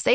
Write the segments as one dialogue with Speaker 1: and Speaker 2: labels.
Speaker 1: Say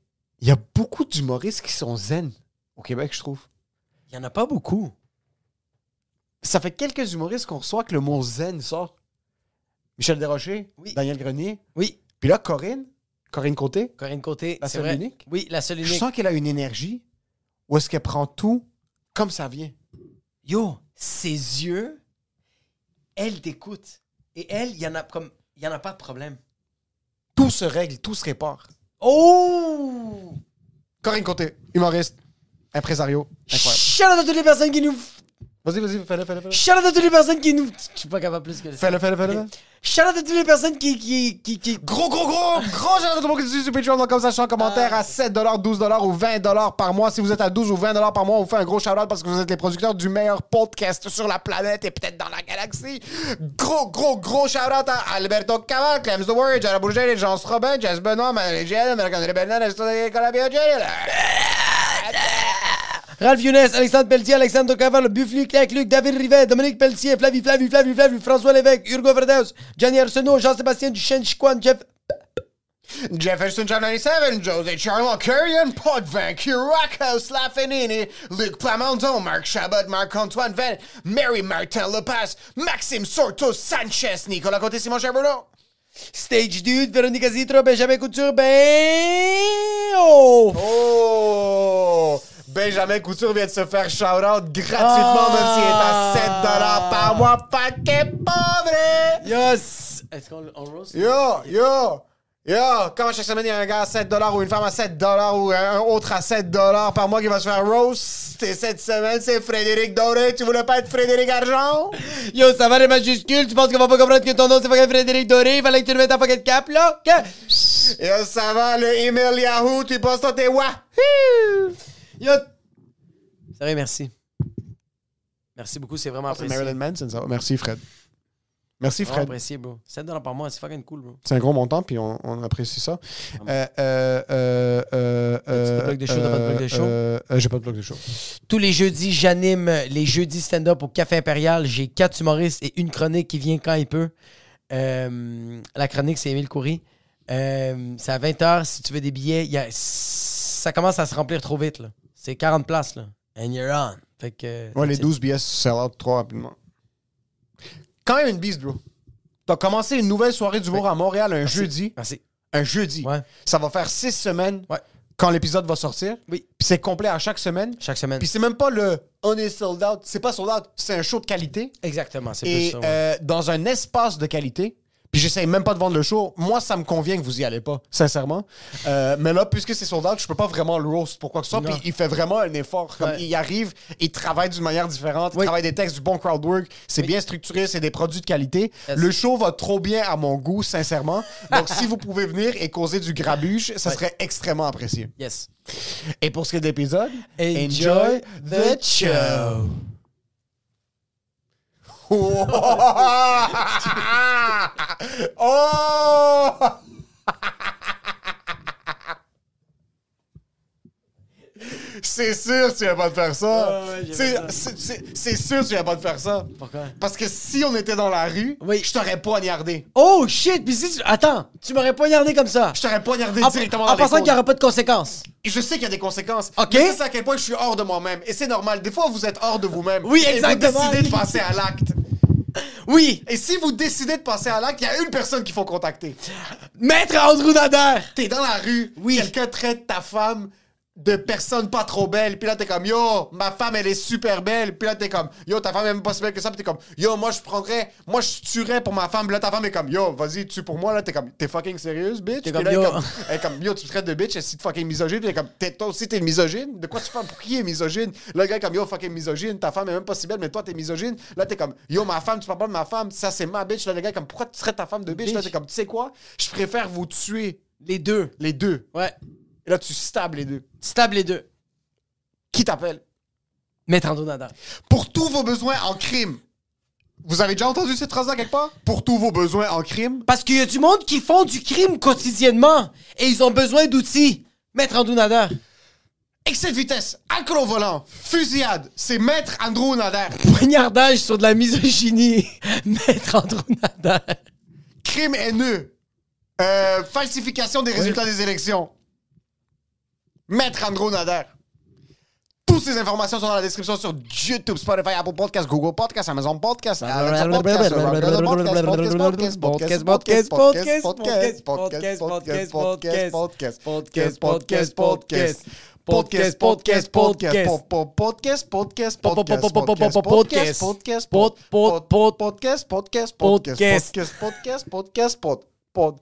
Speaker 2: Il y a beaucoup d'humoristes qui sont zen au Québec, je trouve.
Speaker 3: Il n'y en a pas beaucoup.
Speaker 2: Ça fait quelques humoristes qu'on reçoit que le mot zen sort. Michel Desrochers,
Speaker 3: Oui.
Speaker 2: Daniel Grenier.
Speaker 3: Oui,
Speaker 2: Puis là, Corinne, Corinne Côté,
Speaker 3: Corinne Côté,
Speaker 2: La
Speaker 3: c'est
Speaker 2: seule
Speaker 3: vrai.
Speaker 2: unique?
Speaker 3: Oui, la seule
Speaker 2: je
Speaker 3: unique.
Speaker 2: sens qu'elle a une énergie où est-ce qu'elle prend tout comme ça vient.
Speaker 3: Yo, ses yeux, elle t'écoute. Et elle, il n'y en, a comme- il y en a pas de problème.
Speaker 2: Tout se règle, tout se répare.
Speaker 3: Oh!
Speaker 2: Corinne Côté, humoriste, impresario. Incroyable.
Speaker 3: Shout-out à toutes les personnes qui nous...
Speaker 2: Vas-y, vas-y, fais-le, fais-le, fais-le.
Speaker 3: Shout-out à toutes les personnes qui nous... Je suis pas capable plus que ça.
Speaker 2: Fais-le, fais-le, fais-le.
Speaker 3: Shout-out à toutes les personnes qui... qui, qui, qui...
Speaker 2: Gros, gros, gros, gros genre de tout le monde qui nous suit sur Patreon. Donc, comme ça, je suis en commentaire à 7$, 12$ ou 20$ par mois. Si vous êtes à 12 ou 20$ par mois, on vous fait un gros shout-out parce que vous êtes les producteurs du meilleur podcast sur la planète et peut-être dans la galaxie. Gros, gros, gros shout-out à Alberto Caval, Clems The Word, Jara Bourget, Jean Robin, Jess Benoît, Manuel Giel, Mercandre Bernard, Nicolas Biogel.
Speaker 3: Ralph Younes, Alexandre Pelletier, Alexandre Caval, Buffly, Clac, Luc, David Rivet, Dominique Pelletier, Flavie, Flavie, Flavie, Flavie, François Lévesque, Hugo Verdeus, Gianni Arsenault, Jean-Sébastien Duchesne, Chiquan, Jeff...
Speaker 2: Jefferson John 97, José Charlo Curian, Pod Van Curaco, Slafinini, Luc Plamondon, Marc Chabot, Marc-Antoine Van, Mary Martin Lepas, Maxime Sorto Sanchez, Nicolas Côté Simon Charbonneau.
Speaker 3: Stage Dude, Véronique Azitro, Benjamin Couture, ben... Oh!
Speaker 2: Oh! Benjamin Couture vient de se faire shout-out gratuitement,
Speaker 3: Ah!
Speaker 2: même s'il est à 7 par mois. Paquet pauvre!
Speaker 3: Yes! Est-ce qu'on on roast?
Speaker 2: Yo, yo, yo, comment chaque semaine il y a un gars à 7 ou une femme à 7 ou un autre à 7 par mois qui va se faire roast. Et cette semaine, c'est Frédéric Doré. Tu voulais pas être Frédéric Argent?
Speaker 3: Yo, ça va les majuscules? Tu penses qu'on va pas comprendre que ton nom c'est fucking Frédéric Doré? Il fallait que tu le mettes en fucking cap là? Que-
Speaker 2: Yo, ça va, le email Yahoo, tu penses toi t'es wa?
Speaker 3: Yo! Sérieux, merci. Merci beaucoup, c'est
Speaker 2: Ah,
Speaker 3: vraiment apprécié.
Speaker 2: Manson, ça va. Merci, Fred. Merci,
Speaker 3: Vraiment apprécié, bro. 7 par mois, c'est fucking cool, bro.
Speaker 2: C'est un gros montant, puis on, on apprécie ça.
Speaker 3: Ah
Speaker 2: Euh, euh, euh, euh, euh,
Speaker 3: bloc de show, t'as pas de bloc de show?
Speaker 2: euh, euh, J'ai pas de bloc de show.
Speaker 3: Tous les jeudis, j'anime les jeudis stand-up au Café Impérial. J'ai quatre humoristes et une chronique qui vient quand il peut. Euh, la chronique, c'est Émile Coury. Euh, c'est à 20h. Si tu veux des billets, il y a- ça commence à se remplir trop vite. là. C'est 40 places. Là. And you're on. Fait que,
Speaker 2: Ouais, les
Speaker 3: c'est-
Speaker 2: 12 billets sell out trop rapidement. Quand même une bise, bro. T'as commencé une nouvelle soirée d'humour à Montréal un
Speaker 3: Ah,
Speaker 2: jeudi.
Speaker 3: Merci.
Speaker 2: Un jeudi.
Speaker 3: Ouais.
Speaker 2: Ça va faire six semaines
Speaker 3: Ouais.
Speaker 2: quand l'épisode va sortir.
Speaker 3: Oui.
Speaker 2: Puis c'est complet à chaque semaine.
Speaker 3: Chaque semaine.
Speaker 2: Puis c'est même pas le on est sold out. C'est pas sold out. C'est un show de qualité.
Speaker 3: Exactement. C'est plus
Speaker 2: Et
Speaker 3: ça. ouais.
Speaker 2: euh, dans un espace de qualité. Puis j'essaye même pas de vendre le show. Moi, ça me convient que vous y allez pas, sincèrement. Euh, mais là, puisque c'est sold out, je peux pas vraiment le roast pour quoi que ce soit.
Speaker 3: Non.
Speaker 2: Puis il fait vraiment un effort. Comme
Speaker 3: Ouais.
Speaker 2: Il arrive, il travaille d'une manière différente,
Speaker 3: Oui.
Speaker 2: il travaille des textes, du bon crowd work. C'est bien structuré, c'est des produits de qualité.
Speaker 3: Yes.
Speaker 2: Le show va trop bien à mon goût, sincèrement. Donc si vous pouvez venir et causer du grabuge, ça serait extrêmement apprécié.
Speaker 3: Yes.
Speaker 2: Et pour ce qui est de l'épisode,
Speaker 3: Enjoy the show.
Speaker 2: oh! Oh! C'est sûr, tu vas pas de faire ça.
Speaker 3: Ouais, ouais, j'ai
Speaker 2: C'est-
Speaker 3: fait ça.
Speaker 2: c'est- c'est c'est sûr, tu vas pas de faire ça.
Speaker 3: Pourquoi?
Speaker 2: Parce que si on était dans la rue,
Speaker 3: Oui.
Speaker 2: je t'aurais poignardé.
Speaker 3: Oh shit! Puis si tu... Attends, tu m'aurais pas regardé comme ça.
Speaker 2: Je t'aurais poignardé
Speaker 3: En,
Speaker 2: directement
Speaker 3: en
Speaker 2: dans
Speaker 3: pensant
Speaker 2: l'épaule.
Speaker 3: qu'il n'y aura pas de conséquences.
Speaker 2: Et je sais qu'il y a des conséquences.
Speaker 3: Ok.
Speaker 2: Mais c'est à quel point je suis hors de moi-même. Et c'est normal. Des fois, vous êtes hors de vous-même.
Speaker 3: Oui, exactement.
Speaker 2: Et vous décidez de passer à l'acte.
Speaker 3: Oui!
Speaker 2: Et si vous décidez de passer à l'acte, il y a une personne qu'il faut contacter.
Speaker 3: Maître Andrew Nader!
Speaker 2: T'es dans la rue.
Speaker 3: Oui.
Speaker 2: Quelqu'un traite ta femme de personne pas trop belle. Puis là, t'es comme, yo, ma femme, elle est super belle. Puis là, t'es comme, yo, ta femme est même pas si belle que ça. Puis t'es comme, yo, moi, je prendrais, moi, je tuerais pour ma femme. Puis là, ta femme est comme, yo, vas-y, tue pour moi. Là, t'es comme, t'es fucking sérieuse, bitch.
Speaker 3: T'es
Speaker 2: Puis
Speaker 3: comme,
Speaker 2: là, elle est
Speaker 3: yo.
Speaker 2: comme, elle est comme, yo, tu me traites de bitch, elle est fucking misogyne. Puis elle est comme, t'es- toi aussi, t'es une misogyne. De quoi tu parles? Pour qui est misogyne? Là, le gars est comme, yo, fucking misogyne. Ta femme est même pas si belle, mais toi, t'es misogyne. Là, t'es comme, yo, ma femme, tu parles pas de ma femme. Ça, c'est ma bitch. Là, le gars est comme, pourquoi tu traites ta femme de bitch? Là,
Speaker 3: Bitch.
Speaker 2: t'es comme, tu sais quoi? Je préfère vous tuer
Speaker 3: Les deux.
Speaker 2: les deux.
Speaker 3: Ouais.
Speaker 2: Et là, tu stabs les deux.
Speaker 3: Stable les deux.
Speaker 2: Qui t'appelle?
Speaker 3: Maître Andrew Nader.
Speaker 2: Pour tous vos besoins en crime. Vous avez déjà entendu cette phrase-là quelque part? Pour tous vos besoins en crime.
Speaker 3: Parce qu'il y a du monde qui font du crime quotidiennement et ils ont besoin d'outils. Maître Andrew Nader.
Speaker 2: Excès de vitesse, alcool au volant, fusillade, c'est Maître Andrew Nader.
Speaker 3: Poignardage sur de la misogynie. Maître Andrew Nader.
Speaker 2: crime haineux, Euh, falsification des résultats des élections. Maître Andrew Nader. Toutes ces informations sont dans la description sur YouTube, Spotify, Apple Podcasts, Google Podcasts, Amazon Podcasts, Alexa Podcasts, Google Podcasts, Podcasts, Podcasts, Podcasts, Podcasts, Podcasts, Podcasts, Podcasts, Podcasts, Podcasts, Podcasts, Podcasts, Podcasts, Podcasts, Podcasts, Podcasts, Podcasts, po- po- Podcasts, Podcasts, Podcasts, Podcasts, Podcasts, Podcasts, pod- pod- pod- Podcast, podcast,
Speaker 3: Podcast.
Speaker 2: podcast, podcast, podcast, podcast, pod, pod.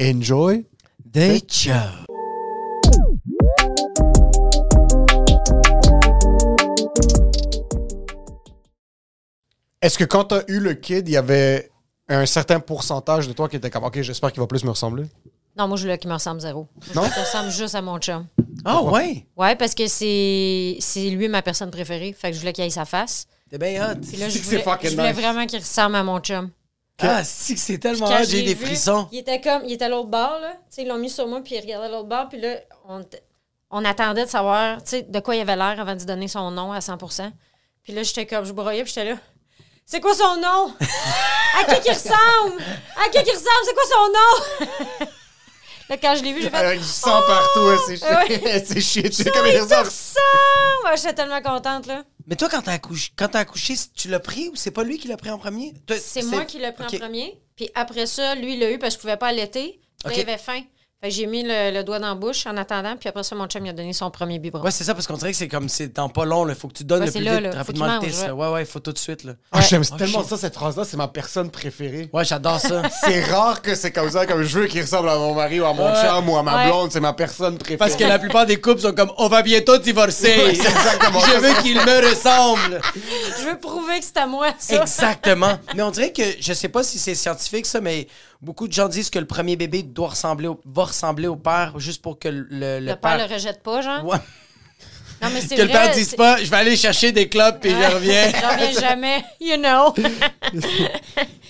Speaker 2: Enjoy.
Speaker 3: They show.
Speaker 2: Est-ce que quand t'as eu le kid, il y avait un certain pourcentage de toi qui était comme, OK, j'espère qu'il va plus me ressembler?
Speaker 4: Non, moi, je veux là qui me ressemble zéro. Moi,
Speaker 2: Non?
Speaker 4: Je ressemble juste à mon chum.
Speaker 3: Ah ouais?
Speaker 4: Ouais, parce que c'est c'est lui ma personne préférée. Fait que je voulais qu'il aille sa face.
Speaker 3: T'es bien hot.
Speaker 4: Puis là, je
Speaker 2: C'est
Speaker 4: voulais,
Speaker 2: fucking
Speaker 4: je voulais
Speaker 2: nice.
Speaker 4: vraiment qu'il ressemble à mon chum.
Speaker 3: Ah, si, c'est tellement
Speaker 4: Puis quand
Speaker 3: hot,
Speaker 4: je
Speaker 3: j'ai des
Speaker 4: l'ai vu,
Speaker 3: frissons.
Speaker 4: Il était comme, il était à l'autre bord, là. Tu sais, ils l'ont mis sur moi, puis il regardait à l'autre bord, puis là, on, t- on attendait de savoir, tu sais, de quoi il avait l'air avant de lui donner son nom à 100 Puis là, j'étais comme, je broyais, puis j'étais là. C'est quoi son nom? À qui qu'il ressemble? À qui qu'il ressemble? C'est quoi son nom? là, quand je l'ai vu, j'ai fait.
Speaker 2: Avec du sang partout, hein, c'est
Speaker 4: Ah
Speaker 2: chier.
Speaker 4: Oh! ouais.
Speaker 2: C'est chier, tu sais,
Speaker 4: Ça,
Speaker 2: comme
Speaker 4: il
Speaker 2: il
Speaker 4: te
Speaker 2: ressort.
Speaker 4: ressemble! Ouais, J'étais tellement contente, là.
Speaker 3: Mais toi, quand t'as accouché, quand t'as accouché, tu l'as pris ou c'est pas lui qui l'a pris en premier? Toi,
Speaker 4: C'est moi qui l'ai pris
Speaker 3: Ok.
Speaker 4: en premier. Puis après ça, lui, il l'a eu parce que je pouvais pas allaiter. Là,
Speaker 3: Ok.
Speaker 4: il avait faim. Fait que j'ai mis le, le doigt dans la bouche en attendant. Puis après ça, mon chum, il a donné son premier biberon.
Speaker 3: Ouais, c'est ça, parce qu'on dirait que c'est comme c'est dans pas long, là. Faut que tu donnes
Speaker 4: Ouais,
Speaker 3: le
Speaker 4: c'est
Speaker 3: plus
Speaker 4: là,
Speaker 3: vite,
Speaker 4: là. Faut
Speaker 3: rapidement le
Speaker 4: qu'il mange,
Speaker 3: test.
Speaker 4: ouais.
Speaker 3: là. Ouais, ouais, faut tout de suite, là.
Speaker 2: Ah, j'aime tellement
Speaker 3: shit.
Speaker 2: ça, cette phrase-là, c'est ma personne préférée.
Speaker 3: Ouais, j'adore ça.
Speaker 2: C'est rare que c'est comme ça, comme je veux qu'il ressemble à mon mari ou à mon
Speaker 3: Ouais.
Speaker 2: chum ou à ma
Speaker 4: Ouais.
Speaker 2: blonde, c'est ma personne préférée.
Speaker 3: Parce que la plupart des couples sont comme on va bientôt divorcer.
Speaker 2: Ouais, c'est exactement
Speaker 3: Je
Speaker 2: ça.
Speaker 3: veux qu'il me ressemble.
Speaker 4: Je veux prouver que c'est à moi, ça.
Speaker 3: Exactement. Mais on dirait que je sais pas si c'est scientifique ça, mais beaucoup de gens disent que le premier bébé doit ressembler au, va ressembler au père juste pour que le, le,
Speaker 4: Le père le rejette pas, genre.
Speaker 3: Ouais.
Speaker 4: Non, mais c'est
Speaker 3: Que le père
Speaker 4: vrai,
Speaker 3: dise
Speaker 4: c'est-
Speaker 3: pas je vais aller chercher des clubs puis je reviens.
Speaker 4: J'en reviens jamais, you know.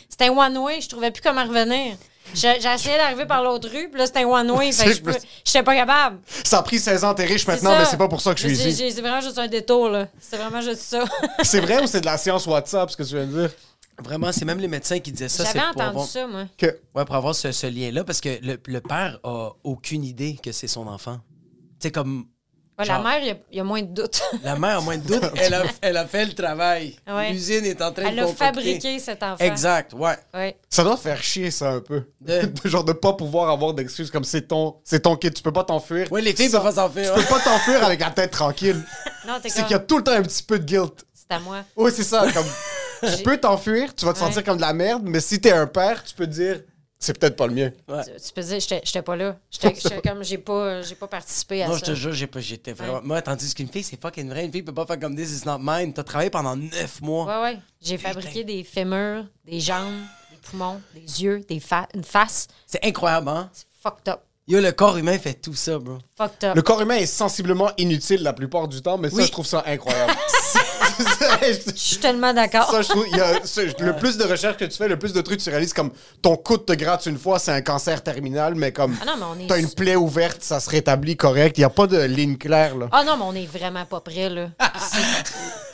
Speaker 4: c'était un one-way. Je trouvais plus comment revenir. Je- J'ai essayé d'arriver par l'autre rue, puis là, c'était un one-way. Fait que
Speaker 2: C'est-
Speaker 4: je pouvais- j'étais pas capable.
Speaker 2: Ça a pris 16 ans, t'es riche
Speaker 4: C'est
Speaker 2: maintenant,
Speaker 4: ça.
Speaker 2: mais c'est pas pour ça que je suis
Speaker 4: J'ai-
Speaker 2: ici.
Speaker 4: j'ai- C'est vraiment juste un détour, là. C'est vraiment juste ça.
Speaker 2: C'est vrai ou c'est de la science WhatsApp, ce que tu viens de dire?
Speaker 3: Vraiment, c'est même les médecins qui disaient ça. c'est
Speaker 4: J'avais
Speaker 3: pour
Speaker 4: entendu
Speaker 3: avoir-
Speaker 4: ça, moi.
Speaker 2: Que
Speaker 3: Ouais, pour avoir ce, ce lien-là, parce que le, le père a aucune idée que c'est son enfant. C'est comme
Speaker 4: Ouais,
Speaker 3: Genre-
Speaker 4: La mère, il y a- il y, a moins de doutes.
Speaker 3: la mère a moins de doute, elle a, elle a fait le travail.
Speaker 4: Ouais.
Speaker 3: L'usine est en train
Speaker 4: Elle
Speaker 3: de
Speaker 4: a
Speaker 3: concocter.
Speaker 4: fabriqué cet enfant.
Speaker 3: Exact, ouais.
Speaker 4: Ouais.
Speaker 2: Ça doit faire chier, ça, un peu.
Speaker 3: De-
Speaker 2: De genre de pas pouvoir avoir d'excuses comme c'est ton, c'est ton kid, tu peux pas t'enfuir.
Speaker 3: Ouais, les filles
Speaker 2: Ça-
Speaker 3: peuvent pas s'enfuir. hein.
Speaker 2: Tu peux pas t'enfuir avec la tête tranquille.
Speaker 4: Non, t'es
Speaker 2: C'est
Speaker 4: comme,
Speaker 2: qu'il y a tout le temps un petit peu de guilt.
Speaker 4: c'est à moi.
Speaker 2: Oui, c'est ça. Comme, tu peux t'enfuir, tu vas te sentir comme de la merde, mais si t'es un père, tu peux te dire c'est peut-être pas le mieux.
Speaker 4: Tu, tu peux dire, j'étais j'étais pas là. J'étais j'étais comme, j'ai pas, j'ai pas participé à
Speaker 3: Non, je
Speaker 4: ça.
Speaker 3: te jure, j'ai pas, j'étais vraiment. Moi, tandis qu'une fille, c'est fucking vrai. Une fille peut pas faire comme this is not mine. T'as travaillé pendant neuf mois.
Speaker 4: Ouais, ouais. J'ai fabriqué des fémurs, des jambes, des poumons, des yeux, des fa- une face.
Speaker 3: C'est incroyable, hein?
Speaker 4: C'est fucked up.
Speaker 3: Yo, le corps humain fait tout ça, bro.
Speaker 4: Fucked up.
Speaker 2: Le corps humain est sensiblement inutile la plupart du temps, mais ça,
Speaker 3: Oui.
Speaker 2: je trouve ça incroyable. Ça, je-
Speaker 4: Je suis tellement
Speaker 3: Ah.
Speaker 4: d'accord.
Speaker 2: ça, je trouve, il y a- ce- le plus de recherches que tu fais, le plus de trucs tu réalises comme ton coude te gratte une fois, c'est un cancer terminal, mais comme
Speaker 4: Ah non, mais on est-
Speaker 2: t'as une plaie ouverte, ça se rétablit correct. Il n'y a pas de ligne claire, là.
Speaker 4: Ah non, mais on est vraiment pas prêts, là.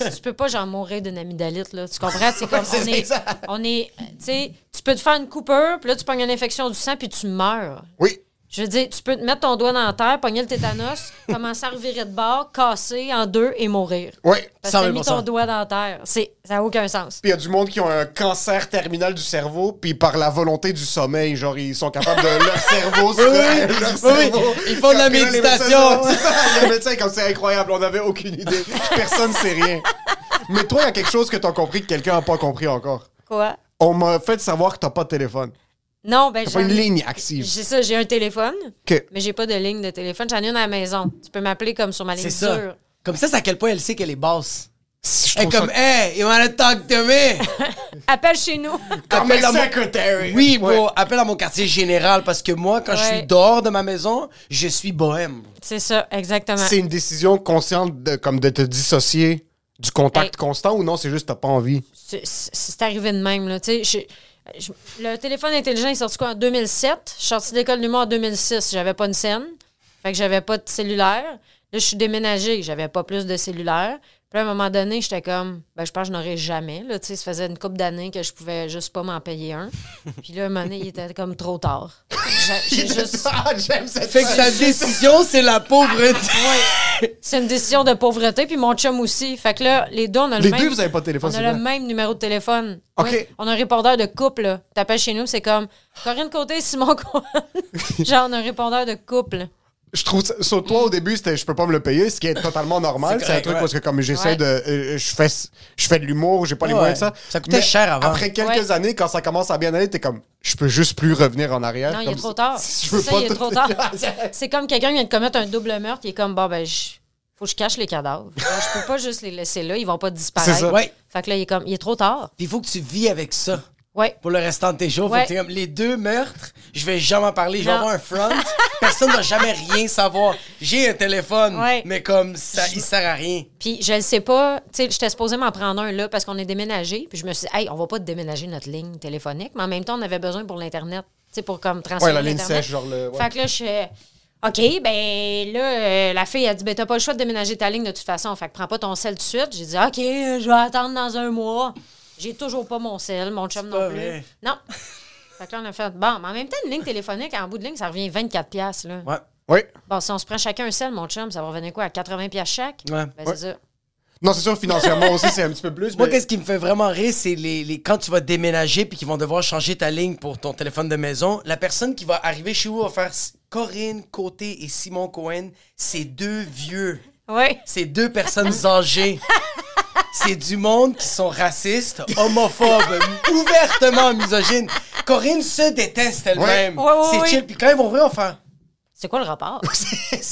Speaker 4: Si- si tu peux pas, genre, mourir d'une amygdalite, là. Tu comprends? C'est comme, on est... On est euh, tu sais, tu peux te faire une coupure, puis là, tu pognes une infection du sang, puis tu meurs.
Speaker 2: Oui.
Speaker 4: Je veux dire, tu peux te mettre ton doigt dans la terre, pogner le tétanos, commencer à revirer de bord, casser en deux et mourir.
Speaker 2: Oui.
Speaker 4: Parce que t'as mis
Speaker 3: 100 000
Speaker 4: ton doigt dans la terre. C'est- Ça n'a aucun sens.
Speaker 2: Puis il y a du monde qui ont un cancer terminal du cerveau, puis par la volonté du sommeil, genre ils sont capables de leur cerveau se
Speaker 3: oui,
Speaker 2: leur
Speaker 3: oui, oui. Ils font de la
Speaker 2: Puis là, les médecins
Speaker 3: méditation.
Speaker 2: sont- c'est ça, Le médecin est comme c'est incroyable, on n'avait aucune idée. Personne sait rien. Mais toi, il y a quelque chose que t'as compris que quelqu'un n'a pas compris encore.
Speaker 4: Quoi?
Speaker 2: On m'a fait savoir que t'as pas de téléphone.
Speaker 4: Non, ben
Speaker 2: T'as pas une
Speaker 4: j'en ai-
Speaker 2: ligne active.
Speaker 4: J'ai ça, j'ai un téléphone,
Speaker 2: Ok.
Speaker 4: mais j'ai pas de ligne de téléphone. J'en ai une à la maison. Tu peux m'appeler comme sur ma ligne
Speaker 3: C'est
Speaker 4: dure.
Speaker 3: ça. Comme ça, c'est à quel point elle sait qu'elle est basse.
Speaker 2: Je
Speaker 3: Elle est
Speaker 2: trouve ça-
Speaker 3: comme, hey, you wanna talk to me?
Speaker 4: Appelle chez nous.
Speaker 2: Comme
Speaker 3: appelle
Speaker 2: un
Speaker 3: à mon-
Speaker 2: secretary.
Speaker 3: Oui,
Speaker 2: Ouais.
Speaker 3: bro, appelle à mon quartier général parce que moi, quand je
Speaker 4: Ouais.
Speaker 3: suis dehors de ma maison, je suis bohème.
Speaker 4: C'est ça, exactement.
Speaker 2: C'est une décision consciente de, comme de te dissocier du contact
Speaker 4: Hey. C'est
Speaker 2: constant ou non, c'est juste que t'as pas envie.
Speaker 4: c'est- c'est arrivé de même. Là. Tu sais, je- je- le téléphone intelligent est sorti quoi en 2007? Je suis sortie de l'école d'humour en 2006. J'avais pas une scène. Fait que j'avais pas de cellulaire. Là, je suis déménagée. J'avais pas plus de cellulaire. Puis là, à un moment donné, j'étais comme, ben, je pense que je n'aurais jamais. Là, Tu sais, ça faisait une couple d'années que je pouvais juste pas m'en payer un. Puis là, à un moment donné, il était comme trop tard. J'ai- J'ai juste.
Speaker 2: Ah, j'aime cette
Speaker 3: Fait que sa décision, c'est la pauvreté.
Speaker 4: C'est une décision de pauvreté, puis mon chum aussi. Fait que là, les deux, on a le
Speaker 2: Les
Speaker 4: même...
Speaker 2: deux, vous avez pas de téléphone,
Speaker 4: On
Speaker 2: c'est
Speaker 4: a le
Speaker 2: vrai.
Speaker 4: même numéro de téléphone.
Speaker 2: OK.
Speaker 4: Oui, on a un répondeur de couple. là. T'appelles chez nous, c'est comme Corinne Côté, Simon Cohen. Genre, on a un répondeur de couple.
Speaker 2: Je trouve ça, sur toi au début c'était je peux pas me le payer, ce qui est totalement normal.
Speaker 3: C'est
Speaker 2: C'est un
Speaker 3: correct,
Speaker 2: truc
Speaker 3: ouais.
Speaker 2: parce que comme j'essaie
Speaker 4: Ouais.
Speaker 2: de, euh, je fais, je fais de l'humour, j'ai pas les
Speaker 3: Ouais.
Speaker 2: moyens de ça.
Speaker 3: Ça coûtait cher avant.
Speaker 2: Après quelques
Speaker 4: Ouais.
Speaker 2: années, quand ça commence à bien aller, t'es comme, je peux juste plus revenir en arrière.
Speaker 4: Non, il
Speaker 2: comme
Speaker 4: est trop
Speaker 2: ça.
Speaker 4: tard.
Speaker 2: Si
Speaker 4: C'est ça, il est
Speaker 2: te-
Speaker 4: trop tard. c'est comme quelqu'un vient de commettre un double meurtre, il est comme, bon, ben, je- faut que je cache les cadavres. Alors, je peux pas juste les laisser là, ils vont pas disparaître.
Speaker 2: C'est ça.
Speaker 3: Ouais.
Speaker 4: Fait que là, il est comme, il est trop tard.
Speaker 3: Puis il faut que tu vis avec ça.
Speaker 4: Ouais.
Speaker 3: Pour le restant de tes jours, faut
Speaker 4: Ouais.
Speaker 3: que t'aies comme les deux meurtres, je vais jamais en parler, je vais
Speaker 4: Non.
Speaker 3: avoir un front. Personne va jamais rien savoir. J'ai un téléphone,
Speaker 4: Ouais.
Speaker 3: mais comme ça, il sert à rien.
Speaker 4: Puis je le sais pas, tu sais, j'étais supposée m'en prendre un là parce qu'on est déménagé. Puis je me suis dit, hey, on va pas déménager notre ligne téléphonique, mais en même temps, on avait besoin pour l'Internet, tu sais, pour comme transférer.
Speaker 2: Ouais, la ligne
Speaker 4: l'Internet.
Speaker 2: sèche, genre le- ouais.
Speaker 4: Fait que là, je fais, OK, ben là, euh, la fille a dit, ben t'as pas le choix de déménager ta ligne de toute façon. Fait que prends pas ton sel tout de suite. J'ai dit, OK, euh, je vais attendre dans un mois. J'ai toujours pas mon sel, mon chum
Speaker 3: pas
Speaker 4: non plus.
Speaker 3: vrai.
Speaker 4: Non. fait que là, on a fait, bon, mais en même temps, une ligne téléphonique, en bout de ligne, ça revient 24$, piastres, là.
Speaker 3: Ouais.
Speaker 2: Oui.
Speaker 4: Bon, si on se prend chacun un sel, mon chum, ça va revenir quoi, à 80$ piastres chaque?
Speaker 3: Ouais.
Speaker 4: Ben,
Speaker 2: Ouais.
Speaker 4: c'est ça.
Speaker 2: Non, c'est sûr financièrement aussi c'est un petit peu plus.
Speaker 3: Moi,
Speaker 4: Euh,
Speaker 2: mais-
Speaker 3: qu'est-ce qui me fait vraiment rire, c'est les, les- quand tu vas déménager puis qu'ils vont devoir changer ta ligne pour ton téléphone de maison, la personne qui va arriver chez vous va faire Corinne Côté et Simon Cohen, c'est deux vieux.
Speaker 4: Oui.
Speaker 3: C'est deux personnes âgées. C'est du monde qui sont racistes, homophobes, ouvertement misogynes. Corinne se déteste elle-même.
Speaker 4: Ouais, ouais,
Speaker 3: c'est
Speaker 4: ouais.
Speaker 3: chill. Puis quand ils vont ouvrir, on fait
Speaker 4: C'est quoi le rapport?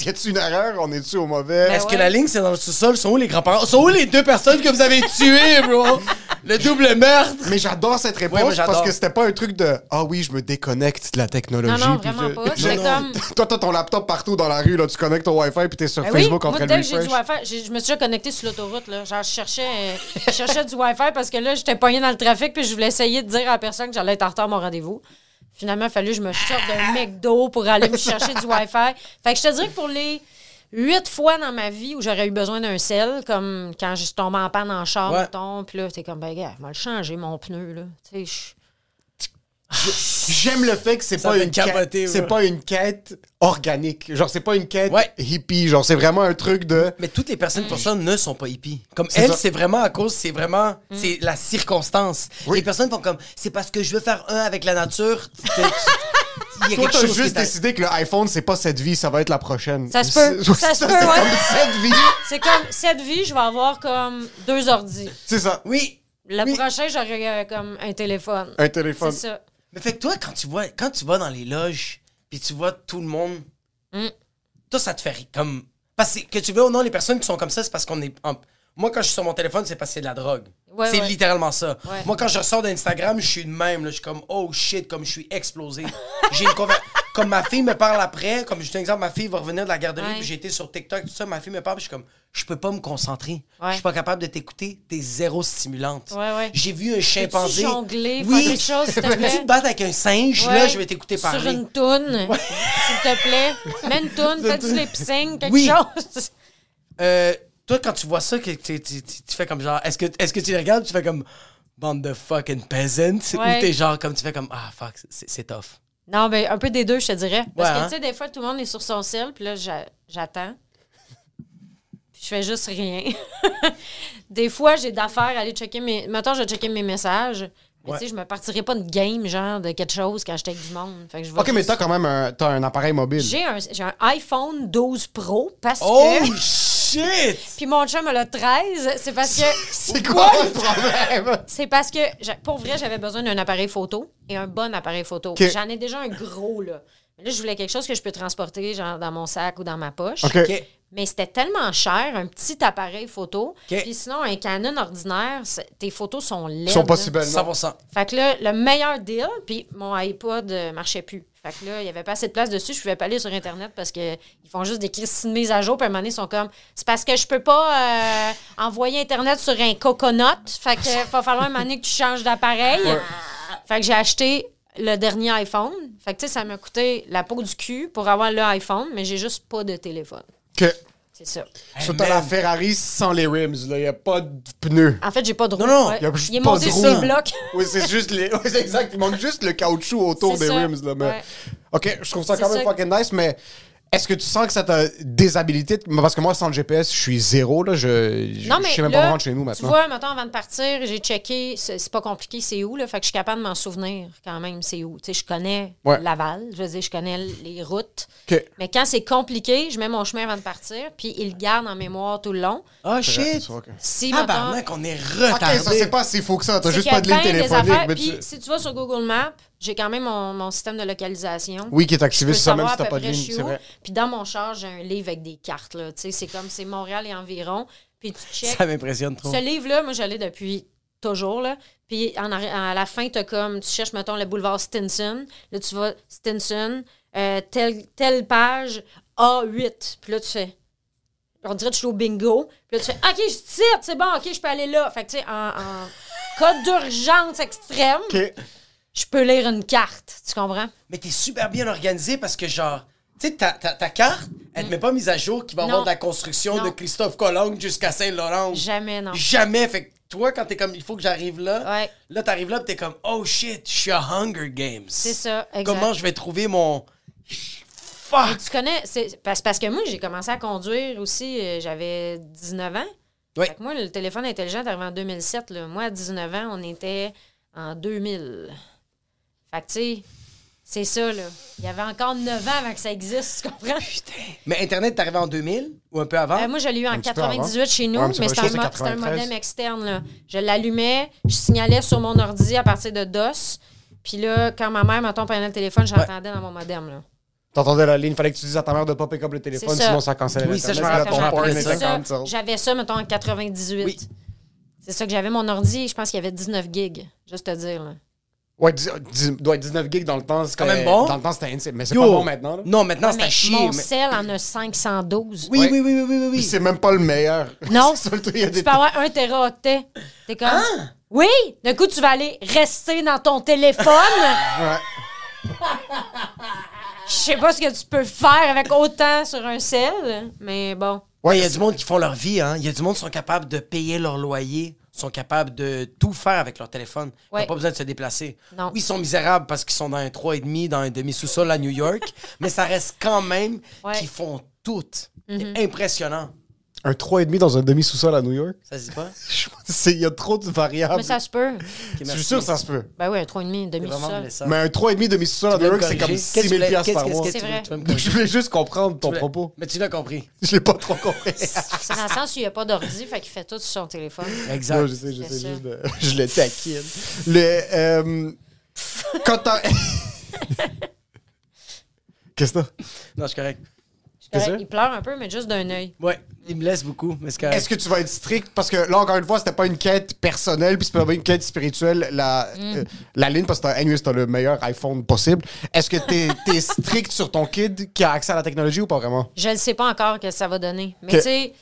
Speaker 2: y a-tu une erreur On est-tu au mauvais
Speaker 4: Ben
Speaker 3: Est-ce
Speaker 4: ouais.
Speaker 3: que la ligne, c'est dans le sous-sol? Sont où les grands-parents? Sont où les deux personnes que vous avez tuées, bro? Le double meurtre!
Speaker 2: Mais j'adore cette réponse
Speaker 3: Ouais, moi, j'adore.
Speaker 2: parce que c'était pas un truc de ah oui, je me déconnecte de la technologie.
Speaker 4: Non, non,
Speaker 2: puis
Speaker 4: vraiment
Speaker 2: je-
Speaker 4: pas. J'étais
Speaker 2: Non,
Speaker 4: comme-
Speaker 2: non. Toi, t'as ton laptop partout dans la rue, là, tu connectes ton Wi-Fi puis t'es sur
Speaker 4: Ben oui,
Speaker 2: Facebook en
Speaker 4: moi,
Speaker 2: train de
Speaker 4: dès que j'ai
Speaker 2: refresh.
Speaker 4: du Wi-Fi, j'ai- je me suis déjà connectée sur l'autoroute. là. Genre, je cherchais, euh, je cherchais du Wi-Fi parce que là, j'étais pognée dans le trafic puis je voulais essayer de dire à la personne que j'allais être en retard à mon rendez-vous. Finalement, il fallu que je me sorte d'un McDo pour aller me chercher du Wi-Fi. Fait que je te dirais que pour les huit fois dans ma vie où j'aurais eu besoin d'un sel, comme quand je suis tombée en panne en char,
Speaker 3: Ouais.
Speaker 4: mettons, puis là, t'es comme, ben, gars, moi, le changer, mon pneu, là. Tu sais, je-
Speaker 2: J'aime le fait que c'est
Speaker 3: Ça
Speaker 2: pas
Speaker 3: fait
Speaker 2: une
Speaker 3: capoter,
Speaker 2: quête, c'est
Speaker 3: ouais.
Speaker 2: pas une quête organique. Genre c'est pas une quête
Speaker 3: Ouais.
Speaker 2: hippie, genre c'est vraiment un truc de
Speaker 3: Mais toutes les personnes qui font ça ne sont pas hippies. Comme elle,
Speaker 2: ça.
Speaker 3: c'est vraiment à cause, c'est vraiment, c'est la circonstance.
Speaker 2: Oui.
Speaker 3: Les personnes font comme, c'est parce que je veux faire un avec la nature. Tu- tu- Il y a
Speaker 2: toi
Speaker 3: quelque
Speaker 2: t'as
Speaker 3: chose qui
Speaker 2: juste
Speaker 3: t'a-
Speaker 2: décidé que le iPhone c'est pas cette vie, ça va être la prochaine.
Speaker 4: Ça se peut.
Speaker 2: C'est-
Speaker 4: Ça se peut,
Speaker 2: c'est
Speaker 4: ouais.
Speaker 2: comme cette vie.
Speaker 4: C'est comme, cette vie, je vais avoir comme deux ordis.
Speaker 2: C'est ça.
Speaker 3: Oui.
Speaker 4: Le
Speaker 2: Oui.
Speaker 4: prochain, j'aurais euh, comme un téléphone.
Speaker 2: Un téléphone.
Speaker 4: C'est ça.
Speaker 3: Mais fait que toi, quand tu, vois, quand tu vas dans les loges, puis tu vois tout le monde,
Speaker 4: Mm.
Speaker 3: toi, ça te fait rire. Comme... Parce que, que tu veux ou non, les personnes qui sont comme ça, c'est parce qu'on est. en- Moi, quand je suis sur mon téléphone, c'est parce que c'est de la drogue.
Speaker 4: Ouais,
Speaker 3: c'est
Speaker 4: ouais.
Speaker 3: littéralement ça.
Speaker 4: Ouais.
Speaker 3: Moi, quand je ressors d'Instagram, je suis de même. là. Je suis comme, oh shit, comme je suis explosé. J'ai une conver- Comme ma fille me parle après, comme je te dis un exemple, ma fille va revenir de la garderie,
Speaker 4: Ouais.
Speaker 3: puis j'ai été sur TikTok, tout ça, ma fille me parle, puis je suis comme, je peux pas me concentrer.
Speaker 4: Ouais.
Speaker 3: Je suis pas capable de t'écouter, t'es zéro stimulante.
Speaker 4: Ouais, ouais.
Speaker 3: J'ai vu un chimpanzé.
Speaker 4: jongler, faire
Speaker 3: oui.
Speaker 4: quelque chose, s'il te
Speaker 3: Peux-tu
Speaker 4: plaît?
Speaker 3: te battre avec un singe, là,
Speaker 4: Ouais.
Speaker 3: je vais t'écouter
Speaker 4: Sur
Speaker 3: parler.
Speaker 4: une toune, s'il te plaît. Mets une toune, fais du lip sync, quelque
Speaker 3: Oui.
Speaker 4: chose.
Speaker 3: Euh, toi, quand tu vois ça, que tu, tu- tu- tu fais comme genre, est-ce que, est que tu les regardes, tu fais comme bande de fucking peasants,
Speaker 4: Ouais.
Speaker 3: ou t'es genre comme tu fais comme ah fuck, c'est c'est tough.
Speaker 4: Non, mais un peu des deux, je te dirais. Parce
Speaker 3: Ouais,
Speaker 4: que,
Speaker 3: hein?
Speaker 4: tu sais, des fois, tout le monde est sur son cell, puis là, j'a- j'attends. Puis je fais juste rien. des fois, j'ai d'affaires à aller checker mes. Maintenant, je vais checker mes messages. Mais
Speaker 3: Ouais.
Speaker 4: tu sais, je me partirais pas de game, genre, de quelque chose quand j'étais avec du monde. Fait que je vais
Speaker 2: Ok, mais
Speaker 4: juste-
Speaker 2: t'as quand même un, t'as un appareil mobile.
Speaker 4: J'ai un, j'ai un iPhone 12 Pro parce
Speaker 3: Oh
Speaker 4: que.
Speaker 3: shit!
Speaker 4: Puis mon chum a le 13. C'est parce que.
Speaker 2: C'est quoi le problème?
Speaker 4: C'est parce que, j'a- pour vrai, j'avais besoin d'un appareil photo et un bon appareil photo.
Speaker 2: Ok.
Speaker 4: J'en ai déjà un gros, là. Mais Là, je voulais quelque chose que je peux transporter, genre dans mon sac ou dans ma poche.
Speaker 2: Ok.
Speaker 3: Ok.
Speaker 4: Mais c'était tellement cher, un petit appareil photo.
Speaker 3: Ok.
Speaker 4: Puis sinon, un Canon ordinaire, c'est- tes photos sont laides.
Speaker 2: Ils sont pas
Speaker 4: là.
Speaker 2: si belles, non?
Speaker 3: 100%.
Speaker 4: Fait que là, le meilleur deal, puis mon iPod euh, marchait plus. Fait que là, il y avait pas assez de place dessus. Je pouvais pas aller sur Internet parce que ils font juste des crises de mise à jour. Puis à un moment donné, ils sont comme, c'est parce que je peux pas euh, envoyer Internet sur un coconut. Fait que euh, va falloir un moment donné que tu changes d'appareil. Fait que j'ai acheté le dernier iPhone. Fait que tu sais, ça m'a coûté la peau du cul pour avoir le iPhone, mais j'ai juste pas de téléphone.
Speaker 2: Que.
Speaker 4: C'est ça.
Speaker 2: Ça, t'as la Ferrari sans les rims, là. Y a pas de pneus.
Speaker 4: En fait, j'ai pas de roue.
Speaker 3: non,
Speaker 4: Ouais.
Speaker 2: y a juste
Speaker 4: Il est
Speaker 2: pas
Speaker 4: monté
Speaker 2: de
Speaker 4: sur
Speaker 2: roue.
Speaker 4: les blocs.
Speaker 2: Oui, c'est juste les. Oui, c'est exact. Il manque juste le caoutchouc autour
Speaker 4: C'est
Speaker 2: des
Speaker 4: ça.
Speaker 2: rims, là. Mais...
Speaker 4: Ouais.
Speaker 2: Ok, je trouve ça
Speaker 4: C'est
Speaker 2: quand même
Speaker 4: ça.
Speaker 2: fucking nice, mais. Est-ce que tu sens que ça t'a déshabilité? Parce que moi, sans le GPS, je suis zéro, là. Je, je-
Speaker 4: Non,
Speaker 2: je
Speaker 4: mais
Speaker 2: sais même
Speaker 4: là,
Speaker 2: pas me rendre chez nous
Speaker 4: Tu
Speaker 2: maintenant.
Speaker 4: vois, maintenant, avant de partir, j'ai checké, c'est c'est pas compliqué, c'est où, là. Fait que je suis capable de m'en souvenir quand même, c'est où. Tu sais, je connais
Speaker 2: Ouais.
Speaker 4: Laval, je veux dire, je connais l- les routes.
Speaker 2: Ok.
Speaker 4: Mais quand c'est compliqué, je mets mon chemin avant de partir, puis il le garde en mémoire tout le long.
Speaker 3: Oh shit!
Speaker 2: Ok,
Speaker 4: Si, mettons,
Speaker 3: Tabarnak, on est
Speaker 2: Ok,
Speaker 3: retardé.
Speaker 2: ça, c'est pas si fou que ça. T'as
Speaker 4: c'est
Speaker 2: juste
Speaker 4: qu'il y a
Speaker 2: pas de ligne
Speaker 4: bien des
Speaker 2: téléphonique.
Speaker 4: affaires,
Speaker 2: Mais
Speaker 4: puis
Speaker 2: tu...
Speaker 4: si tu vas sur Google Maps, j'ai quand même mon, mon système de localisation.
Speaker 2: Oui, qui est activé,
Speaker 4: Je peux
Speaker 2: c'est ça, même
Speaker 4: savoir
Speaker 2: si t'as
Speaker 4: à peu
Speaker 2: pas de
Speaker 4: près
Speaker 2: ligne,
Speaker 4: je suis
Speaker 2: c'est
Speaker 4: où.
Speaker 2: vrai.
Speaker 4: Puis dans mon char, j'ai un livre avec des cartes, là. Tu sais, c'est comme, c'est Montréal et environ. Puis tu checkes.
Speaker 3: Ça m'impressionne trop.
Speaker 4: Ce livre-là, moi, j'allais depuis toujours. Là. Puis en arri- à la fin, tu comme, tu cherches, mettons, le boulevard Stinson. Là, tu vas Stinson, euh, telle, telle page, A8. Puis là, tu fais. On dirait que je suis au bingo. Puis là, tu fais, OK, je tire, c'est bon, OK, je peux aller là. Fait que, tu sais, en, en cas d'urgence extrême,
Speaker 2: Ok.
Speaker 4: je peux lire une carte. Tu comprends?
Speaker 3: Mais t'es super bien organisé parce que genre, tu sais, ta, ta, ta carte, elle te met pas mise à jour qu'il va y avoir
Speaker 4: Mm. Non.
Speaker 3: de la construction
Speaker 4: Non.
Speaker 3: de Christophe Colomb jusqu'à Saint-Laurent.
Speaker 4: Jamais, non.
Speaker 3: Jamais. Fait que toi, quand t'es comme, il faut que j'arrive là,
Speaker 4: Ouais.
Speaker 3: là, t'arrives là, pis t'es comme, oh shit, je suis à Hunger Games.
Speaker 4: C'est ça, exact.
Speaker 3: Comment je vais trouver mon.
Speaker 4: Mais
Speaker 3: Fuck!
Speaker 4: tu connais, c'est parce, parce que moi, j'ai commencé à conduire aussi, euh, j'avais 19 ans.
Speaker 3: Oui.
Speaker 4: Fait que moi, le téléphone intelligent est arrivé en 2007. là. Moi, à 19 ans, on était en 2000. Fait que, tu sais, c'est ça, là. Il y avait encore 9 ans avant que ça existe, tu comprends?
Speaker 3: Mais Internet, t'es arrivé en 2000 ou un peu avant?
Speaker 4: Euh, moi, je l'ai eu en
Speaker 2: petit peu avant.
Speaker 4: 98 chez nous,
Speaker 2: Ouais, mais c'est
Speaker 4: mais
Speaker 2: pas
Speaker 4: c'était un,
Speaker 2: juste,
Speaker 4: mo-
Speaker 2: c'est
Speaker 4: c'était un
Speaker 2: 93.
Speaker 4: modem externe. là. Je l'allumais, je signalais sur mon ordi à partir de DOS. Puis là, quand ma mère m'entend prendre le téléphone, j'entendais dans mon modem. Là.
Speaker 2: T'entendais la ligne, fallait que tu dises à ta mère de pas pick up le téléphone,
Speaker 4: ça.
Speaker 2: sinon ça cancelle
Speaker 3: Oui, ça, je me
Speaker 2: Internet,
Speaker 3: rappelle,
Speaker 2: là,
Speaker 3: je
Speaker 2: ton porn
Speaker 3: me
Speaker 2: était
Speaker 4: C'est ça.
Speaker 2: cancel.
Speaker 4: J'avais ça, mettons, en 98.
Speaker 3: Oui.
Speaker 4: C'est ça que j'avais mon ordi, je pense qu'il y avait 19 gigs, juste te dire. là.
Speaker 2: Ouais, dix- dix- doit être 19 gigs dans le temps. C'est
Speaker 3: quand même bon.
Speaker 2: Dans le temps, c'était insane. Mais c'est
Speaker 3: Yo!
Speaker 2: pas bon maintenant. là.
Speaker 3: Non, maintenant, c'est
Speaker 4: Mais
Speaker 3: à chier.
Speaker 4: mon
Speaker 3: mais-
Speaker 4: sel en a 512.
Speaker 3: Oui, oui, oui, oui, oui, oui,
Speaker 2: Puis
Speaker 3: oui.
Speaker 2: C'est même pas le meilleur.
Speaker 4: Non,
Speaker 2: C'est ça, le truc, il y a
Speaker 4: tu
Speaker 2: des-
Speaker 4: peux avoir un téraoctet. T'es comme...
Speaker 3: Hein? Ah!
Speaker 4: Oui, d'un coup, tu vas aller rester dans ton téléphone.
Speaker 2: Ouais.
Speaker 4: Je sais pas ce que tu peux faire avec autant sur un sel, mais bon.
Speaker 3: Ouais, il y a du monde qui font leur vie, hein. Il y a du monde qui sont capables de payer leur loyer, sont capables de tout faire avec leur téléphone. Ils n'ont
Speaker 4: Ouais.
Speaker 3: pas besoin de se déplacer.
Speaker 4: Non.
Speaker 3: Oui, ils sont misérables parce qu'ils sont dans un 3,5, dans un demi-sous-sol à New York, mais ça reste quand même
Speaker 4: Ouais.
Speaker 3: Mhm. qu'ils font tout. C'est impressionnant.
Speaker 2: Un 3,5 dans un demi-sous-sol à New York?
Speaker 3: Ça se dit pas?
Speaker 2: Je pense que c'est- Il y a trop de variables.
Speaker 4: Mais ça se peut.
Speaker 3: Ok,
Speaker 2: Je suis
Speaker 3: merci.
Speaker 2: sûr que ça se peut.
Speaker 4: Ben oui, un 3,5,
Speaker 3: C'est
Speaker 4: demi
Speaker 3: vraiment
Speaker 4: sol
Speaker 3: blessant.
Speaker 2: Mais un 3,5 demi-sous-sol à
Speaker 3: Tu
Speaker 2: New
Speaker 3: veux me
Speaker 2: York, c'est comme
Speaker 3: corriger?
Speaker 2: 6
Speaker 3: Qu'est-ce que tu
Speaker 2: 000
Speaker 3: voulais-
Speaker 2: piastres
Speaker 3: qu'est-ce-
Speaker 2: par mois.
Speaker 3: qu'est-ce que
Speaker 4: C'est
Speaker 3: tu veux-
Speaker 4: vrai.
Speaker 3: tu veux me
Speaker 2: Je
Speaker 3: corriger?
Speaker 2: voulais juste comprendre ton
Speaker 3: Tu voulais-
Speaker 2: propos.
Speaker 3: Mais tu l'as compris.
Speaker 2: Je l'ai pas trop compris.
Speaker 4: C'est dans le sens où il n'y a pas d'ordi, fait qu'il fait tout sur son téléphone.
Speaker 3: Exact.
Speaker 2: Non, je sais, je
Speaker 4: Bien
Speaker 2: sais
Speaker 4: sûr.
Speaker 2: juste de- Je le taquine. Le. euh, Quand t'as. Qu'est-ce que t'as?
Speaker 3: Non, je suis correct.
Speaker 2: Qu'est-ce que
Speaker 4: Ben, Il pleure un peu, mais juste d'un œil.
Speaker 3: Ouais, il me laisse beaucoup, mais c'est correct.
Speaker 2: Est-ce que tu vas être strict? Parce que là, encore une fois, c'était pas une quête personnelle, puis c'était pas une quête spirituelle, la,
Speaker 3: Mm.
Speaker 2: euh, la ligne, parce que t'as anyways, t'as le meilleur iPhone possible. Est-ce que t'es es strict sur ton kid qui a accès à la technologie ou pas vraiment?
Speaker 4: Je ne sais pas encore que ça va donner. Mais
Speaker 2: Que-
Speaker 4: tu sais,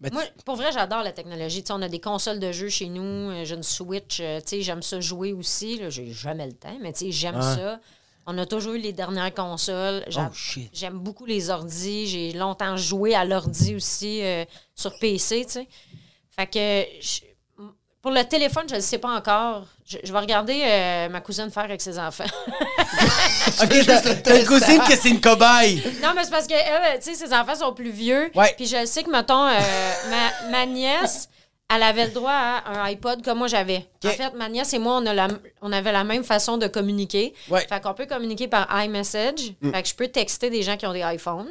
Speaker 3: Ben, tu-
Speaker 4: moi, pour vrai, j'adore la technologie. Tu sais, on a des consoles de jeux chez nous. euh, J'ai une Switch. euh, tu sais, j'aime ça jouer aussi. là. J'ai jamais le temps, mais tu sais, j'aime ça. On a toujours eu les dernières consoles. J'a-
Speaker 3: Oh, shit.
Speaker 4: J'aime beaucoup les ordis. J'ai longtemps joué à l'ordi aussi euh, sur PC, tu sais. Fait que je- pour le téléphone, je ne sais pas encore. Je, je vais regarder euh, ma cousine faire avec ses enfants.
Speaker 3: Ok, t'as- t'as une cousine que c'est une cobaye.
Speaker 4: Non, mais c'est parce que, elle, tu sais, ses enfants sont plus vieux.
Speaker 3: Ouais.
Speaker 4: Puis je sais que, mettons, euh, ma, ma nièce, elle avait le droit à un iPod comme moi j'avais.
Speaker 3: Ok.
Speaker 4: En fait, ma nièce et moi, on, a la, on avait la même façon de communiquer.
Speaker 3: Ouais. Mm.
Speaker 4: Fait qu'on peut communiquer par iMessage. Fait que je peux texter des gens qui ont des iPhones.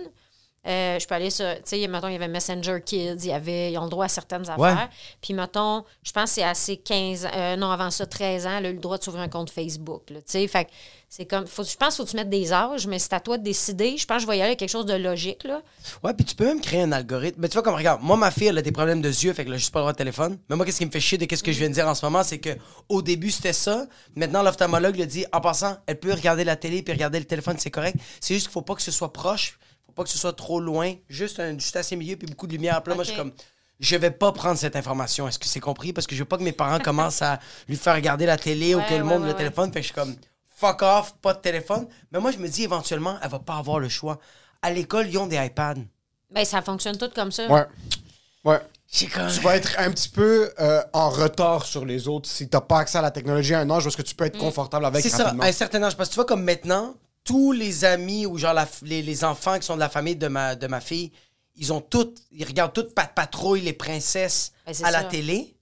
Speaker 4: Euh, je peux aller sur, tu sais, mettons, il y avait Messenger Kids, il y avait, ils ont le droit à certaines affaires.
Speaker 3: Ouais.
Speaker 4: Puis, mettons, je pense que c'est à ses 15 ans, euh, non, avant ça, 13 ans, elle a eu le droit de s'ouvrir un compte Facebook, là, tu sais. Fait que c'est comme, faut, je pense qu'il faut que tu mettes des âges, mais c'est à toi de décider. Je pense que je vais y aller avec quelque chose de logique, là.
Speaker 3: Ouais, puis tu peux même créer un algorithme. Mais tu vois, comme regarde, moi, ma fille, elle a des problèmes de yeux, fait que là, j'ai juste pas le droit de téléphone. Mais moi, qu'est-ce qui me fait chier de qu'est-ce que je viens de dire en ce moment, c'est que au début, c'était ça. Maintenant, l'ophtalmologue le dit, en passant, elle peut regarder la télé puis regarder le téléphone, c'est correct. C'est juste qu'il faut pas que ce soit proche, faut pas que ce soit trop loin, juste, un, juste assez milieu puis beaucoup de lumière. Puis là, moi, je suis
Speaker 4: Ok.
Speaker 3: comme. Je vais pas prendre cette information. Est-ce que c'est compris? Parce que je veux pas que mes parents commencent à lui faire regarder la télé ou
Speaker 4: Ouais,
Speaker 3: que le
Speaker 4: ouais,
Speaker 3: monde
Speaker 4: ouais,
Speaker 3: le
Speaker 4: ouais.
Speaker 3: téléphone. Fait que je suis comme, fuck off, pas de téléphone. Mais moi, je me dis, éventuellement, elle va pas avoir le choix. À l'école, ils ont des iPads.
Speaker 4: Ben, ça fonctionne tout comme ça.
Speaker 2: Ouais. Ouais.
Speaker 3: J'ai comme.
Speaker 2: Tu vas être un petit peu euh, en retard sur les autres si t'as pas accès à la technologie à un âge parce que tu peux être confortable avec
Speaker 3: Mm. C'est ça,
Speaker 2: rapidement.
Speaker 3: à un certain âge. Parce que tu vois, comme maintenant, tous les amis ou genre la f- les, les enfants qui sont de la famille de ma, de ma fille, ils ont toutes. Ils regardent toutes Pat Patrouille, les princesses
Speaker 4: Ben, c'est
Speaker 3: à la
Speaker 4: ça.
Speaker 3: télé.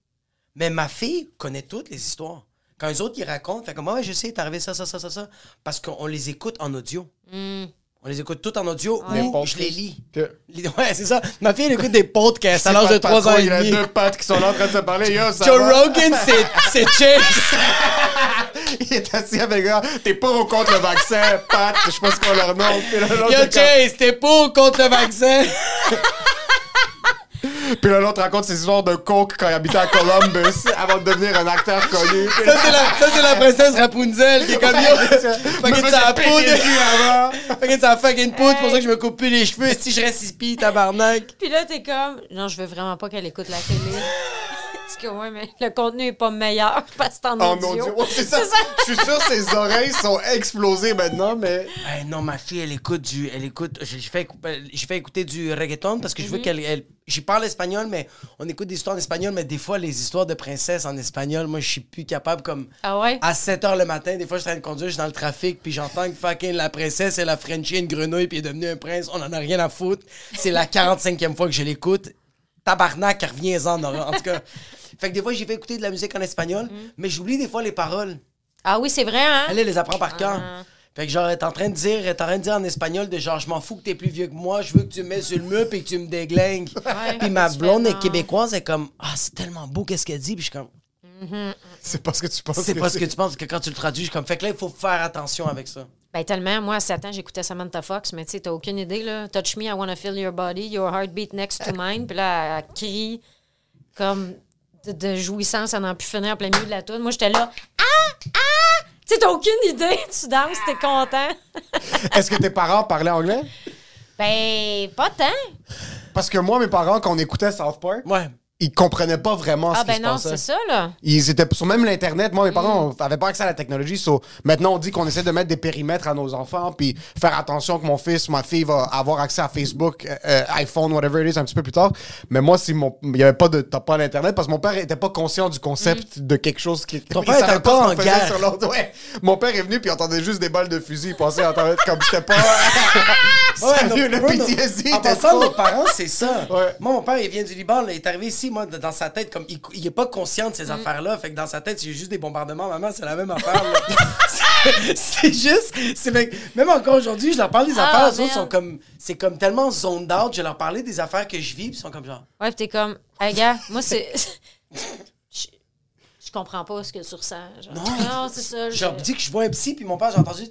Speaker 3: Mais ma fille connaît toutes les histoires. Quand les autres, ils racontent, fait comme, Ah ouais, je sais, t'es arrivé ça, ça, ça, ça, ça. Parce qu'on les écoute en audio.
Speaker 4: Hmm.
Speaker 3: On les écoute toutes en audio
Speaker 4: Ah
Speaker 2: Les
Speaker 3: ou
Speaker 2: podcasts.
Speaker 3: je les lis.
Speaker 2: Que-
Speaker 3: Les- Ouais, c'est ça. Ma fille, elle écoute des podcasts à l'âge de
Speaker 2: Pat
Speaker 3: 3 ans
Speaker 2: Patrouille,
Speaker 3: et
Speaker 2: Il
Speaker 3: demi.
Speaker 2: y a deux pattes qui sont là en train de se parler. Yo, ça
Speaker 3: Joe
Speaker 2: va?
Speaker 3: Rogan, c'est- c'est Chase.
Speaker 2: Il est assis avec un. T'es pour ou contre le vaccin, Pat? Je sais pas ce qu'on leur nomme. Puis là, l'autre
Speaker 3: Yo,
Speaker 2: est comme-
Speaker 3: Chase, t'es pour ou contre le vaccin?
Speaker 2: Puis là, l'autre raconte ses histoires de coke quand il habitait à Columbus avant de devenir un acteur connu. Puis
Speaker 3: Ça,
Speaker 2: là-
Speaker 3: c'est la, ça, c'est la princesse Rapunzel qui est comme yo. Fucking sa poudre. Fucking sa fucking poudre. C'est pour ça que je me coupe plus les cheveux. Si je reste ici, tabarnak.
Speaker 4: Puis là, t'es comme, non, je veux vraiment pas qu'elle écoute la télé. Parce que, ouais, mais le contenu est pas meilleur parce que c'est en,
Speaker 2: En
Speaker 4: audio.
Speaker 2: audio. Oh, Ouais, c'est ça. Je suis sûr que ses oreilles sont explosées maintenant, mais.
Speaker 3: Ben non, ma fille, elle écoute du. Elle écoute. J'ai fait, j'ai fait écouter du reggaeton parce que je veux
Speaker 4: Mhm.
Speaker 3: qu'elle. elle- J'y parle espagnol, mais on écoute des histoires en espagnol, mais des fois, les histoires de princesses en espagnol, moi, je suis plus capable comme.
Speaker 4: Ah ouais?
Speaker 3: À 7 h le matin, des fois, je suis en train de conduire, je suis dans le trafic, puis j'entends que fucking la princesse, elle a frenché une grenouille, puis elle est devenue un prince. On en a rien à foutre. C'est la 45e fois que je l'écoute. Tabarnak, reviens-en, Nora. En tout cas. Fait que des fois, j'ai fait écouter de la musique en espagnol,
Speaker 4: Mhm.
Speaker 3: mais j'oublie des fois les paroles.
Speaker 4: Ah oui, c'est vrai, hein?
Speaker 3: Elle, elle les apprend par cœur. Fait que genre, elle est en train de dire, elle est en train de dire en espagnol de genre, je m'en fous que t'es plus vieux que moi, je veux que tu me mets sur le mur puis que tu me déglingues. Puis ma
Speaker 4: Tu fais,
Speaker 3: blonde est
Speaker 4: non.
Speaker 3: québécoise, elle est comme, ah, c'est tellement beau qu'est-ce qu'elle dit. Puis je suis comme,
Speaker 2: C'est pas ce que tu penses.
Speaker 3: c'est pas ce que tu penses, parce que quand tu le traduis, je suis comme, fait que là, il faut faire attention avec ça.
Speaker 4: Ben tellement, moi, à 7 ans, j'écoutais Samantha Fox, mais tu sais, t'as aucune idée, là. Touch me, I wanna feel your body, your heartbeat next to mine. Puis là, elle crie comme de, de jouissance, elle n'en plus finir en plein milieu de la toune. Moi, j'étais là, ah, ah! Tu sais, t'as aucune idée, tu danses, t'es content.
Speaker 2: Est-ce que tes parents parlaient anglais?
Speaker 4: ben, pas tant. Ah,
Speaker 2: Parce que moi, mes parents, quand on écoutait South Park,
Speaker 3: Ouais.
Speaker 2: ils comprenaient pas vraiment
Speaker 4: Ah
Speaker 2: ce qui
Speaker 4: ben
Speaker 2: se
Speaker 4: non,
Speaker 2: passait.
Speaker 4: c'est ça, là.
Speaker 2: Ils étaient sur même l'Internet. Moi, mes
Speaker 3: Mm.
Speaker 2: parents n'avaient pas accès à la technologie. so, maintenant, on dit qu'on essaie de mettre des périmètres à nos enfants, puis faire attention que mon fils, ma fille va avoir accès à Facebook, euh, euh, iPhone, whatever it is, un petit peu plus tard. Mais moi, si mon, il n'y avait pas de t'as pas l'Internet, parce que mon père n'était pas conscient du concept de quelque chose qui.
Speaker 3: Mm. Ton
Speaker 2: il
Speaker 3: père était
Speaker 2: savait
Speaker 3: encore
Speaker 2: ce qu'on
Speaker 3: en
Speaker 2: faisait
Speaker 3: guerre.
Speaker 2: sur l'autre. Ouais. Mon père est venu, puis il entendait juste des balles de fusil. Il pensait, entendait comme c'était pas. Sérieux,
Speaker 3: donc,
Speaker 2: le
Speaker 3: Bruno,
Speaker 2: PTSD
Speaker 3: En
Speaker 2: était
Speaker 3: passant,
Speaker 2: trop-
Speaker 3: nos parents, c'est ça.
Speaker 2: Ouais.
Speaker 3: Moi, mon père, il vient du Liban, là, il est arrivé ici, moi, de- dans sa tête, comme il, cou- il est pas conscient
Speaker 4: Mm.
Speaker 3: de ces affaires-là. Fait que dans sa tête, j'ai juste des bombardements, maman, c'est la même affaire. là. C'est- c'est juste, c'est fait que même encore aujourd'hui, je leur parle des
Speaker 4: Ah,
Speaker 3: affaires, les autres
Speaker 4: merde.
Speaker 3: sont comme, c'est comme tellement zoned out. Je leur parlais des affaires que je vis, puis ils sont comme genre.
Speaker 4: Ouais, pis t'es comme, hey gars, moi, c'est. je... je comprends pas ce que tu ressens. Genre.
Speaker 3: Non.
Speaker 4: c'est ça. je-
Speaker 3: Genre, dis que je vois un psy, puis mon père, j'ai entendu.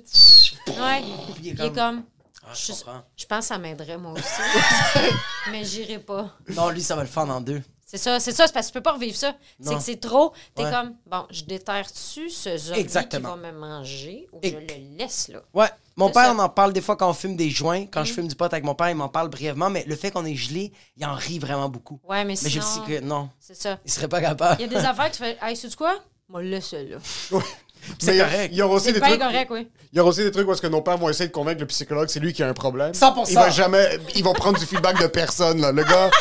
Speaker 4: Ouais.
Speaker 3: il
Speaker 4: Il
Speaker 3: est
Speaker 4: est
Speaker 3: comme-
Speaker 4: comme.
Speaker 3: Ah, je
Speaker 4: je,
Speaker 3: comprends.
Speaker 4: je pense que ça m'aiderait, moi aussi. Mais j'irai pas.
Speaker 3: Non, lui, ça va le fendre en deux.
Speaker 4: C'est ça, c'est ça, c'est parce que tu peux pas revivre ça. C'est
Speaker 3: Non.
Speaker 4: que c'est trop. T'es
Speaker 3: Ouais.
Speaker 4: comme, bon, je déterre-tu ce zombie
Speaker 3: Exactement.
Speaker 4: qui va me manger ou
Speaker 3: Et-
Speaker 4: je le laisse là?
Speaker 3: Ouais. Mon
Speaker 4: C'est
Speaker 3: père,
Speaker 4: ça. Mm.
Speaker 3: on en parle des fois quand on fume des joints. Quand je fume du pot avec mon père, il m'en parle brièvement, mais le fait qu'on est gelé, il en rit vraiment beaucoup.
Speaker 4: Ouais, mais
Speaker 3: Mais je le sais
Speaker 4: sinon-
Speaker 3: que non,
Speaker 4: C'est ça.
Speaker 3: il serait pas capable.
Speaker 4: Il y a des affaires que tu fais, hey, sais-tu quoi? Moi, laisse là.
Speaker 3: C'est
Speaker 2: Mais il y a-
Speaker 3: correct.
Speaker 2: Il y aura aussi
Speaker 4: C'est
Speaker 2: des
Speaker 4: bien
Speaker 2: trucs.
Speaker 4: correct, oui.
Speaker 2: Il y aura aussi des trucs où est-ce que nos pères vont essayer de convaincre le psychologue, c'est lui qui a un problème.
Speaker 3: 100%.
Speaker 2: Il va jamais, ils vont prendre du feedback de personne, là. Le gars,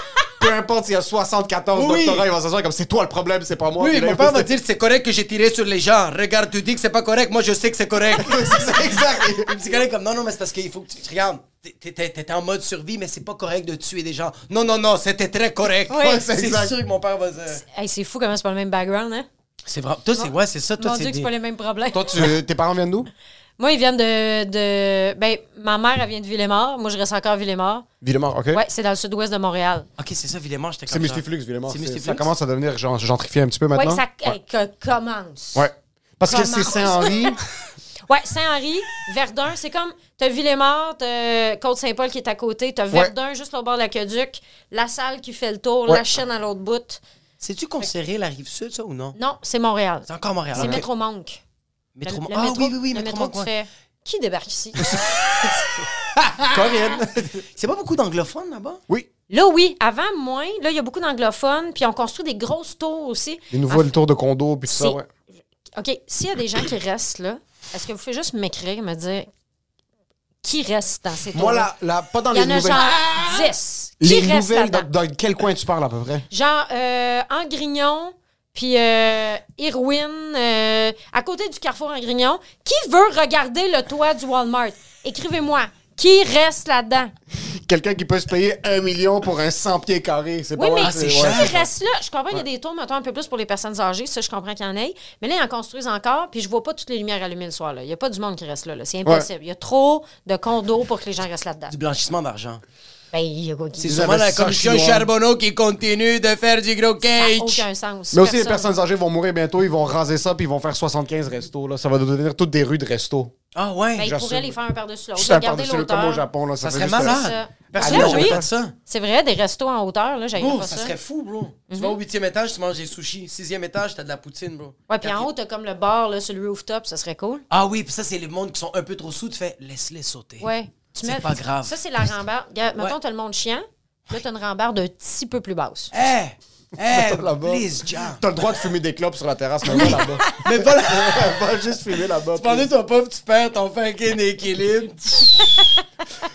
Speaker 2: peu importe s'il a 74
Speaker 3: Oui.
Speaker 2: doctorats, il va s'asseoir comme c'est toi le problème, c'est pas moi.
Speaker 3: Oui,
Speaker 2: Puis là,
Speaker 3: mon
Speaker 2: il
Speaker 3: père
Speaker 2: va
Speaker 3: va
Speaker 2: se-
Speaker 3: dire c'est correct que j'ai tiré sur les gens. Regarde, tu dis que c'est pas correct, moi je sais que c'est correct.
Speaker 2: C'est ça, exact.
Speaker 3: Le psychologue comme non, non, mais c'est parce qu'il faut que tu regardes. t'es- t'es- T'étais en mode survie, mais c'est pas correct de tuer des gens. Non, non, non, c'était très correct.
Speaker 2: Ouais, c'est
Speaker 3: c'est
Speaker 2: exact.
Speaker 3: sûr que mon père va dire.
Speaker 4: Hey, c'est fou comment c'est pas le même background, hein?
Speaker 3: C'est vraiment. Toi, c'est ouais, c'est ça. Toi,
Speaker 4: Mon Dieu,
Speaker 3: c'est
Speaker 4: que
Speaker 3: des-
Speaker 4: c'est pas les mêmes problèmes.
Speaker 2: Toi, tu- tes parents viennent d'où?
Speaker 4: Moi, ils viennent de, de. Ben, ma mère, elle vient de Villemort. Moi, je reste encore à Villemort.
Speaker 2: Villemort, OK?
Speaker 4: Ouais, c'est dans le sud-ouest de Montréal.
Speaker 3: Ok, c'est ça, évidemment, j'étais
Speaker 2: C'est
Speaker 3: comme. genre-
Speaker 2: Mustiflux, Villemort.
Speaker 3: C'est
Speaker 2: C'est-
Speaker 3: Mustiflux?
Speaker 2: Ça commence à devenir gen- gentrifié un petit peu
Speaker 4: Ouais,
Speaker 2: maintenant.
Speaker 4: ça hey, que commence.
Speaker 2: Ouais. Parce que
Speaker 4: Commence.
Speaker 2: c'est Saint-Henri.
Speaker 4: Ouais, Saint-Henri, Verdun, c'est comme. T'as Villemort, t'as Côte-Saint-Paul qui est à côté, t'as Verdun juste au bord de l'aqueduc, la salle qui fait le tour,
Speaker 2: Ouais.
Speaker 4: la chaîne à l'autre bout.
Speaker 3: C'est-tu considéré la rive sud, ça, ou non?
Speaker 4: Non, c'est Montréal.
Speaker 3: C'est encore Montréal.
Speaker 4: C'est
Speaker 3: Ah, ok.
Speaker 4: Métro Monk. Le-
Speaker 3: Métro-
Speaker 4: le
Speaker 3: Ah
Speaker 4: métro-
Speaker 3: oui, oui, oui,
Speaker 4: Le
Speaker 3: Métro
Speaker 4: métro, tu
Speaker 3: Monk, ouais.
Speaker 4: fais. Qui débarque ici?
Speaker 2: Corinne.
Speaker 3: C'est pas beaucoup d'anglophones là-bas?
Speaker 2: Oui.
Speaker 4: Là, oui. Avant, moins. Là, il y a beaucoup d'anglophones, puis on construit des grosses tours aussi.
Speaker 2: Les nouveaux, le tour de condo, puis tout
Speaker 4: C'est-
Speaker 2: ça, ouais.
Speaker 4: OK, s'il y a des gens qui restent là, est-ce que vous faites juste m'écrire, me dire qui reste dans ces tours
Speaker 2: Moi, là, là, pas dans
Speaker 4: Il y
Speaker 2: les
Speaker 4: en a
Speaker 2: nouvelles. Ah!
Speaker 4: genre 10. Qui
Speaker 2: Les
Speaker 4: reste
Speaker 2: nouvelles, dans
Speaker 4: là-dedans?
Speaker 2: dans quel coin tu parles à peu près?
Speaker 4: Genre euh, Angrignon, puis euh, Irwin, euh, à côté du carrefour Angrignon. Qui veut regarder le toit du Walmart? Écrivez-moi. Qui reste là-dedans?
Speaker 2: Quelqu'un qui peut se payer un million pour un 100 pieds carrés. C'est
Speaker 4: Oui,
Speaker 2: pas
Speaker 4: mais
Speaker 2: mal,
Speaker 4: qui
Speaker 2: ouais.
Speaker 4: reste là? Je comprends qu'il y a des tours, mettons, un peu plus pour les personnes âgées. Ça, je comprends qu'il y en ait. Mais là, ils en construisent encore, puis je vois pas toutes les lumières allumées le soir. là. Il n'y a pas du monde qui reste là. là. C'est impossible. Il y a trop de condos pour que les gens restent là-dedans.
Speaker 3: Du blanchissement d'argent.
Speaker 4: Ben, il y a quoi qui-
Speaker 3: C'est
Speaker 4: Ça
Speaker 2: Ils
Speaker 3: sûrement
Speaker 2: avaient
Speaker 3: la
Speaker 2: ça
Speaker 3: commission
Speaker 2: chinois.
Speaker 3: Charbonneau qui continue de faire du gros
Speaker 4: a
Speaker 3: cage.
Speaker 4: aucun sens.
Speaker 2: Mais aussi, les
Speaker 4: Personne.
Speaker 2: personnes âgées vont mourir bientôt, ils vont raser ça, puis ils vont faire 75 restos. Là. Ça va devenir toutes des rues de restos.
Speaker 3: Ah ouais,
Speaker 4: Ben, ils
Speaker 2: j'assume.
Speaker 4: pourraient les faire un par-dessus l'autre.
Speaker 2: Juste un
Speaker 4: Regardez
Speaker 2: par-dessus le comme au
Speaker 4: l'auteur.
Speaker 2: Japon. Là,
Speaker 3: ça
Speaker 2: fait
Speaker 3: serait
Speaker 2: juste, euh,
Speaker 4: ça.
Speaker 3: malade. Personne
Speaker 4: Ah
Speaker 3: n'a
Speaker 4: oui.
Speaker 3: jamais fait ça.
Speaker 4: C'est vrai, des restos en hauteur, là, j'avais
Speaker 3: Bro,
Speaker 4: pas
Speaker 3: ça
Speaker 4: ça.
Speaker 3: serait fou, bro. Tu vas
Speaker 4: Mm-hmm.
Speaker 3: au huitième étage, tu manges des sushis. Sixième étage, t'as de la poutine, bro.
Speaker 4: Ouais, puis en haut, t'as comme le bar là, sur le rooftop, ça serait cool.
Speaker 3: Ah oui, puis ça, c'est les mondes qui sont un peu trop sous. Tu fais, laisse-les sauter.
Speaker 4: Ouais. Tu
Speaker 3: C'est
Speaker 4: mets-
Speaker 3: pas grave.
Speaker 4: Ça, c'est la rambarde. Regarde, Mettons,
Speaker 3: Ouais.
Speaker 4: t'as le monde chiant. Là, t'as une rambarde un petit peu plus basse.
Speaker 3: Hé! Hé!
Speaker 2: là-bas.
Speaker 3: Eh! Please, John.
Speaker 2: T'as le droit de fumer des clopes sur la terrasse, mais va là-bas.
Speaker 3: Mais voilà!
Speaker 2: va juste fumer là-bas.
Speaker 3: Pendant ton pauvre, tu perds ton fucking équilibre.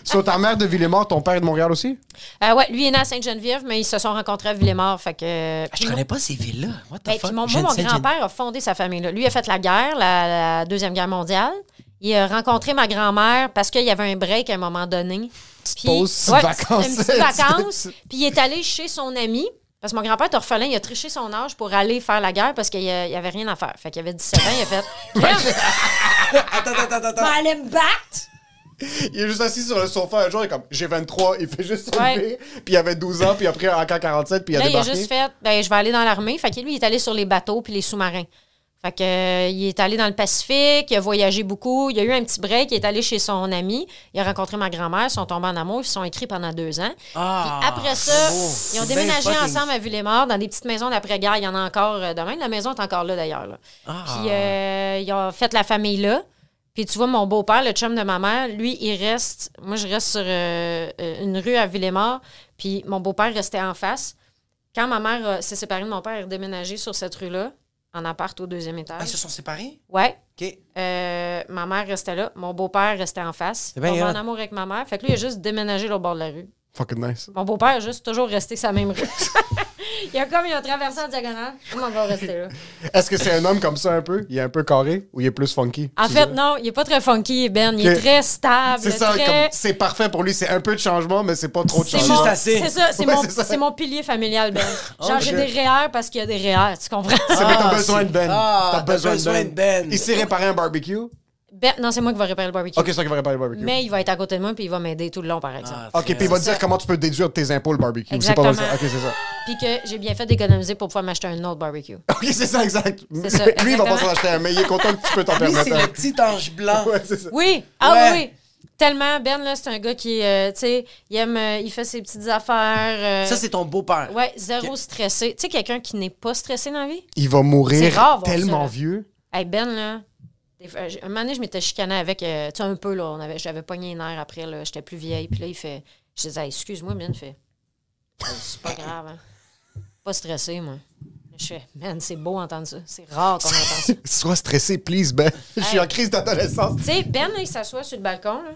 Speaker 2: Sur ta mère de Villemort, ton père est de Montréal aussi?
Speaker 4: Euh, ouais, lui est né à Sainte-Geneviève, mais ils se sont rencontrés à Villemort. Fait que.
Speaker 3: Ah, Je connais pas ces villes-là. What the
Speaker 4: Ben,
Speaker 3: fuck?
Speaker 4: puis mon, moi,
Speaker 3: Je ne
Speaker 4: mon
Speaker 3: sais- je-
Speaker 4: grand-père a fondé sa famille. Là. Lui a fait la guerre, la, la Deuxième Guerre mondiale. Il a rencontré ma grand-mère parce qu'il y avait un break à un moment donné. Puis-
Speaker 2: pause, petite
Speaker 4: ouais,
Speaker 2: vacances.
Speaker 4: Une petite vacance. Puis il est allé chez son ami. Parce que mon grand-père est orphelin, il a triché son âge pour aller faire la guerre parce qu'il n'y avait rien à faire. Fait qu'il avait 17 ans, il a fait. Crème,
Speaker 3: Attends, attends, attends,
Speaker 4: ben,
Speaker 3: attends.
Speaker 4: allez me battre!
Speaker 2: Il est juste assis sur le sofa un jour, il est comme j'ai 23, il fait juste se
Speaker 4: Ouais.
Speaker 2: lever, puis il avait 12 ans, puis après encore 47, puis il a
Speaker 4: Là, il a
Speaker 2: débarqué.
Speaker 4: juste fait, ben, je vais aller dans l'armée. Fait que lui, il est allé sur les bateaux puis les sous-marins. Fait que, euh, il est allé dans le Pacifique, il a voyagé beaucoup, il a eu un petit break, il est allé chez son ami, il a rencontré ma grand-mère, ils sont tombés en amour, ils se sont écrits pendant deux ans.
Speaker 3: Ah,
Speaker 4: Puis après ça,
Speaker 3: beau.
Speaker 4: ils ont
Speaker 3: C'est
Speaker 4: déménagé
Speaker 3: bien fucking-
Speaker 4: ensemble à Villemort dans des petites maisons d'après-guerre. Il y en a encore euh, demain. La maison est encore là d'ailleurs. là. Puis euh, ils ont fait la famille là. Puis tu vois, mon beau-père, le chum de ma mère, lui, il reste. Moi, je reste sur euh, euh, une rue à Villemort. Puis mon beau-père restait en face. Quand ma mère euh, s'est séparée de mon père, elle a déménagé sur cette rue-là, en appart au deuxième étage.
Speaker 3: Ah, ils se sont séparés?
Speaker 4: Ouais.
Speaker 3: OK.
Speaker 4: Euh, ma mère restait là. Mon beau-père restait en face.
Speaker 5: bien
Speaker 4: tombé en
Speaker 5: hot.
Speaker 4: amour avec ma mère. Fait que lui, il a juste déménagé au bord de la rue.
Speaker 2: Fucking nice.
Speaker 4: Mon beau-père a juste toujours resté sa même rue. il a comme il a traversé en diagonale. Comment on va rester là?
Speaker 2: Est-ce que c'est un homme comme ça un peu? Il est un peu carré ou il est plus funky?
Speaker 4: En
Speaker 2: C'est
Speaker 4: fait,
Speaker 2: ça?
Speaker 4: non, il est pas très funky, Ben. Il
Speaker 2: Ok.
Speaker 4: est très stable.
Speaker 2: C'est ça,
Speaker 4: très-
Speaker 2: comme- c'est parfait pour lui. C'est un peu de changement, mais c'est pas trop de
Speaker 4: C'est
Speaker 2: changement.
Speaker 4: mon,
Speaker 3: Juste assez.
Speaker 4: c'est ça, c'est
Speaker 2: Ouais,
Speaker 4: mon,
Speaker 2: c'est ça. Oh
Speaker 4: c'est mon pilier familial, Ben. Genre, j'ai
Speaker 5: shit.
Speaker 4: des REER parce qu'il y a des REER, tu comprends?
Speaker 2: C'est vrai que
Speaker 5: Ah,
Speaker 2: t'as besoin
Speaker 5: c'est-
Speaker 2: de Ben.
Speaker 5: ah,
Speaker 2: t'as besoin,
Speaker 5: besoin de
Speaker 2: de Ben.
Speaker 5: Ben.
Speaker 2: Il s'est réparé un barbecue.
Speaker 4: Ben, non, c'est moi qui vais réparer le barbecue.
Speaker 2: Ok, c'est toi qui va réparer le barbecue.
Speaker 4: Mais il va être à côté de moi puis il va m'aider tout le long, par
Speaker 3: Ah,
Speaker 4: exemple.
Speaker 2: Ok, puis il va te dire comment tu peux déduire tes impôts le barbecue. C'est pas mal ça. Ok, c'est ça.
Speaker 4: Puis que j'ai bien fait d'économiser pour pouvoir m'acheter un autre barbecue.
Speaker 2: Ok, c'est ça, exact.
Speaker 4: ça,
Speaker 2: Lui, il va pas
Speaker 4: exactement.
Speaker 2: s'en acheter un, mais il est content que tu peux t'en
Speaker 5: Lui,
Speaker 2: permettre
Speaker 5: c'est le
Speaker 2: un.
Speaker 5: petit ange blanc.
Speaker 2: Ouais, c'est ça.
Speaker 4: Oui, ah
Speaker 5: Ouais.
Speaker 4: oui, oui. Tellement, Ben, là, c'est un gars qui, euh, tu sais, il aime, euh, il fait ses petites affaires. euh,
Speaker 3: Ça, c'est ton beau-père.
Speaker 4: Ouais, zéro stressé. Tu sais, quelqu'un qui n'est pas stressé dans la vie?
Speaker 2: Il va mourir
Speaker 4: C'est rare, voir ça,
Speaker 2: tellement
Speaker 4: là.
Speaker 2: vieux.
Speaker 4: Hey, Ben, là, des fois, j'ai- un moment donné, je m'étais chicanée avec, euh, tu sais, un peu, là, on avait, j'avais pogné une heure après, là, j'étais plus vieille, puis là, il fait, je disais, Hey, excuse-moi, Ben, il fait, Hey, c'est pas grave, hein. Pas stressé, moi. Je fais, man, c'est beau entendre ça. C'est rare qu'on entend ça.
Speaker 2: Sois stressé, please, Ben. Je suis
Speaker 4: Hey.
Speaker 2: en crise d'adolescence.
Speaker 4: Tu sais, Ben, là, il s'assoit sur le balcon, là,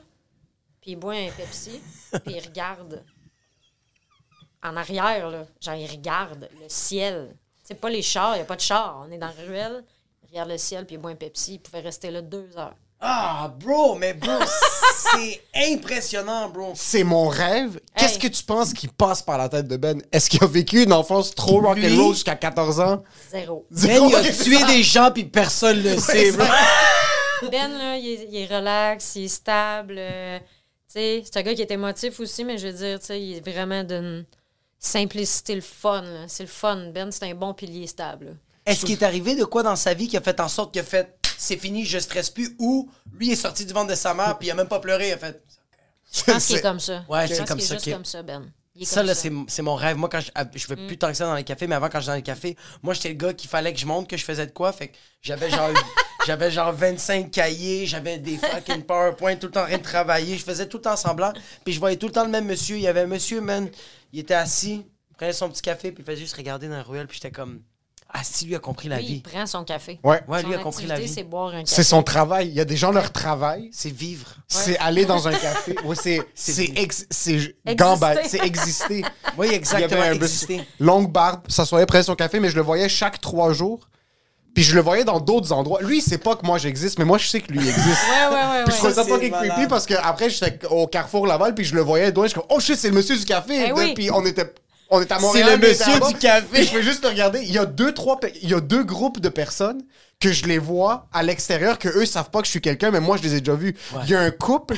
Speaker 4: puis il boit un Pepsi, puis il regarde en arrière, là. Genre, il regarde le ciel. C'est pas les chars, il n'y a pas de chars. On est dans la ruelle, il regarde le ciel, puis il boit un Pepsi. Il pouvait rester là deux heures.
Speaker 3: Ah, bro, mais bro, c'est impressionnant, bro.
Speaker 2: C'est mon rêve. Qu'est-ce
Speaker 4: Hey.
Speaker 2: que tu penses qui passe par la tête de Ben? Est-ce qu'il a vécu une enfance trop rock'n'roll
Speaker 3: Lui?
Speaker 2: jusqu'à 14 ans?
Speaker 4: Zéro.
Speaker 5: Ben, il a
Speaker 2: Ok, c'est
Speaker 5: tué
Speaker 2: ça.
Speaker 5: des gens, puis personne le sait, bro.
Speaker 4: Ben, là, il est, il est relax, il est stable. euh, tu sais, c'est un gars qui est émotif aussi, mais je veux dire, tu sais, il est vraiment d'une simplicité, le fun. là. C'est le fun. Ben, c'est un bon pilier stable. là.
Speaker 3: Est-ce qu'il est arrivé de quoi dans sa vie qui a fait en sorte qu'il a fait c'est fini, je stresse plus ou lui est sorti du ventre de sa mère puis il a même pas pleuré, il a fait.
Speaker 4: Je pense qu'il est comme ça.
Speaker 3: Ouais,
Speaker 4: Je
Speaker 3: c'est
Speaker 4: pense
Speaker 3: comme
Speaker 4: qu'il est
Speaker 3: ça
Speaker 4: juste
Speaker 3: qu'il est.
Speaker 4: comme ça, Ben. Il est
Speaker 3: Ça,
Speaker 4: comme
Speaker 3: là, c'est c'est mon rêve. Moi, quand je, je
Speaker 2: Mm.
Speaker 3: vais plus tant que ça dans les cafés, mais avant, quand j'étais dans les cafés, moi, j'étais le gars qu'il fallait que je montre que je faisais de quoi. Fait que j'avais genre, j'avais genre 25 cahiers, j'avais des fucking PowerPoint tout le temps en train de travailler. Je faisais tout le temps semblant. Puis je voyais tout le temps le même monsieur. Il y avait un monsieur, man, il était assis, il prenait son petit café, puis il faisait juste regarder dans la ruelle. Puis j'étais comme, ah, si lui a compris la
Speaker 4: Lui, il
Speaker 3: vie.
Speaker 4: prend son café.
Speaker 2: Ouais.
Speaker 3: Ouais, lui
Speaker 4: Son
Speaker 3: a compris la vie.
Speaker 4: activité, c'est boire un
Speaker 2: C'est
Speaker 4: café.
Speaker 2: son travail. Il y a des gens, leur travail,
Speaker 3: C'est vivre.
Speaker 2: c'est aller dans un café. Ouais, c'est c'est ex- c'est gambade, c'est exister.
Speaker 3: Oui, exactement,
Speaker 2: Il y avait un
Speaker 3: exister.
Speaker 2: bus- longue barbe, s'assoyait près de son café, mais je le voyais chaque trois jours. Puis je le voyais dans d'autres endroits. Lui, il sait pas que moi j'existe, mais moi je sais que lui il existe.
Speaker 4: Ouais, ouais, ouais.
Speaker 2: Puis je trouvais
Speaker 4: ouais.
Speaker 2: ça
Speaker 3: c'est
Speaker 2: fucking
Speaker 3: malade.
Speaker 2: creepy parce que après j'étais au Carrefour Laval puis je le voyais loin, je suis comme oh shit c'est le monsieur du café
Speaker 4: Eh oui.
Speaker 2: puis on était on était à Montréal.
Speaker 3: le
Speaker 2: on était
Speaker 3: monsieur
Speaker 2: là-bas.
Speaker 3: du café.
Speaker 2: Puis je vais juste te regarder, il y a deux trois pe- il y a deux groupes de personnes que je les vois à l'extérieur que eux savent pas que je suis quelqu'un mais moi je les ai déjà vus. Il y a un couple,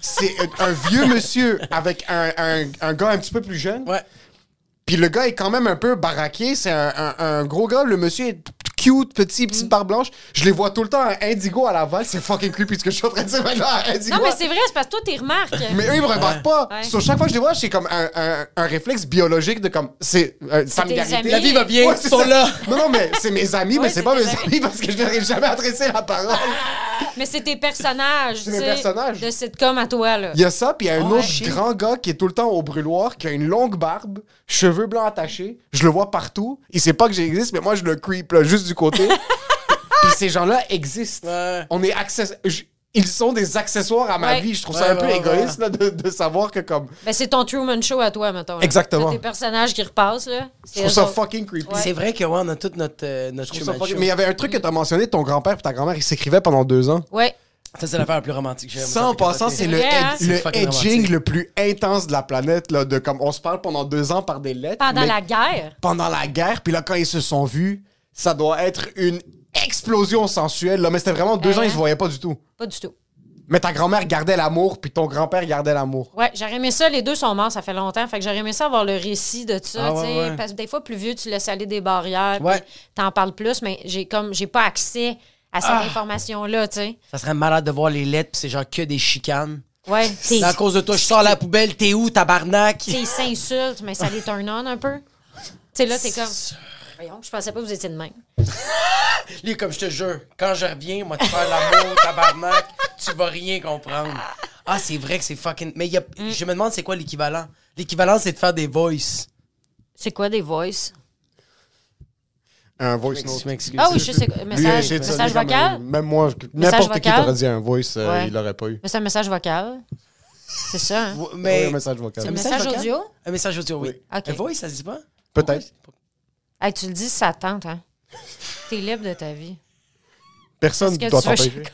Speaker 2: c'est un, un vieux monsieur avec un, un, un gars un petit peu plus jeune.
Speaker 3: Ouais.
Speaker 2: Puis le gars est quand même un peu baraqué, c'est un, un- un gros gars. Le monsieur est cute, petit,
Speaker 4: Mm.
Speaker 2: petite barbe blanche. Je les vois tout le temps à Indigo à Laval. C'est fucking creepy ce que je suis en train de dire maintenant à Indigo.
Speaker 4: Non, mais c'est vrai, c'est parce que toi, t'y remarques.
Speaker 2: Mais eux, ils me remarquent pas.
Speaker 4: Ouais.
Speaker 2: Sur chaque fois que je les vois, j'ai comme un, un- un réflexe biologique de comme. C'est euh, familiarité.
Speaker 4: amis. La vie va
Speaker 3: bien,
Speaker 2: c'est
Speaker 3: ils sont
Speaker 2: ça.
Speaker 3: là.
Speaker 2: Non, non, mais c'est mes amis, mais
Speaker 4: Ouais,
Speaker 2: c'est
Speaker 4: c'est
Speaker 2: pas
Speaker 4: tes
Speaker 2: mes
Speaker 4: amis.
Speaker 2: amis parce que je n'aurais jamais adressé la parole.
Speaker 4: Mais c'est tes personnages.
Speaker 2: C'est mes
Speaker 4: tu sais,
Speaker 2: personnages.
Speaker 4: De sitcom à toi, là.
Speaker 2: Il y a ça, puis il y a un
Speaker 3: Oh,
Speaker 2: autre
Speaker 3: shit.
Speaker 2: grand gars qui est tout le temps au brûloir, qui a une longue barbe, cheveux blancs attachés. Je le vois partout. Il sait pas que j'existe, mais moi, je le creep, là, juste du côté. puis ces gens-là existent.
Speaker 3: Ouais.
Speaker 2: On est access... je- Ils sont des accessoires à ma
Speaker 4: Ouais.
Speaker 2: vie. Je trouve
Speaker 3: Ouais,
Speaker 2: ça un peu
Speaker 3: ouais, ouais.
Speaker 2: égoïste là, de, de savoir que comme...
Speaker 4: Ben, c'est ton Truman Show à toi, mettons. là.
Speaker 2: Exactement.
Speaker 4: T'as tes personnages qui repassent, là.
Speaker 2: Je trouve ça fucking creepy.
Speaker 3: C'est vrai que ouais, on a toute notre, euh, notre
Speaker 2: Je trouve ça
Speaker 3: Truman
Speaker 2: fucking-
Speaker 3: Show.
Speaker 2: Mais il y avait un truc que t'as mentionné, ton grand-père et ta grand-mère, ils s'écrivaient pendant deux ans.
Speaker 4: Ouais.
Speaker 3: Ça, c'est l'affaire la plus romantique que j'ai jamais
Speaker 2: Ça, en
Speaker 3: fait capoter.
Speaker 2: passant, c'est le,
Speaker 4: vrai,
Speaker 2: ed-
Speaker 4: hein?
Speaker 2: le
Speaker 3: C'est fucking
Speaker 2: edging
Speaker 3: romantique.
Speaker 2: le plus intense de la planète, là, de comme on se parle pendant deux ans par des lettres.
Speaker 4: Pendant
Speaker 2: mais-
Speaker 4: la guerre.
Speaker 2: pendant la guerre, puis là, quand ils se sont vus, ça doit être une explosion sensuelle. Là. Mais c'était vraiment deux
Speaker 4: Hein?
Speaker 2: ans, ils se voyaient pas du tout.
Speaker 4: Pas du tout.
Speaker 2: Mais ta grand-mère gardait l'amour, puis ton grand-père gardait l'amour.
Speaker 4: Ouais, j'aurais aimé ça. Les deux sont morts, ça fait longtemps. Fait que j'aurais aimé ça avoir le récit de ça.
Speaker 3: Ah ouais,
Speaker 4: tu sais,
Speaker 3: ouais.
Speaker 4: Parce que des fois, plus vieux, tu laisses aller des barrières.
Speaker 3: Ouais.
Speaker 4: puis T'en parles plus, mais j'ai comme j'ai pas accès à cette
Speaker 3: Ah.
Speaker 4: information-là, tu sais.
Speaker 3: Ça serait malade de voir les lettres, puis c'est genre que des chicanes.
Speaker 4: Ouais. t'es-
Speaker 3: C'est à cause de toi, je sors la poubelle, t'es où, tabarnak?
Speaker 4: Tu sais, ils s'insultent, mais ça les turn on un peu. Tu sais, là, t'es comme. Voyons, je pensais pas que vous étiez de même.
Speaker 3: Lui, comme je te jure, quand je reviens, moi, tu faire l'amour, tabarnak, tu vas rien comprendre. Ah,
Speaker 4: Mm.
Speaker 3: c'est vrai que c'est fucking. Mais il y a... je me demande c'est quoi l'équivalent. L'équivalent, c'est de faire des voices.
Speaker 4: C'est quoi des voices?
Speaker 2: Un voice note.
Speaker 3: Je m'excuse.
Speaker 4: Ah oui, je sais. quoi.
Speaker 2: Lui,
Speaker 4: Message,
Speaker 2: c'est ça,
Speaker 4: message
Speaker 2: lui, comme,
Speaker 4: vocal?
Speaker 2: euh, Même moi, je- n'importe qui
Speaker 4: vocal?
Speaker 2: t'aurait dit un voice, euh,
Speaker 4: Ouais.
Speaker 2: il l'aurait pas eu.
Speaker 4: Mais c'est un message vocal. C'est ça, hein?
Speaker 2: Ouais,
Speaker 3: Mais
Speaker 2: un message
Speaker 4: C'est
Speaker 2: vocal.
Speaker 4: un message,
Speaker 3: vocal?
Speaker 4: audio?
Speaker 3: un message audio, oui.
Speaker 2: Oui.
Speaker 4: OK.
Speaker 3: Un voice, ça se dit pas?
Speaker 2: Peut-être.
Speaker 4: Hey, tu le dis, ça tente, hein? T'es libre de ta vie.
Speaker 2: Personne
Speaker 4: Est-ce que
Speaker 2: ne doit
Speaker 4: tu veux-
Speaker 2: t'empêcher.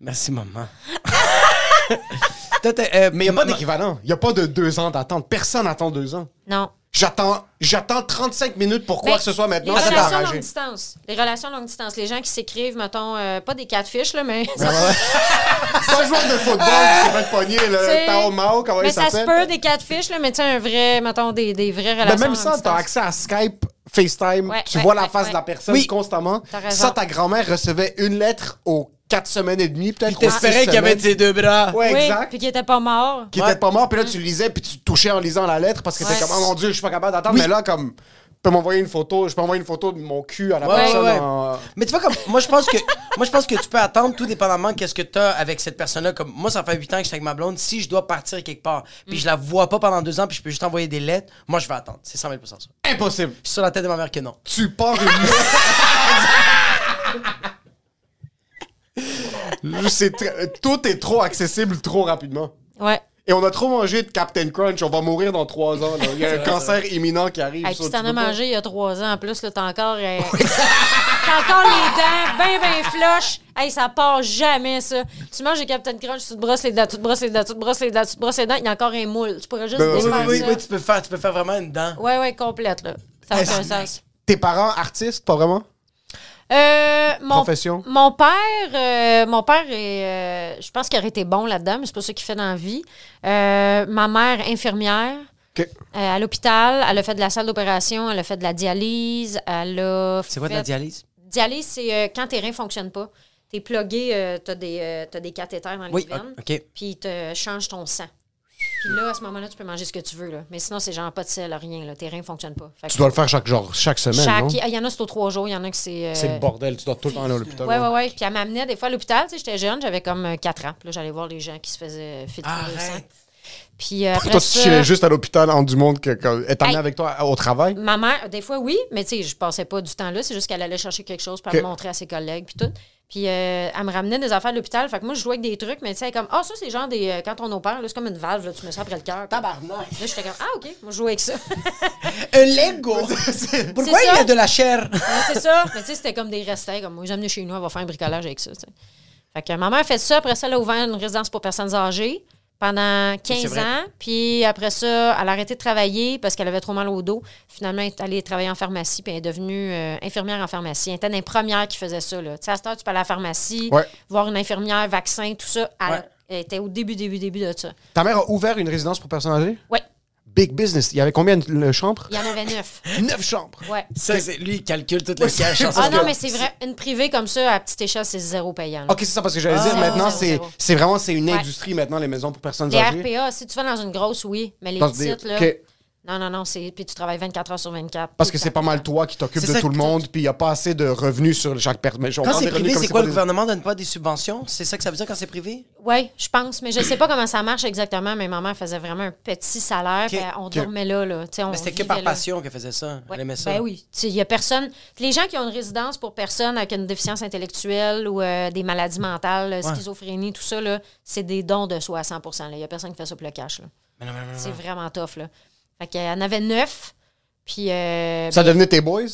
Speaker 3: Merci, maman. Toi, t'es, euh,
Speaker 2: Mais il n'y a pas
Speaker 3: ma-
Speaker 2: d'équivalent. Il n'y a pas de deux ans d'attente. Personne n'attend deux ans.
Speaker 4: Non.
Speaker 2: J'attends j'attends 35 minutes pour quoi
Speaker 4: Ben,
Speaker 2: que ce soit maintenant.
Speaker 4: Les
Speaker 2: c'est
Speaker 4: relations longue
Speaker 2: enragé.
Speaker 4: distance. Les relations longue distance. Les gens qui s'écrivent, mettons, euh, pas des catfish, là, mais.
Speaker 2: Ben, Pas joueur de football qui s'est fait pogner,
Speaker 4: T'sais,
Speaker 2: le Tao Mao, comment
Speaker 4: mais
Speaker 2: il
Speaker 4: ça se
Speaker 2: s'appelle.
Speaker 4: peut, des catfish, là, mais tu sais, un vrai, mettons, des, des vraies
Speaker 2: Ben,
Speaker 4: relations.
Speaker 2: même
Speaker 4: à
Speaker 2: ça,
Speaker 4: distance.
Speaker 2: t'as accès à Skype, FaceTime,
Speaker 4: Ouais,
Speaker 2: tu
Speaker 4: ouais,
Speaker 2: vois la
Speaker 4: ouais,
Speaker 2: face
Speaker 4: ouais.
Speaker 2: de la personne
Speaker 3: Oui.
Speaker 2: constamment.
Speaker 4: T'as raison.
Speaker 2: Ça, ta grand-mère recevait une lettre aux quatre semaines et demie, peut-être. ou six
Speaker 3: T'espérais qu'il y avait
Speaker 2: semaines.
Speaker 3: tes deux bras.
Speaker 2: Ouais,
Speaker 4: Oui,
Speaker 2: exact.
Speaker 4: puis qui était pas mort.
Speaker 2: Qui
Speaker 3: Ouais.
Speaker 2: était pas mort, puis là, tu lisais, puis tu touchais en lisant la lettre parce que t'es
Speaker 4: Ouais.
Speaker 2: comme, oh mon Dieu, je suis pas capable d'attendre. Mais là, comme, tu peux m'envoyer une photo, je peux envoyer une photo de mon cul à la
Speaker 3: Ouais,
Speaker 2: personne. hein.
Speaker 3: ouais, ouais.
Speaker 2: en-
Speaker 3: Mais tu vois, comme, moi, je pense que, moi, je pense que tu peux attendre tout dépendamment qu'est-ce que t'as avec cette personne-là. Comme, moi, ça fait 8 ans que je suis avec ma blonde. Si je dois partir quelque part, puis je la vois pas pendant deux ans, puis je peux juste envoyer des lettres, moi, je vais attendre. C'est 100 000 ça. Je suis
Speaker 2: Impossible.
Speaker 3: sur la tête de ma mère que non.
Speaker 2: Tu pars une. C'est tr- Tout est trop accessible trop rapidement.
Speaker 4: Ouais.
Speaker 2: Et on a trop mangé de Captain Crunch, on va mourir dans trois ans. là. Il y a un cancer imminent qui arrive.
Speaker 4: Et
Speaker 2: ça,
Speaker 4: puis
Speaker 2: tu
Speaker 4: t'en
Speaker 2: peux
Speaker 4: as
Speaker 2: pas.
Speaker 4: mangé il y a trois ans en plus, là, t'as encore. euh, t'as encore les dents ben ben floches. Hey, ça part jamais, ça. Tu manges des Captain Crunch, tu te brosses les dents, tu te brosses les dents, tu te brosses les dents, tu te brosses les dents, il y a encore un moule. Tu pourrais juste
Speaker 2: Ben, oui,
Speaker 4: défaire
Speaker 3: Oui,
Speaker 4: ça.
Speaker 3: oui, tu peux faire, tu peux faire vraiment une dent.
Speaker 4: Ouais, ouais, complète, là. Ça n'a aucun sens.
Speaker 2: Tes parents artistes, pas vraiment?
Speaker 4: Euh, mon,
Speaker 2: Profession?
Speaker 4: Mon père, euh, mon père est, euh, je pense qu'il aurait été bon là-dedans, mais c'est pas ça qu'il fait dans la vie. Euh, ma mère, infirmière.
Speaker 2: Ok.
Speaker 4: euh, à l'hôpital, elle a fait de la salle d'opération, elle a fait de la dialyse, elle a
Speaker 3: C'est quoi de la dialyse?
Speaker 4: Dialyse, c'est euh, quand tes reins ne fonctionnent pas. T'es es plugué, euh, t'as des, euh, t'as des cathéters dans les
Speaker 3: Oui,
Speaker 4: veines,
Speaker 2: ah,
Speaker 3: ok.
Speaker 4: puis ils te changent ton sang. Puis là, à ce moment-là, tu peux manger ce que tu veux. Là. Mais sinon, c'est genre pas de sel, rien. Là. Tes reins ne fonctionnent pas. Fait que
Speaker 2: Tu dois le faire chaque, genre, chaque semaine,
Speaker 4: chaque-
Speaker 2: non?
Speaker 4: Ah, Il y en a, c'est aux trois jours. Il y en a que c'est... euh,
Speaker 2: C'est le bordel, tu dois tout le temps aller à l'hôpital.
Speaker 4: Ouais,
Speaker 2: ouais.
Speaker 4: ouais, ouais. Puis elle m'amenait des fois à l'hôpital. Tu sais, j'étais jeune, j'avais comme euh, 4 ans. Puis là, j'allais voir les gens qui se faisaient filtrer le sang.
Speaker 3: Arrête.
Speaker 4: Puis euh, après
Speaker 2: Toi, tu
Speaker 4: ça,
Speaker 2: chillais juste à l'hôpital en du monde que, que, est amené
Speaker 4: Hey.
Speaker 2: avec toi au travail?
Speaker 4: ma mère, des fois, oui, mais tu sais, je passais pas du temps là. C'est juste qu'elle allait chercher quelque chose pour
Speaker 2: Que-
Speaker 4: le montrer à ses collègues, puis tout. Puis euh, elle me ramenait des affaires à l'hôpital. Fait que moi, je jouais avec des trucs, mais tu sais, comme, ah, ça, c'est genre des. euh, quand on opère, là, c'est comme une valve, là, tu mets ça après le cœur. Là,
Speaker 3: Tabarnak.
Speaker 4: j'étais comme, ah, OK, moi, je jouais avec ça.
Speaker 3: Un Lego! Pourquoi
Speaker 4: C'est
Speaker 3: il y
Speaker 4: ça.
Speaker 3: a de la chair?
Speaker 4: Ouais, Ben, c'est ça. Mais tu sais, c'était comme des restants. Comme moi, j'ai amené chez nous, on va faire un bricolage avec ça. tu sais. Fait que ma mère a fait ça. Après ça, elle a ouvert une résidence pour personnes âgées pendant
Speaker 3: c'est
Speaker 4: 15
Speaker 3: vrai.
Speaker 4: ans. Puis après ça, elle a arrêté de travailler parce qu'elle avait trop mal au dos. Finalement, elle est allée travailler en pharmacie, puis elle est devenue euh, infirmière en pharmacie. Elle était une première qui faisait ça. Là. Tu sais, à cette heure, tu peux aller à la pharmacie,
Speaker 2: Ouais.
Speaker 4: voir une infirmière, vaccin, tout ça. Elle,
Speaker 3: Ouais.
Speaker 4: elle était au début, début, début de ça.
Speaker 2: Ta mère a ouvert une résidence pour personnes âgées?
Speaker 4: Oui,
Speaker 2: Big business. Il y avait combien de de chambres?
Speaker 4: il y en avait neuf.
Speaker 2: Neuf chambres.
Speaker 4: Ouais.
Speaker 3: Ça, c'est lui, il calcule toutes les caches.
Speaker 4: Ah non, mais c'est vrai, une privée comme ça, à petite échelle, c'est zéro payant. là.
Speaker 2: Ok, c'est ça, parce que
Speaker 3: Ah,
Speaker 2: j'allais dire, maintenant,
Speaker 4: zéro,
Speaker 2: c'est
Speaker 4: zéro.
Speaker 2: c'est vraiment, c'est une
Speaker 4: Ouais.
Speaker 2: industrie maintenant, les maisons pour personnes
Speaker 4: Les
Speaker 2: âgées.
Speaker 4: RPA, si tu vas dans une grosse, oui. Mais les
Speaker 2: Dans des-
Speaker 4: petites, là.
Speaker 2: OK.
Speaker 4: Non, non, non. c'est- Puis tu travailles 24 heures sur 24.
Speaker 2: Parce
Speaker 4: tout
Speaker 2: que
Speaker 4: le
Speaker 2: c'est
Speaker 4: temps.
Speaker 2: pas mal toi qui t'occupes
Speaker 3: C'est
Speaker 2: de
Speaker 3: ça
Speaker 2: tout
Speaker 3: que
Speaker 2: le
Speaker 3: t'as-
Speaker 2: monde, puis il n'y a pas assez de revenus sur chaque personne. Mais je- on
Speaker 3: Quand
Speaker 2: parle
Speaker 3: c'est
Speaker 2: des revenus
Speaker 3: privé,
Speaker 2: comme
Speaker 3: c'est quoi?
Speaker 2: pas
Speaker 3: Le
Speaker 2: des-
Speaker 3: gouvernement donne pas des subventions? C'est ça que ça veut dire quand c'est privé?
Speaker 4: Oui, je pense. Mais je sais pas comment ça marche exactement. Mais maman faisait vraiment un petit salaire. puis on dormait là. là. Tu sais, on
Speaker 3: Mais c'était que
Speaker 4: vivait
Speaker 3: par
Speaker 4: là.
Speaker 3: passion qu'elle faisait ça.
Speaker 4: Ouais.
Speaker 3: Elle aimait ça.
Speaker 4: Ben oui. Tu sais, Il y a personne. Les gens qui ont une résidence pour personnes avec une déficience intellectuelle ou euh, des maladies mentales, euh, schizophrénie, tout ça, là, c'est des dons de soi à 100 là. Il y a personne qui fait ça pour le cash. là.
Speaker 3: Mais non, mais non, non,
Speaker 4: C'est
Speaker 3: non.
Speaker 4: vraiment tough. Là. Fait qu'il y en avait neuf. Puis. euh,
Speaker 2: Ça devenait tes boys?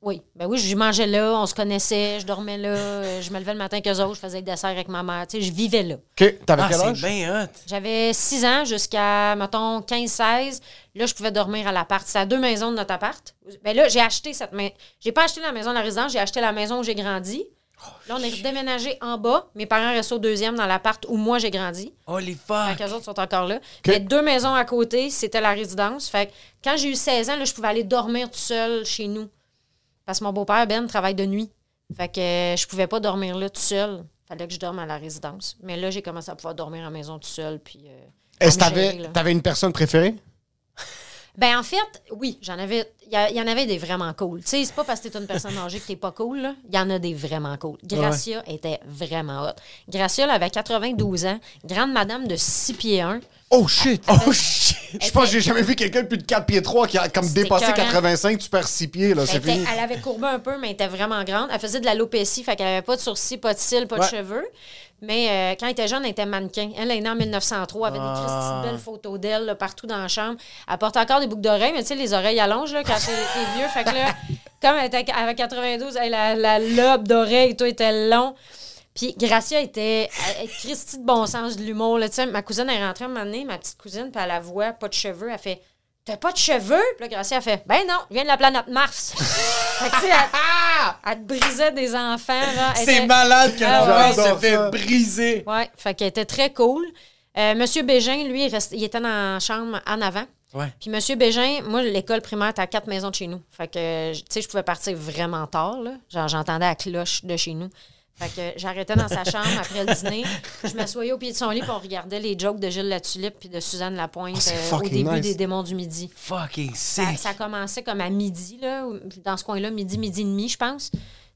Speaker 4: Oui, ben oui, je mangeais là, on se connaissait, je dormais là, euh, je me levais le matin qu'eux autres, je faisais le dessert avec ma mère, tu sais, je vivais là.
Speaker 2: Ok, t'avais
Speaker 3: Ah,
Speaker 2: quel
Speaker 3: c'est
Speaker 2: âge?
Speaker 3: bien hot.
Speaker 4: J'avais 6 ans jusqu'à, mettons, 15-16. Là, je pouvais dormir à l'appart. C'était à deux maisons de notre appart. Ben là, j'ai acheté cette maison. J'ai pas acheté la maison de la résidence, j'ai acheté la maison où j'ai grandi. Là, on est redéménagé en bas. Mes parents restent au deuxième dans l'appart où moi j'ai grandi.
Speaker 3: Holy
Speaker 4: Fait
Speaker 3: fuck.
Speaker 4: que les autres sont encore là. Mais deux maisons à côté, c'était la résidence. Fait que quand j'ai eu 16 ans, là, je pouvais aller dormir tout seul chez nous. Parce que mon beau-père, Ben, travaille de nuit. Fait que euh, je pouvais pas dormir là tout seul. Fallait que je dorme à la résidence. Mais là, j'ai commencé à pouvoir dormir à la maison tout seul. Puis, euh, à
Speaker 2: Est-ce que
Speaker 4: me gérer,
Speaker 2: t'avais-
Speaker 4: là.
Speaker 2: t'avais une personne préférée?
Speaker 4: Ben, en fait, oui, j'en avais. Il y, a- il y en avait des vraiment cool. Tu sais, c'est pas parce que t'es une personne âgée que t'es pas cool, là. Il y en a des vraiment cool. Gracia était vraiment hot. Gracia, elle avait 92 ans. Grande madame de 6 pieds 1.
Speaker 2: Oh shit!
Speaker 3: Oh shit!
Speaker 2: Je pense que j'ai jamais vu quelqu'un de plus de 4 pieds 3 qui a comme
Speaker 4: C'était
Speaker 2: dépassé
Speaker 4: écœurant.
Speaker 2: 85, tu perds 6 pieds, là,
Speaker 4: Elle,
Speaker 2: c'est
Speaker 4: était-
Speaker 2: fini.
Speaker 4: elle avait courbé un peu, mais elle était vraiment grande. Elle faisait de l'alopécie, fait qu'elle avait pas de sourcils, pas de cils, pas de
Speaker 3: Ouais.
Speaker 4: cheveux. Mais euh, quand elle était jeune, elle était mannequin. Elle est née en 1903, elle avait des Christy de belles photos d'elle là, partout dans la chambre. Elle portait encore des boucles d'oreilles, mais tu sais, les oreilles allongent là, quand t'es t'es vieux. Fait que là, comme elle était avec 92, elle, la, la lobe d'oreille, tout était long. Puis Gracia était elle- elle- Christy de bon sens, de l'humour. là, tu sais. Ma cousine est rentrée un moment donné, ma petite cousine, puis elle la voit, pas de cheveux. Elle fait T'as pas de cheveux? Puis là, Gracia, elle fait Ben non, je viens de la planète Mars. Fait que, tu sais, elle, elle te brisait des enfants. là. Elle
Speaker 3: C'est
Speaker 4: était-
Speaker 3: malade que
Speaker 4: Ah,
Speaker 3: l'enfant
Speaker 4: ouais.
Speaker 3: se fait briser.
Speaker 4: Ouais, fait qu'elle était très cool. Euh, Monsieur Bégin, lui, il, reste- il était dans la chambre en avant.
Speaker 3: Ouais.
Speaker 4: Puis Monsieur Bégin, moi, l'école primaire était à quatre maisons de chez nous. Fait que, euh, tu sais, je pouvais partir vraiment tard, là. Genre, j'entendais la cloche de chez nous. Fait que euh, j'arrêtais dans sa chambre après le dîner. Je m'assoyais au pied de son lit, puis on regardait les jokes de Gilles Latulippe puis de Suzanne Lapointe
Speaker 2: Oh, c'est
Speaker 4: euh, au
Speaker 2: fucking
Speaker 4: début
Speaker 2: nice.
Speaker 4: des Démons du Midi.
Speaker 3: Fucking
Speaker 4: Ça,
Speaker 3: sick.
Speaker 4: ça commençait comme à midi, là, ou- dans ce coin-là, midi, midi et demi, je pense.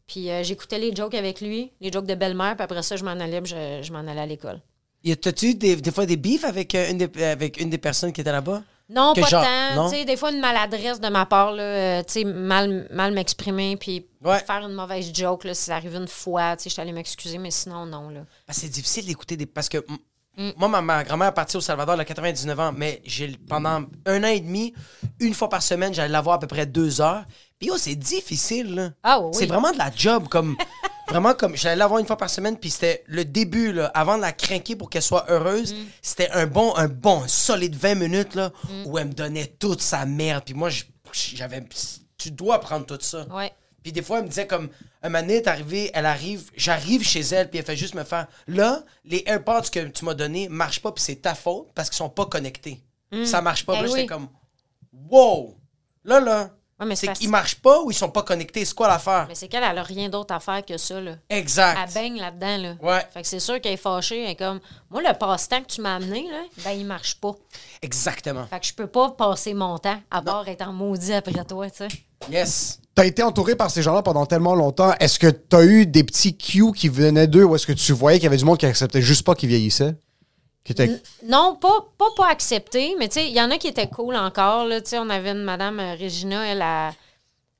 Speaker 4: Puis euh, j'écoutais les jokes avec lui, les jokes de belle-mère, puis après ça, je m'en allais, puis je, je m'en allais à l'école.
Speaker 3: Y a- T'as-tu eu des, des fois des beefs avec, euh, une des, avec une des personnes qui était là-bas?
Speaker 4: Non,
Speaker 3: Que
Speaker 4: pas
Speaker 3: genre-
Speaker 4: tant.
Speaker 3: non?
Speaker 4: Tu sais, des fois, une maladresse de ma part, là, euh, tu sais, mal, mal m'exprimer, puis
Speaker 3: Ouais.
Speaker 4: faire une mauvaise joke, là, ça arrive une fois, tu sais, je suis allée m'excuser, mais sinon, non, là.
Speaker 3: Parce que Ah, c'est difficile d'écouter des. Parce que m-
Speaker 4: Mm.
Speaker 3: moi, ma, ma grand-mère est partie au Salvador, elle a 99 ans, mais j'ai pendant un an et demi, une fois par semaine, j'allais la voir à peu près deux heures. Puis yo, c'est difficile, là.
Speaker 4: Ah oui.
Speaker 3: C'est vraiment de la job, comme. vraiment comme. J'allais la voir une fois par semaine, puis c'était le début, là. Avant de la craquer pour qu'elle soit heureuse,
Speaker 4: Mm.
Speaker 3: c'était un bon, un bon, un solide 20 minutes, là, où elle me donnait toute sa merde. Puis moi, je- j'avais. Tu dois prendre tout ça.
Speaker 4: Ouais.
Speaker 3: Puis des fois, elle me disait comme, un moment donné, elle est arrivée, elle arrive, j'arrive chez elle, puis elle fait juste me faire, là, les AirPods que tu m'as donnés marchent pas, puis c'est ta faute parce qu'ils sont pas connectés. Ça marche pas.
Speaker 4: Eh
Speaker 3: Puis là,
Speaker 4: oui.
Speaker 3: j'étais comme, wow, là, là,
Speaker 4: Ouais, mais c'est
Speaker 3: c'est
Speaker 4: parce-
Speaker 3: qu'ils marchent pas ou ils sont pas connectés, c'est quoi l'affaire?
Speaker 4: Mais c'est qu'elle, elle a rien d'autre à faire que ça, là. Elle
Speaker 3: Exact.
Speaker 4: baigne là-dedans, là.
Speaker 3: Ouais.
Speaker 4: Fait que c'est sûr qu'elle est fâchée, elle est comme, moi, le passe-temps que tu m'as amené, là, ben, il marche pas.
Speaker 3: Exactement.
Speaker 4: Fait que je peux pas passer mon temps à part être en maudit après toi, tu sais.
Speaker 3: Yes.
Speaker 2: T'as été entouré par ces gens-là pendant tellement longtemps. Est-ce que t'as eu des petits cues qui venaient d'eux ou est-ce que tu voyais qu'il y avait du monde qui acceptait juste pas qu'ils vieillissaient? Qui était...
Speaker 4: Non, pas, pas, pas accepté, mais tu sais, il y en a qui étaient cool encore. Là, Tu sais, on avait une madame euh, Régina, elle a.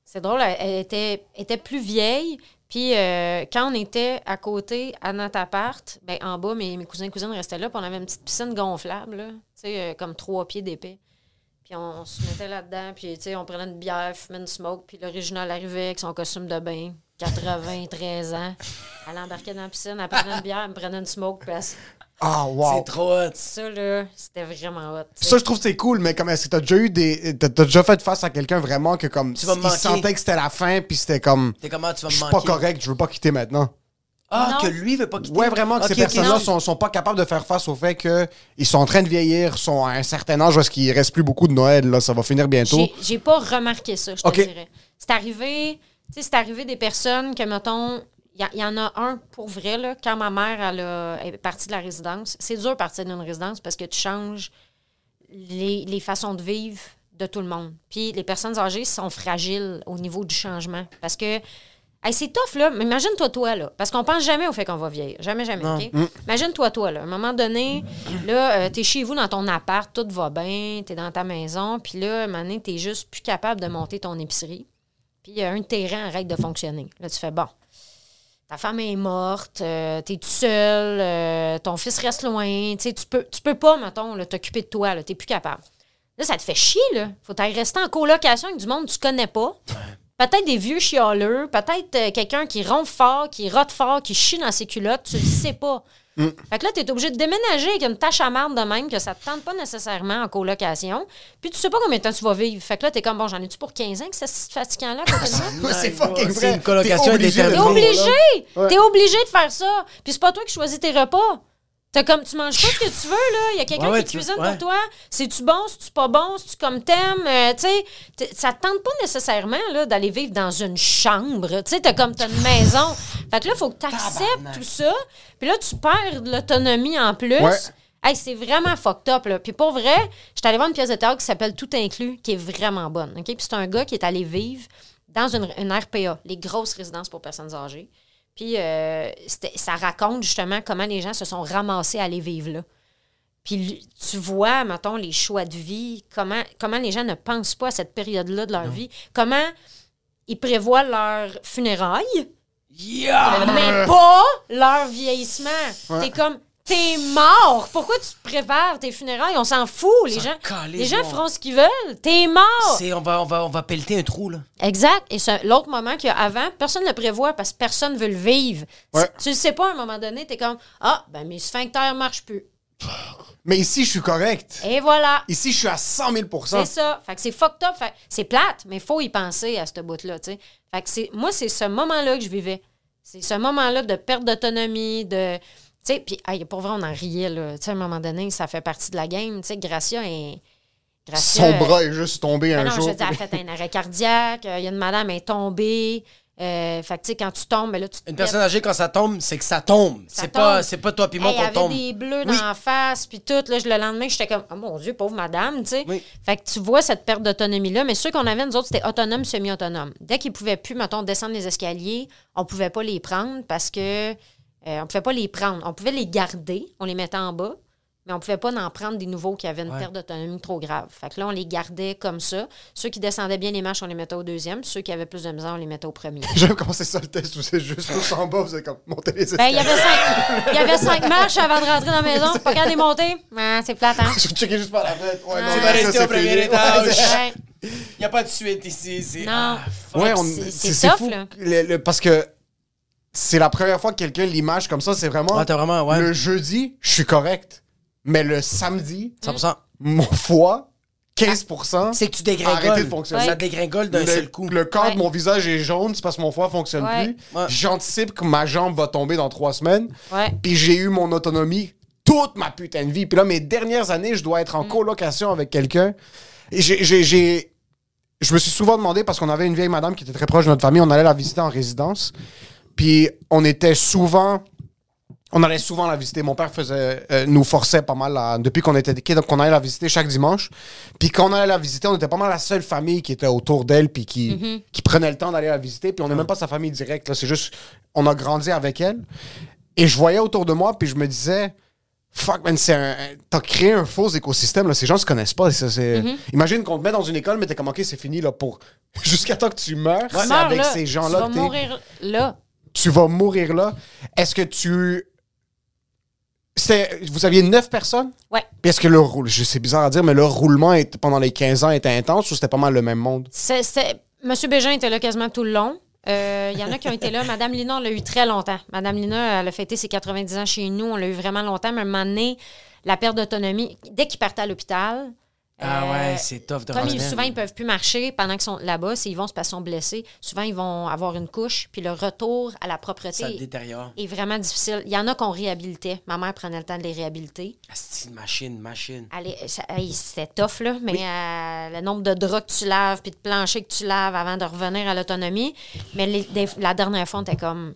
Speaker 4: C'est drôle, elle, elle était, était plus vieille. Puis euh, quand on était à côté, à notre appart, ben, en bas, mes, mes cousins et cousines restaient là, puis on avait une petite piscine gonflable, là, tu sais, euh, comme trois pieds d'épais. Puis on, on se mettait là-dedans, puis tu sais, on prenait une bière, fumait une smoke, puis l'original arrivait avec son costume de bain, 93 ans. Elle embarquait dans la piscine, elle prenait une bière, elle me prenait une smoke, puis elle se-
Speaker 2: Ah, wow!
Speaker 3: C'est trop hot.
Speaker 4: ça, là, c'était vraiment hot. tu sais.
Speaker 2: Ça, je trouve que c'est cool, mais comme est-ce que t'as déjà eu des. T'as t'as déjà fait face à quelqu'un vraiment que comme.
Speaker 3: Tu vas me
Speaker 2: il
Speaker 3: manquer.
Speaker 2: sentait que c'était la fin, puis c'était comme.
Speaker 3: T'es comment tu vas
Speaker 2: Je
Speaker 3: me
Speaker 2: suis
Speaker 3: manquer?
Speaker 2: pas correct, je veux pas quitter maintenant.
Speaker 3: Ah, que
Speaker 4: Non.
Speaker 3: lui veut pas quitter.
Speaker 2: Ouais, vraiment, que
Speaker 3: Ok,
Speaker 2: ces
Speaker 3: ok,
Speaker 2: personnes-là
Speaker 3: non.
Speaker 2: sont, sont pas capables de faire face au fait que ils sont en train de vieillir, sont à un certain âge, parce qu'il reste plus beaucoup de Noël, là, ça va finir bientôt.
Speaker 4: J'ai- J'ai pas remarqué ça, je te
Speaker 2: Ok.
Speaker 4: dirais. C'est arrivé, tu sais, c'est arrivé des personnes que, mettons, il y, en a un pour vrai, là, quand ma mère elle a- elle est partie de la résidence. C'est dur de partir d'une résidence parce que tu changes les, les façons de vivre de tout le monde. Puis les personnes âgées sont fragiles au niveau du changement parce que. hey, c'est tough, là. Mais imagine-toi, toi, là. Parce qu'on pense jamais au fait qu'on va vieillir. Jamais, jamais. ok? Imagine-toi, toi, là. À un moment donné, là, tu t'es chez vous dans ton appart, tout va bien, t'es dans ta maison. Puis là, à un moment donné, t'es juste plus capable de monter ton épicerie. Puis euh, un terrain arrête de fonctionner. Là, tu fais bon. Ta femme est morte, euh, t'es tout seul, euh, ton fils reste loin. Tu sais, tu peux, tu peux pas, mettons, là, t'occuper de toi, là, t'es plus capable. Là, ça te fait chier, là. Faut t'aller rester en colocation avec du monde que tu connais pas. Peut-être des vieux chialeux, peut-être euh, quelqu'un qui ronfle fort, qui rote fort, qui chie dans ses culottes, tu le sais pas. Fait que là, t'es obligé de déménager avec une tâche à marde de même que ça te tente pas nécessairement en colocation. Puis tu sais pas combien de temps tu vas vivre. Fait que là, t'es comme, bon, j'en ai-tu pour 15 ans que c'est si fatigant-là? à côté de moi?
Speaker 2: Ouais, c'est fucking
Speaker 3: C'est
Speaker 2: vrai.
Speaker 3: une colocation
Speaker 2: T'es obligé de-
Speaker 3: indéterminée.
Speaker 4: T'es
Speaker 3: Bon,
Speaker 4: obligé! T'es obligé de faire ça. Puis c'est pas toi qui choisis tes repas. T'as comme, tu manges pas ce que tu veux, là. Il y a quelqu'un
Speaker 3: Ouais, ouais,
Speaker 4: qui
Speaker 3: tu-
Speaker 4: cuisine
Speaker 3: ouais.
Speaker 4: pour toi. C'est-tu bon, c'est-tu pas bon, c'est-tu comme t'aimes? Euh, tu sais, t- ça te tente pas nécessairement, là, d'aller vivre dans une chambre. Tu sais, t'as comme, t'as une maison. Fait que là, faut que t'acceptes
Speaker 3: Tabarnak.
Speaker 4: tout ça. Puis là, tu perds de l'autonomie en plus.
Speaker 2: Ouais.
Speaker 4: Hey, c'est vraiment fucked up, là. Puis pour vrai, j'étais allée voir une pièce de théâtre qui s'appelle Tout inclus, qui est vraiment bonne. OK? Puis c'est un gars qui est allé vivre dans une, une RPA, les grosses résidences pour personnes âgées. Puis euh, c'était- ça raconte justement comment les gens se sont ramassés à aller vivre là. Puis lui- tu vois, mettons, les choix de vie, comment, comment les gens ne pensent pas à cette période-là de leur vie, comment ils prévoient leur funérailles, mais pas leur vieillissement. T'es comme, t'es mort. Pourquoi tu te prépares tes funérailles? On s'en fout. Les
Speaker 3: s'en
Speaker 4: gens,
Speaker 3: calisse,
Speaker 4: les gens
Speaker 3: bon.
Speaker 4: feront ce qu'ils veulent. T'es mort.
Speaker 3: C'est, on va, on, va, on va pelleter un trou, là.
Speaker 4: Exact. Et ce- l'autre moment qu'il y a avant, personne ne le prévoit parce que personne veut le vivre.
Speaker 2: Ouais.
Speaker 4: Tu le sais pas, à un moment donné, t'es comme, ah, ben mes sphincters marchent plus.
Speaker 2: Mais ici, je suis correct.
Speaker 4: Et voilà.
Speaker 2: Ici, je suis à 100 000
Speaker 4: C'est ça. Fait que c'est fucked up. Fait que c'est plate, mais faut y penser à ce bout-là, tu sais. Fait que c'est, moi, c'est ce moment-là que je vivais. C'est ce moment-là de perte d'autonomie, de... Tu sais, puis hey, pour vrai, on en riait, là. Tu sais, à un moment donné, ça fait partie de la game. Tu sais, Gracia est... Gracia,
Speaker 2: Son bras est juste tombé
Speaker 4: Ben
Speaker 2: un
Speaker 4: non,
Speaker 2: jour.
Speaker 4: je veux dire, elle a fait un arrêt cardiaque. euh, Il y a une madame, elle est tombée. Euh, fait que, tu sais, quand tu tombes, ben là, tu te
Speaker 3: Une
Speaker 4: pètes.
Speaker 3: personne âgée, quand ça tombe, c'est que ça tombe.
Speaker 4: Ça
Speaker 3: c'est,
Speaker 4: tombe.
Speaker 3: Pas, c'est pas toi puis moi
Speaker 4: Hey,
Speaker 3: qu'on
Speaker 4: elle
Speaker 3: tombe.
Speaker 4: avait des bleus
Speaker 3: Oui.
Speaker 4: dans la face, puis tout. Là, je- le lendemain, j'étais comme, oh mon Dieu, pauvre madame, tu sais.
Speaker 3: Oui.
Speaker 4: Fait que tu vois cette perte d'autonomie-là. Mais ceux qu'on avait, nous autres, c'était autonome, semi-autonome. Dès qu'ils pouvaient plus, mettons, descendre les escaliers, on pouvait pas les prendre parce que. euh, on pouvait pas les prendre. On pouvait les garder, on les mettait en bas, mais on pouvait pas en prendre des nouveaux qui avaient une perte d'autonomie trop grave. Fait que là, on les gardait comme ça. Ceux qui descendaient bien les marches, on les mettait au deuxième. Ceux qui avaient plus de misère, on les mettait au premier.
Speaker 2: J'aime comment c'est ça le test où c'est juste tous en bas, vous êtes comme monter les
Speaker 4: Ben,
Speaker 2: escaliers.
Speaker 4: il y avait cinq, il y avait cinq marches avant de rentrer dans la maison. Pas regarder monter. Ah, c'est plate, hein?
Speaker 2: Je checkais juste par la fenêtre. Ouais, non, ça,
Speaker 4: Tu vas
Speaker 2: ça,
Speaker 3: rester
Speaker 2: c'est
Speaker 3: au premier
Speaker 2: fini.
Speaker 3: étage.
Speaker 2: Ouais, Ah, c'est- Ah,
Speaker 4: Ouais.
Speaker 3: Il n'y a pas de suite ici. C'est...
Speaker 4: Non.
Speaker 2: Ouais, on-
Speaker 4: c'est-
Speaker 2: c'est
Speaker 4: c'est
Speaker 2: c'est
Speaker 4: tough,
Speaker 2: fou.
Speaker 4: là.
Speaker 2: Le- le- parce que c'est la première fois que quelqu'un l'image comme ça, c'est vraiment,
Speaker 3: Ouais, t'as vraiment, ouais.
Speaker 2: le jeudi, je suis correct. Mais le samedi,
Speaker 3: 100%.
Speaker 2: mon foie, 15%.
Speaker 3: C'est que tu dégringoles.
Speaker 2: Arrêtez de fonctionner.
Speaker 3: Ça dégringole d'un
Speaker 2: le,
Speaker 3: seul coup.
Speaker 2: le corps
Speaker 4: Ouais.
Speaker 2: de mon visage est jaune, c'est parce que mon foie fonctionne
Speaker 4: Ouais.
Speaker 2: plus.
Speaker 3: Ouais.
Speaker 2: J'anticipe que ma jambe va tomber dans trois semaines.
Speaker 4: Ouais.
Speaker 2: Puis j'ai eu mon autonomie toute ma putain de vie. Puis là, mes dernières années, je dois être
Speaker 4: Mm.
Speaker 2: en colocation avec quelqu'un. Et j'ai- j'ai- j'ai- Je me suis souvent demandé, parce qu'on avait une vieille madame qui était très proche de notre famille, on allait la visiter en résidence. Puis on était souvent on allait souvent la visiter. Mon père faisait, euh, nous forçait pas mal à- depuis qu'on était des kids, donc on allait la visiter chaque dimanche. Puis quand on allait la visiter, on était pas mal la seule famille qui était autour d'elle, puis qui,
Speaker 4: Mm-hmm.
Speaker 2: qui prenait le temps d'aller la visiter. Puis on n'est même pas sa famille directe, là. c'est juste, on a grandi avec elle. Et je voyais autour de moi, puis je me disais, fuck man, c'est un- t'as créé un faux écosystème, là. ces gens se connaissent pas. ça, c'est-
Speaker 4: Mm-hmm.
Speaker 2: Imagine qu'on te met dans une école, mais t'es comme, ok, c'est fini là, pour jusqu'à temps que tu meurs,
Speaker 4: Tu
Speaker 2: c'est
Speaker 4: meurs
Speaker 2: avec
Speaker 4: là.
Speaker 2: ces gens-là
Speaker 4: Tu vas
Speaker 2: que t'es-
Speaker 4: mourir là.
Speaker 2: tu vas mourir là. Est-ce que tu. C'était- Vous aviez neuf personnes?
Speaker 4: Ouais.
Speaker 2: Puis est-ce que le roulement, c'est bizarre à dire, mais le roulement est- pendant les 15 ans était intense ou c'était pas mal le même monde?
Speaker 4: C'est- c'est- Monsieur Bégin était là quasiment tout le long. Euh, Il y en a qui ont été là. Madame Lina, on l'a eu très longtemps. Madame Lina, elle a fêté ses 90 ans chez nous. On l'a eu vraiment longtemps. Mais à un moment donné, la perte d'autonomie, dès qu'il partait à l'hôpital,
Speaker 3: Ah
Speaker 4: euh,
Speaker 3: ouais, c'est tough de
Speaker 4: Comme ils,
Speaker 3: revenir.
Speaker 4: souvent, ils peuvent plus marcher pendant qu'ils sont là-bas, s'ils vont, c'est parce qu'ils sont blessés. Souvent, ils vont avoir une couche, puis le retour à la propreté
Speaker 3: Ça te détériore.
Speaker 4: est vraiment difficile. Il y en a qu'on réhabilitait. Ma mère prenait le temps de les réhabiliter.
Speaker 3: Asti de machine, machine.
Speaker 4: Elle est- ça- hey, C'était tough, là, mais euh, le nombre de draps que tu laves, puis de planchers que tu laves avant de revenir à l'autonomie. Mais les- des- la dernière fois, on était comme.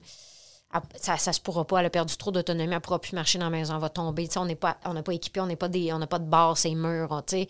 Speaker 4: elle- Ça, ça se pourra pas, elle a perdu trop d'autonomie, elle pourra plus marcher dans la maison, elle va tomber. Tu sais, on n'est pas, on n'est pas équipé, on n'est pas des, on n'a pas de barre, c'est murs, on- tu sais.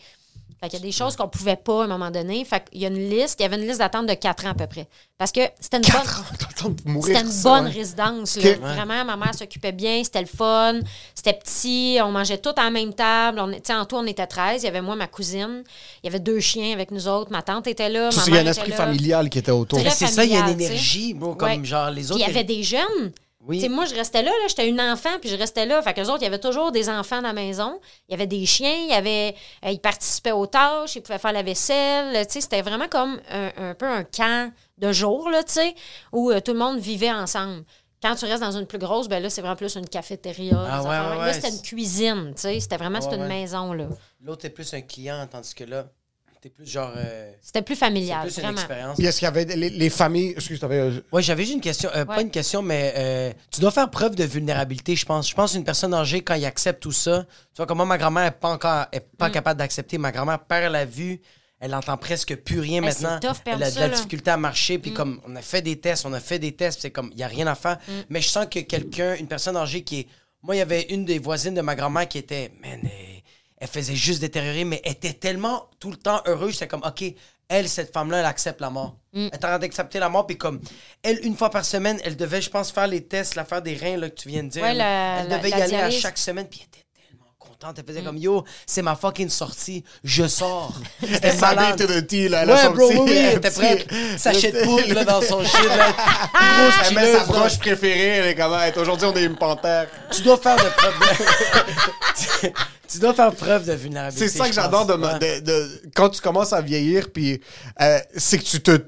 Speaker 4: Fait qu'il y a des choses qu'on pouvait pas à un moment donné. Fait qu'il y a une liste, il y avait une liste d'attente de 4 ans à peu près. Parce que c'était une bonne.
Speaker 2: T'entends de mourir.
Speaker 4: C'était une
Speaker 2: ça,
Speaker 4: bonne
Speaker 2: ouais.
Speaker 4: résidence.
Speaker 2: Ok.
Speaker 4: là. Vraiment, ma mère s'occupait bien, c'était le fun, c'était petit, on mangeait tout à la même table. On, tu sais, en tout, on était 13. Il y avait moi, ma cousine, il y avait deux chiens avec nous autres, ma tante était là.
Speaker 2: Tu
Speaker 4: ma
Speaker 2: sais, il y a
Speaker 4: mère
Speaker 2: un esprit
Speaker 4: était là.
Speaker 2: familial qui était autour.
Speaker 4: Très
Speaker 3: C'est ça, il y a une
Speaker 4: familial, tu sais.
Speaker 3: énergie, bro,
Speaker 4: Ouais.
Speaker 3: comme genre les
Speaker 4: Puis
Speaker 3: autres.
Speaker 4: il y avait des jeunes.
Speaker 3: Oui.
Speaker 4: Tu sais, moi, je restais là, là j'étais une enfant, puis je restais là. Fait qu'eux autres, il y avait toujours des enfants dans la maison. Il y avait des chiens, il y avait, euh, ils participaient aux tâches, ils pouvaient faire la vaisselle. Tu sais, c'était vraiment comme un, un peu un camp de jour, là, tu sais, où euh, tout le monde vivait ensemble. Quand tu restes dans une plus grosse, ben là, c'est vraiment plus une cafétéria.
Speaker 3: Ah,
Speaker 4: des
Speaker 3: ouais,
Speaker 4: affaires.
Speaker 3: ouais,
Speaker 4: là,
Speaker 3: ouais,
Speaker 4: c'était
Speaker 3: c'est-
Speaker 4: une cuisine, tu sais. C'était vraiment
Speaker 3: Ouais,
Speaker 4: c'était une
Speaker 3: ouais.
Speaker 4: maison, là.
Speaker 3: L'autre est plus un client, tandis que là, t'es plus genre. euh,
Speaker 4: C'était plus
Speaker 3: c'est
Speaker 4: familial,
Speaker 3: plus une
Speaker 4: vraiment.
Speaker 3: expérience.
Speaker 2: Puis est-ce qu'il y avait les, les familles. Excuse, t'avais. euh,
Speaker 3: Ouais, j'avais juste une question, euh, pas
Speaker 4: Ouais.
Speaker 3: une question, mais euh, tu dois faire preuve de vulnérabilité, je pense. Je pense qu'une personne âgée, quand il accepte tout ça, tu vois, comme moi, ma grand-mère n'est pas encore est pas
Speaker 4: Mm.
Speaker 3: capable d'accepter. Ma grand-mère perd la vue, elle n'entend presque plus rien
Speaker 4: Eh, c'est
Speaker 3: maintenant.
Speaker 4: tough, perdre
Speaker 3: elle a de
Speaker 4: ça,
Speaker 3: la
Speaker 4: là.
Speaker 3: difficulté à marcher,
Speaker 4: Mm.
Speaker 3: puis comme on a fait des tests, on a fait des tests, puis c'est comme, il n'y a rien à faire.
Speaker 4: Mm.
Speaker 3: Mais je sens que quelqu'un, une personne âgée qui est. Moi, il y avait une des voisines de ma grand-mère qui était, man, elle, elle faisait juste détériorer, mais elle était tellement tout le temps heureuse, c'est comme, OK, elle, cette femme-là, elle accepte la mort.
Speaker 4: Mm.
Speaker 3: Elle est en train d'accepter la mort, puis comme, elle, une fois par semaine, elle devait, je pense, faire les tests, l'affaire des reins, là, que tu viens de dire.
Speaker 4: Ouais,
Speaker 3: là.
Speaker 4: la-
Speaker 3: elle
Speaker 4: la-
Speaker 3: devait
Speaker 4: la Mm.
Speaker 3: y aller à
Speaker 4: dialyse.
Speaker 3: chaque semaine, puis elle était tellement contente tante, elle faisait comme yo, c'est ma fucking sortie, je sors. C'était
Speaker 2: Elle s'habille
Speaker 3: malade.
Speaker 2: tout de tea, là, à la
Speaker 3: Ouais,
Speaker 2: sortie.
Speaker 3: bro, oui, oui,
Speaker 2: Elle
Speaker 3: elle était
Speaker 2: tire.
Speaker 3: prête. Sachet de poudre, là, dans son shit, là.
Speaker 2: Ah,
Speaker 3: Grosse
Speaker 2: Elle met sa
Speaker 3: chilleuse, là.
Speaker 2: broche préférée, elle est comme, Hey, aujourd'hui, on est une panthère.
Speaker 3: Tu dois faire de preuve de... tu dois faire preuve de vulnérabilité.
Speaker 2: C'est ça que
Speaker 3: je pense.
Speaker 2: j'adore de, ma-
Speaker 3: Ouais.
Speaker 2: de- de- quand tu commences à vieillir, puis euh, c'est que tu te.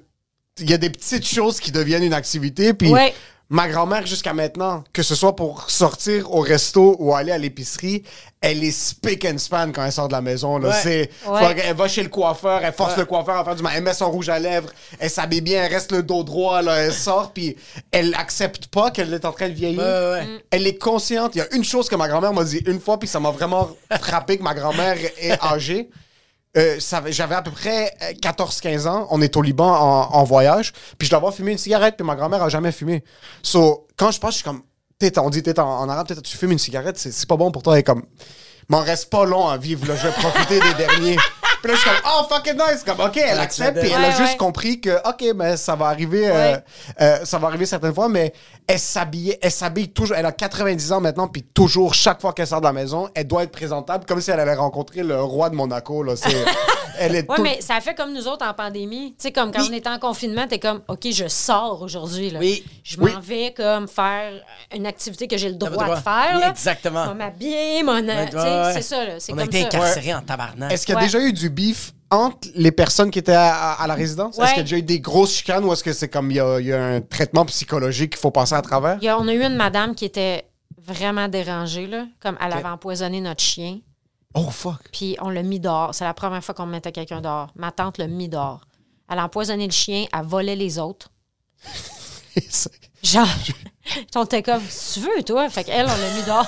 Speaker 2: Il y a des petites choses qui deviennent une activité, puis
Speaker 4: Ouais.
Speaker 2: ma grand-mère jusqu'à maintenant, que ce soit pour sortir au resto ou aller à l'épicerie, elle est spick and span quand elle sort de la maison. Là.
Speaker 3: Ouais.
Speaker 2: C'est-
Speaker 4: Ouais.
Speaker 2: faut- elle va chez le coiffeur, elle force le coiffeur à faire du mal, elle met son rouge à lèvres, elle s'habille bien, elle reste le dos droit, là, elle sort, puis elle accepte pas qu'elle est en train de vieillir.
Speaker 3: Ouais, ouais, ouais.
Speaker 2: Elle est consciente. Il y a une chose que ma grand-mère m'a dit une fois, puis ça m'a vraiment frappé que ma grand-mère est âgée. Euh, ça- J'avais à peu près euh, 14-15 ans. On est au Liban en, en voyage. Puis je dois avoir fumé une cigarette, puis ma grand-mère a jamais fumé. So, quand je passe, je suis comme. T'es, on dit, t'es en, en arabe, t'es- tu fumes une cigarette, c'est, c'est pas bon pour toi. Et comme. M'en reste pas long à vivre, là. Je vais profiter des derniers. Puis là, je suis comme, oh, fucking nice. Comme, OK, elle accepte. Puis elle a
Speaker 4: Ouais,
Speaker 2: juste
Speaker 4: ouais.
Speaker 2: compris que, OK, mais ça va arriver. euh,
Speaker 4: Ouais.
Speaker 2: euh, ça va arriver certaines fois, mais elle s'habille, elle s'habille toujours. Elle a 90 ans maintenant, puis toujours, chaque fois qu'elle sort de la maison, elle doit être présentable, comme si elle allait rencontrer le roi de Monaco. Là. C'est- elle est
Speaker 4: Ouais,
Speaker 2: tout-
Speaker 4: mais ça fait comme nous autres en pandémie. Tu sais, comme quand
Speaker 2: Oui.
Speaker 4: on était en confinement, t'es comme, OK, je sors aujourd'hui. là.
Speaker 3: Oui.
Speaker 4: Je
Speaker 3: Oui.
Speaker 4: m'en vais comme faire une activité que j'ai le droit,
Speaker 3: le droit.
Speaker 4: de faire.
Speaker 3: Oui,
Speaker 4: là.
Speaker 3: exactement.
Speaker 4: Je vais m'habiller, mon. Tu sais,
Speaker 3: Ouais, ouais.
Speaker 4: C'est ça, là. C'est
Speaker 3: On
Speaker 4: comme
Speaker 3: a été
Speaker 4: ça.
Speaker 3: incarcérés en tabarnak.
Speaker 2: Est-ce qu'il y a
Speaker 4: Ouais.
Speaker 2: déjà eu du beef entre les personnes qui étaient à, à- à la résidence?
Speaker 4: Ouais.
Speaker 2: Est-ce qu'il y a déjà eu des grosses chicanes ou est-ce que c'est comme il y, a- il y a un traitement psychologique qu'il faut passer à travers?
Speaker 4: Il y a- on a eu une madame qui était vraiment dérangée, là. Comme elle avait empoisonné notre chien.
Speaker 2: Oh fuck!
Speaker 4: Puis on l'a mis dehors. C'est la première fois qu'on mettait quelqu'un dehors. Ma tante l'a mis dehors. Elle a empoisonné le chien, elle volait les autres.
Speaker 2: C'est-
Speaker 4: Genre, on était comme, tu veux, toi? Fait qu'elle, on l'a mis dehors.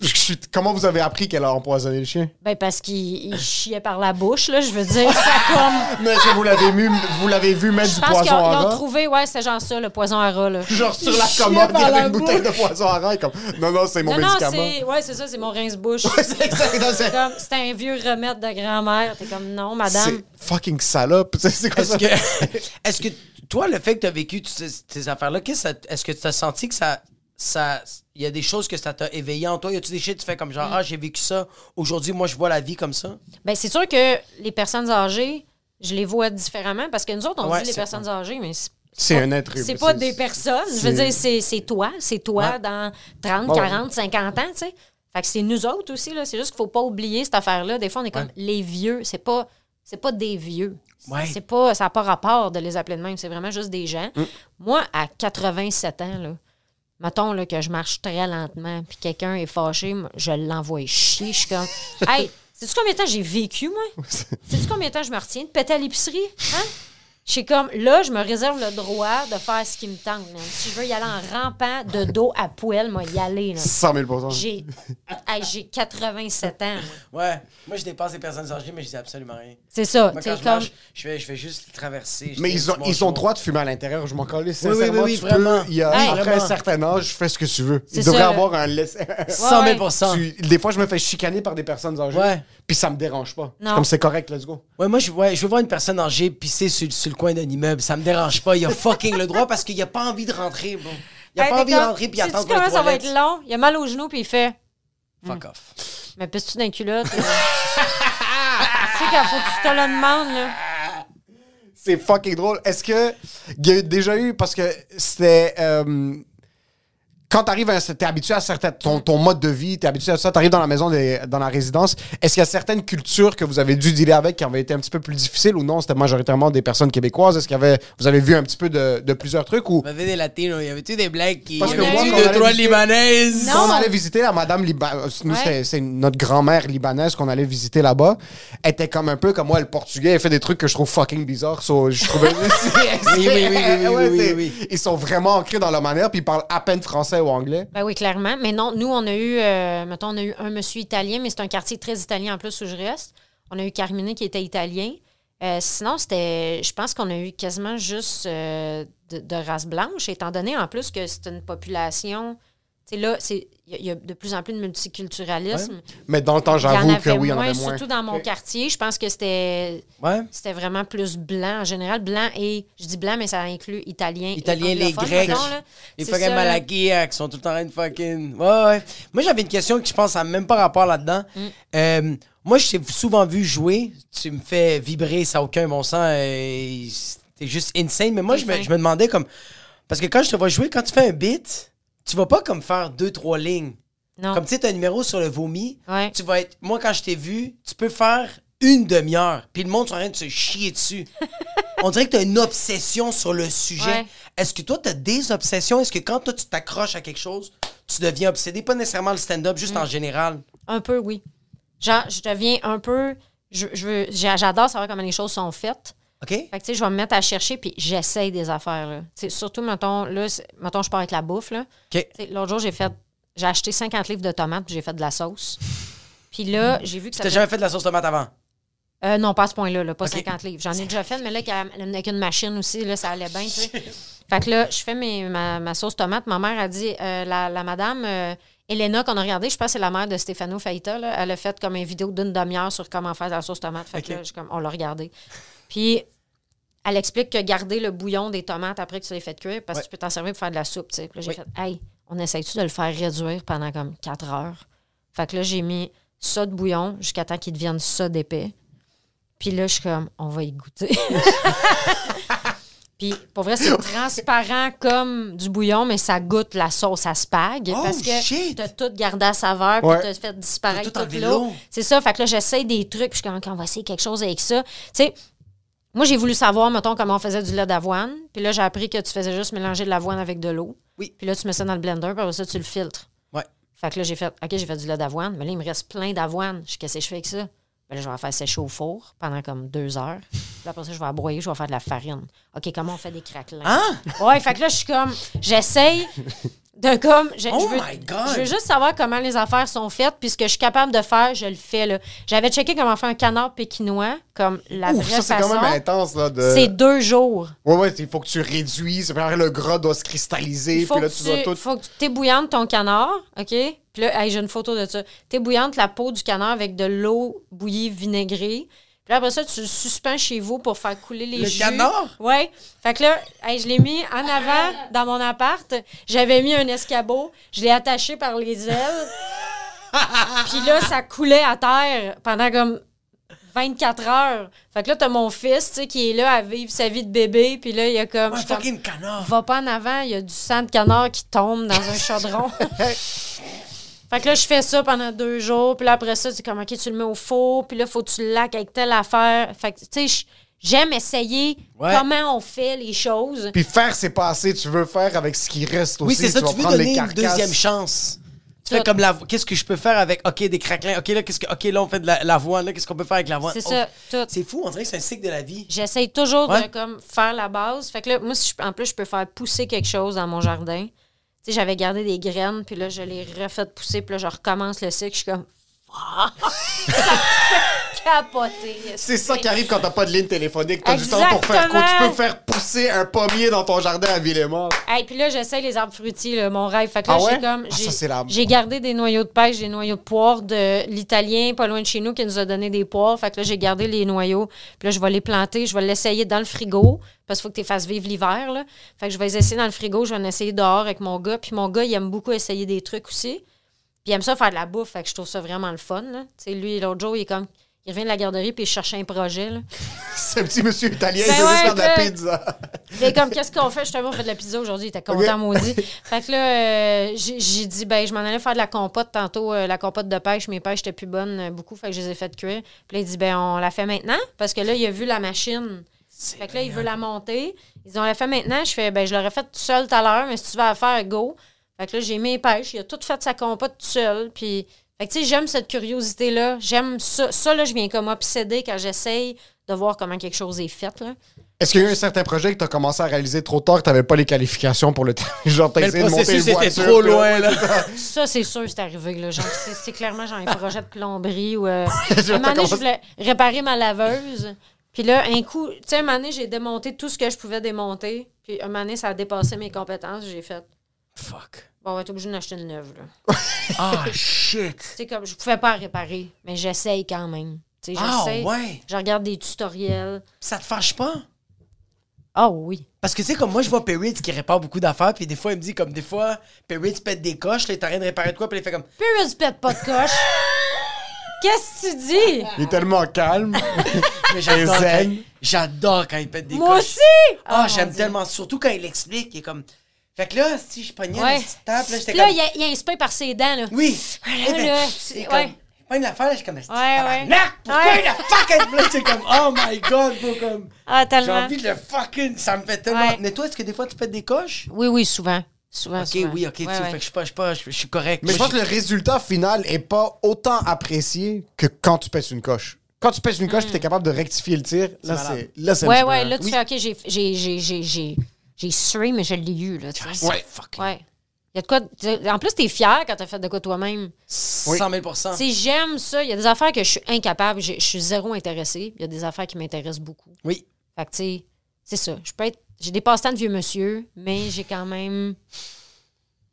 Speaker 2: je suis- Comment vous avez appris qu'elle a empoisonné le chien?
Speaker 4: Ben, parce qu'il il chiait par la bouche, là, je veux dire. Ça comme.
Speaker 2: Mais est-ce que vous l'avez mu- vous l'avez vu mettre
Speaker 4: Je
Speaker 2: du
Speaker 4: pense qu'ils
Speaker 2: poison
Speaker 4: ont,
Speaker 2: à
Speaker 4: ils ont
Speaker 2: rat?
Speaker 4: trouvé, ouais, c'est genre ça, le poison à rat, là.
Speaker 2: Genre sur la
Speaker 3: Chier
Speaker 2: commode, il y
Speaker 3: par
Speaker 2: avait
Speaker 3: la
Speaker 2: une bouteille de poison à rat, et comme non, non, c'est mon
Speaker 4: non, non,
Speaker 2: médicament.
Speaker 4: c'est. Ouais, c'est ça, c'est mon rince-bouche.
Speaker 2: C'est exact- c'est-
Speaker 4: Comme, c'est un vieux remède de grand-mère. T'es comme, non, madame.
Speaker 2: c'est fucking salope. C'est- C'est quoi
Speaker 3: Est-ce
Speaker 2: ça?
Speaker 3: que, est-ce que toi, le fait que tu as vécu toutes ces, ces affaires-là, qu'est-ce que ça- est-ce que tu as senti que ça. ça il y a des choses que ça t'a éveillé en toi. Y a-tu des shit que tu fais comme genre,
Speaker 4: Mm.
Speaker 3: ah, j'ai vécu ça. Aujourd'hui, moi, je vois la vie comme ça.
Speaker 4: Ben, c'est sûr que les personnes âgées, je les vois différemment parce que nous autres, on
Speaker 3: Ouais,
Speaker 4: dit les
Speaker 3: c'est-
Speaker 4: personnes âgées, mais c'est
Speaker 2: C'est un être humain.
Speaker 4: C'est pas des personnes. Je veux
Speaker 2: c'est-
Speaker 4: dire, c'est c'est toi. C'est toi dans 30, 40, 50 ans, tu sais. Fait que c'est nous autres aussi, là. C'est juste qu'il faut pas oublier cette affaire-là. Des fois, on est comme les vieux. C'est pas. C'est pas des vieux.
Speaker 3: Ouais.
Speaker 4: C'est pas, ça n'a pas rapport de les appeler de même. C'est vraiment juste des gens. Moi, à 87 ans, là, mettons là, que je marche très lentement, puis quelqu'un est fâché, moi, je l'envoie chier. Je suis comme, hey, sais-tu combien de temps j'ai vécu, moi? sais-tu combien de temps je me retiens de péter à l'épicerie? Hein? Je suis comme, là, je me réserve le droit de faire ce qui me tente. man. Si je veux y aller en rampant de dos à poêle, moi, y aller. là.
Speaker 2: 100 000
Speaker 4: J'ai hey, j'ai 87 ans. moi.
Speaker 3: Ouais. Moi, je dépasse les personnes âgées, mais je dis absolument rien.
Speaker 4: C'est ça.
Speaker 3: Moi,
Speaker 4: tu sais,
Speaker 3: quand je
Speaker 4: comme...
Speaker 3: marche, je vais, je vais juste les traverser. Je
Speaker 2: Mais
Speaker 3: dis,
Speaker 2: ils ont,
Speaker 3: tu manges
Speaker 2: ils ont
Speaker 3: mon-
Speaker 2: droit de fumer à l'intérieur. Je m'en calais.
Speaker 3: oui,
Speaker 2: Sincèrement,
Speaker 3: oui,
Speaker 2: tu
Speaker 3: vraiment.
Speaker 2: peux. Il y a,
Speaker 4: Hey,
Speaker 2: après
Speaker 3: vraiment.
Speaker 2: un certain âge, fais ce que tu veux.
Speaker 4: C'est
Speaker 2: Il devrait
Speaker 4: ça,
Speaker 2: avoir un laisser.
Speaker 3: 100 000
Speaker 2: Tu- des fois, je me fais chicaner par des personnes âgées.
Speaker 3: Ouais.
Speaker 2: Puis ça me dérange pas. Je suis
Speaker 4: Non.
Speaker 2: Comme c'est correct, let's go.
Speaker 3: Ouais, moi, je, ouais, je veux voir une personne âgée pisser sur, sur le coin d'un immeuble. Ça me dérange pas. Il a fucking le droit parce qu'il a pas envie de rentrer, bro. Il a
Speaker 4: Hey,
Speaker 3: pas
Speaker 4: t'es
Speaker 3: envie de
Speaker 4: comme,
Speaker 3: rentrer puis
Speaker 4: sais-tu
Speaker 3: attendre
Speaker 4: comment
Speaker 3: les
Speaker 4: ça va
Speaker 3: toilettes.
Speaker 4: être long? Il a mal aux genoux, puis il fait...
Speaker 3: Fuck off.
Speaker 4: Mais pisse-tu d'un culotte? tu sais qu'il faut que tu te le demandes, là.
Speaker 2: C'est fucking drôle. Est-ce que il y a eu- déjà eu parce que c'était euh, quand t'arrives, à un- t'es habitué à certains, ton, ton mode de vie, t'es habitué à ça, t'arrives dans la maison, des- dans la résidence. Est-ce qu'il y a certaines cultures que vous avez dû dealer avec qui avaient été un petit peu plus difficiles ou non C'était majoritairement des personnes québécoises. Est-ce qu'il y avait, vous avez vu un petit peu de, de plusieurs trucs ou
Speaker 3: Il y avait des latinos, il y avait-tu des blacks qui.
Speaker 2: Parce
Speaker 3: il
Speaker 2: que
Speaker 3: y
Speaker 2: moi,
Speaker 3: avait-tu
Speaker 2: quand on
Speaker 3: deux,
Speaker 2: allait
Speaker 3: trois
Speaker 2: visiter-
Speaker 3: libanaises?
Speaker 2: Quand on allait visiter la madame libanaise, nous,
Speaker 4: Ouais.
Speaker 2: c'était- c'est notre grand-mère libanaise qu'on allait visiter là-bas. Elle était comme un peu comme moi, le portugais. Elle fait des trucs que je trouve fucking bizarres. so, je trouvais...
Speaker 3: oui, oui, oui, oui,
Speaker 2: Ouais,
Speaker 3: oui,
Speaker 2: c'est-
Speaker 3: oui.
Speaker 2: Ils sont vraiment ancrés dans leur manière, puis ils parlent à peine français ou anglais.
Speaker 4: Ben oui, clairement. Mais non, nous, on a eu, euh, mettons, on a eu un monsieur italien, mais c'est un quartier très italien en plus où je reste. On a eu Carmine qui était italien. Euh, sinon, c'était, je pense qu'on a eu quasiment juste euh, de, de race blanche, étant donné en plus que c'est une population Tu sais, là, c'est- il y a- il y, a de plus en plus de multiculturalisme.
Speaker 2: Mais dans le temps,
Speaker 4: Il y en
Speaker 2: j'avoue que
Speaker 4: avait
Speaker 2: oui, il y en
Speaker 4: moins,
Speaker 2: avait moins.
Speaker 4: surtout dans mon quartier. Je pense que c'était
Speaker 3: Ouais.
Speaker 4: c'était vraiment plus blanc en général. Blanc et, je dis blanc, mais ça inclut italien. et
Speaker 3: Italiens, les
Speaker 4: anglophone,
Speaker 3: Grecs,
Speaker 4: mettons, là.
Speaker 3: les
Speaker 4: C'est
Speaker 3: fucking
Speaker 4: ça, là.
Speaker 3: Malakiaks qui sont tout le temps en train de fucking. Ouais, ouais. Moi, j'avais une question qui, je pense, n'a même pas rapport là-dedans.
Speaker 4: Mm.
Speaker 3: Euh, moi, je t'ai souvent vu jouer. Tu me fais vibrer, ça n'a aucun bon sens. euh, T'es juste insane. Mais moi, je me, je me demandais comme. Parce que quand je te vois jouer, quand tu fais un beat, tu vas pas comme faire deux, trois lignes.
Speaker 4: Non.
Speaker 3: Comme tu sais, t'as un numéro sur le vomi.
Speaker 4: Ouais.
Speaker 3: Tu vas être. Moi, quand je t'ai vu, tu peux faire une demi-heure. Puis le monde est en train de se chier dessus. On dirait que t'as une obsession sur le sujet.
Speaker 4: Ouais.
Speaker 3: Est-ce que toi, t'as des obsessions? Est-ce que quand toi, tu t'accroches à quelque chose, tu deviens obsédé? Pas nécessairement le stand-up,
Speaker 4: Mm.
Speaker 3: juste en général.
Speaker 4: Un peu, oui. Genre, je deviens un peu. Je, je veux- j'a- J'adore savoir comment les choses sont faites.
Speaker 3: OK?
Speaker 4: Fait que, tu sais, je vais me mettre à chercher, puis j'essaye des affaires, là. Tu sais, surtout, mettons, là, c'est- mettons, je pars avec la bouffe, là.
Speaker 3: OK.
Speaker 4: Tu sais, L'autre jour, j'ai fait. J'ai acheté 50 livres de tomates, puis j'ai fait de la sauce. Puis là, j'ai vu que ça.
Speaker 3: T'as jamais fait de la sauce tomate avant?
Speaker 4: Euh, non, pas à ce point-là, là, pas
Speaker 3: Ok.
Speaker 4: 50 livres. J'en ai déjà fait, mais là, qu'à- avec une machine aussi, là, ça allait bien. tu sais. fait que là, je fais mes- ma, ma sauce tomate. Ma mère a dit, euh, la, la madame euh, Elena qu'on a regardée, je pense que c'est la mère de Stefano Faita, là, elle a fait comme une vidéo d'une demi-heure sur comment faire de la sauce tomate. Fait que là, j'ai comme, on l'a regardée. Puis, elle explique que garder le bouillon des tomates après que tu les fait cuire, parce que tu peux t'en servir pour faire de la soupe. tu sais. Puis là, j'ai fait, hey, on essaye-tu de le faire réduire pendant comme 4 heures? Fait que là, j'ai mis ça de bouillon jusqu'à temps qu'il devienne ça d'épais. Puis là, je suis comme, on va y goûter. Puis pour vrai, c'est transparent comme du bouillon, mais ça goûte la sauce à spag.
Speaker 3: Oh,
Speaker 4: parce que
Speaker 3: shit!
Speaker 4: t'as tout gardé à saveur, puis
Speaker 2: Ouais.
Speaker 4: t'as fait disparaître
Speaker 3: T'as tout
Speaker 4: toute
Speaker 3: enlevé
Speaker 4: l'eau.
Speaker 3: l'eau.
Speaker 4: C'est ça. Fait que là, j'essaye des trucs, puis je suis comme, OK, on va essayer quelque chose avec ça. Tu sais, moi, j'ai voulu savoir, mettons, comment on faisait du lait d'avoine. Puis là, j'ai appris que tu faisais juste mélanger de l'avoine avec de l'eau.
Speaker 3: Oui.
Speaker 4: Puis là, tu mets ça dans le blender, puis après ça, tu le filtres.
Speaker 3: Ouais.
Speaker 4: Fait que là, j'ai fait, OK, j'ai fait du lait d'avoine, mais là, il me reste plein d'avoine. Je dis, qu'est-ce que je fais avec ça? Ben là, je vais la faire sécher au four pendant comme deux heures. Puis là, après ça, je vais la broyer, je vais faire de la farine. OK, comment on fait des craquelins?
Speaker 3: Hein?
Speaker 4: Ouais, fait que là, je suis comme, j'essaye de comme. je-
Speaker 3: Oh
Speaker 4: je veux,
Speaker 3: my God!
Speaker 4: Je veux juste savoir comment les affaires sont faites, puis ce que je suis capable de faire, je le fais, là. J'avais checké comment faire un canard pékinois, comme la
Speaker 2: Ouf,
Speaker 4: vraie
Speaker 2: ça, c'est quand
Speaker 4: façon.
Speaker 2: même intense, là. De...
Speaker 4: C'est deux jours.
Speaker 2: Ouais, ouais, il faut que tu réduises. Après, le gras doit se cristalliser.
Speaker 4: Il faut
Speaker 2: Puis là,
Speaker 4: que
Speaker 2: tu
Speaker 4: tu
Speaker 2: dois tout.
Speaker 4: faut que tu t'ébouillantes ton canard, OK? Puis là, hey, j'ai une photo de ça. T'ébouillantes la peau du canard avec de l'eau bouillie vinaigrée. Puis là, après ça, tu le suspends chez vous pour faire couler les
Speaker 3: Le
Speaker 4: jus.
Speaker 3: canard?
Speaker 4: Oui. Fait que là, hey, je l'ai mis en avant dans mon appart. J'avais mis un escabeau. Je l'ai attaché par les ailes. Puis là, ça coulait à terre pendant comme 24 heures. Fait que là, t'as mon fils, tu sais, qui est là à vivre sa vie de bébé. Puis là, il y a comme...
Speaker 3: Un
Speaker 4: je suis comme-
Speaker 3: fucking canard.
Speaker 4: va pas en avant, il y a du sang de canard qui tombe dans un chaudron. fait que là, je fais ça pendant deux jours, puis là, après ça, c'est comme, OK, tu le mets au four, puis là, faut que tu le laques avec telle affaire. Fait que, tu sais, je- j'aime essayer
Speaker 3: Ouais.
Speaker 4: comment on fait les choses.
Speaker 2: Puis faire, c'est pas assez. Tu veux faire avec ce qui reste aussi.
Speaker 3: Oui, c'est ça,
Speaker 2: vas
Speaker 3: tu veux
Speaker 2: prendre les
Speaker 3: donner une
Speaker 2: carcasses.
Speaker 3: deuxième chance. Tu fais
Speaker 4: Tout.
Speaker 3: comme la qu'est-ce que je peux faire avec OK des craquelins OK là qu'est-ce que OK là on fait de la- l'avoine là qu'est-ce qu'on peut faire avec l'avoine
Speaker 4: C'est
Speaker 3: Oh,
Speaker 4: ça, tout.
Speaker 3: C'est fou on dirait que c'est un cycle de la vie.
Speaker 4: J'essaye toujours de
Speaker 3: Ouais.
Speaker 4: comme, faire la base. Fait que là, moi, si je- en plus, je peux faire pousser quelque chose dans mon jardin. Tu sais, j'avais gardé des graines, puis là, je les refais pousser, puis là, je recommence le cycle. Je suis comme, ça me fait capoter.
Speaker 2: C'est ça qui arrive quand t'as pas de ligne téléphonique. T'as du temps pour faire quoi? Tu
Speaker 4: Exactement.
Speaker 2: peux faire pousser un pommier dans ton jardin à Villemort.
Speaker 4: Hey, puis là, j'essaie les arbres fruitiers, là, mon rêve. Fait que là,
Speaker 2: Ah ouais?
Speaker 4: j'ai comme.
Speaker 2: Ah,
Speaker 4: j'ai-
Speaker 2: ça, c'est l'arbre.
Speaker 4: J'ai gardé des noyaux de pêche, des noyaux de poire de l'Italien, pas loin de chez nous, qui nous a donné des poires. Fait que là, j'ai gardé les noyaux. Puis là, je vais les planter, je vais l'essayer dans le frigo, parce qu'il faut que tu les fasses vivre l'hiver, là. Fait que je vais les essayer dans le frigo, je vais en essayer dehors avec mon gars. Puis mon gars, il aime beaucoup essayer des trucs aussi. Puis il aime ça faire de la bouffe, fait que je trouve ça vraiment le fun, là. Tu sais, lui, l'autre jour, il est comme. Il revient de la garderie, puis il cherche un projet, là.
Speaker 2: C'est un petit monsieur italien
Speaker 4: Ben
Speaker 2: qui veut
Speaker 4: ouais,
Speaker 2: faire de la
Speaker 4: que-
Speaker 2: pizza.
Speaker 4: Mais comme, qu'est-ce qu'on fait? Justement, on fait de la pizza aujourd'hui. Il était content, maudit. Fait que là, euh, j'ai j'ai dit, ben, je m'en allais faire de la compote tantôt, euh, la compote de pêche. Mes pêches étaient plus bonnes, euh, beaucoup. Fait que je les ai faites cuire. Puis là, il dit, ben, on la fait maintenant. Parce que là, il a vu la machine. Fait que là, il veut la monter. Ils ont la fait maintenant. Je fais, ben, je l'aurais faite tout seul tout à l'heure, mais si tu vas la faire, go. Fait que là, j'ai mes pêches. Il a tout fait sa compote tout seul. Puis, fait que tu sais, j'aime cette curiosité-là. J'aime ça. Ça, là, je viens comme obsédée quand j'essaye de voir comment quelque chose est fait, là.
Speaker 2: Est-ce qu'il y a eu un certain projet que t'as commencé à réaliser trop tard que t'avais pas les qualifications pour le temps? Genre, t'as
Speaker 3: Mais le
Speaker 2: essayé de monter une
Speaker 3: processus était
Speaker 2: voiture,
Speaker 3: trop
Speaker 2: puis
Speaker 3: loin
Speaker 2: là,
Speaker 3: là.
Speaker 4: Ça, c'est sûr, c'est arrivé. Là. Genre, c'est, c'est clairement, j'ai un projet de plomberie ou. Euh,
Speaker 2: Je
Speaker 4: un moment donné,
Speaker 2: commence-
Speaker 4: je voulais réparer ma laveuse. Puis là, un coup, tu sais, un moment donné, j'ai démonté tout ce que je pouvais démonter. Puis un moment donné, ça a dépassé mes compétences. J'ai fait.
Speaker 3: Fuck.
Speaker 4: Bon, on va être obligé d'en acheter une neuve, là.
Speaker 3: Ah, shit!
Speaker 4: Tu sais, comme je pouvais pas la réparer, mais j'essaye quand même. Tu sais,
Speaker 3: Ah,
Speaker 4: j'essaye.
Speaker 3: ouais.
Speaker 4: Je regarde des tutoriels.
Speaker 3: Ça te fâche pas?
Speaker 4: Ah oui.
Speaker 3: Parce que, tu sais, comme moi, je vois Perry qui répare beaucoup d'affaires, puis des fois, il me dit, comme, des fois, Perry pète des coches, là, il est en train de réparer de quoi, puis il fait comme,
Speaker 4: Puis je pète pas de coche. Qu'est-ce que tu dis?
Speaker 2: Il est tellement calme.
Speaker 3: Mais j'adore
Speaker 2: zen.
Speaker 3: quand- J'adore quand il pète des
Speaker 4: Moi
Speaker 3: coches.
Speaker 4: aussi!
Speaker 3: Ah,
Speaker 4: Oh, mon
Speaker 3: j'aime
Speaker 4: Dieu.
Speaker 3: tellement. Surtout quand il explique, il est comme. Fait que là, si je pognais
Speaker 4: Ouais.
Speaker 3: la petite table, là, j'étais
Speaker 4: Puis là,
Speaker 3: comme.
Speaker 4: il a- il a inspiré par ses dents, là.
Speaker 3: Oui!
Speaker 4: Voilà,
Speaker 3: Eh ben,
Speaker 4: là,
Speaker 3: c'est
Speaker 4: c'est-
Speaker 3: comme.
Speaker 4: ouais.
Speaker 3: il Pogne l'affaire, là, je suis comme. Ouais,
Speaker 4: ouais.
Speaker 3: Pourquoi
Speaker 4: Ouais.
Speaker 3: il a fucking. Puis Là, c'est comme, oh my god, bro, comme.
Speaker 4: Ah,
Speaker 3: J'ai
Speaker 4: tellement.
Speaker 3: envie de le fucking. Ça me fait tellement.
Speaker 4: Ouais.
Speaker 3: Mais toi, est-ce que des fois, tu pètes des coches?
Speaker 4: Oui, oui, souvent. Souvent,
Speaker 3: Ok,
Speaker 4: souvent.
Speaker 3: oui, ok, tu
Speaker 4: Ouais,
Speaker 3: fait
Speaker 4: ouais.
Speaker 3: que je suis pas, je suis pas, je je suis correct.
Speaker 2: Mais je
Speaker 3: Moi,
Speaker 2: pense que le résultat final est pas autant apprécié que quand tu pèses une coche. Quand tu pèses une coche et tu es capable de rectifier le tir, là,
Speaker 3: malade.
Speaker 2: c'est là, c'est un
Speaker 4: Hmm. Ouais,
Speaker 2: petit peu-
Speaker 4: ouais, là, tu
Speaker 2: Oui.
Speaker 4: fais, OK, j'ai- j'ai- j'ai- j'ai- j'ai j'ai sué, mais je l'ai eu, là, tu vois.
Speaker 2: Ouais.
Speaker 4: Ouais. Il y a de quoi... de- En plus, t'es fier quand t'as fait de quoi toi-même.
Speaker 3: j'ai 100 000
Speaker 4: Tu sais, j'aime ça. Il y a des affaires que je suis incapable. Je je suis zéro intéressée. Il y a des affaires qui m'intéressent beaucoup.
Speaker 3: Oui.
Speaker 4: Fait que, tu sais, c'est ça. Je peux être... J'ai des passe-temps de vieux monsieur, mais j'ai quand même...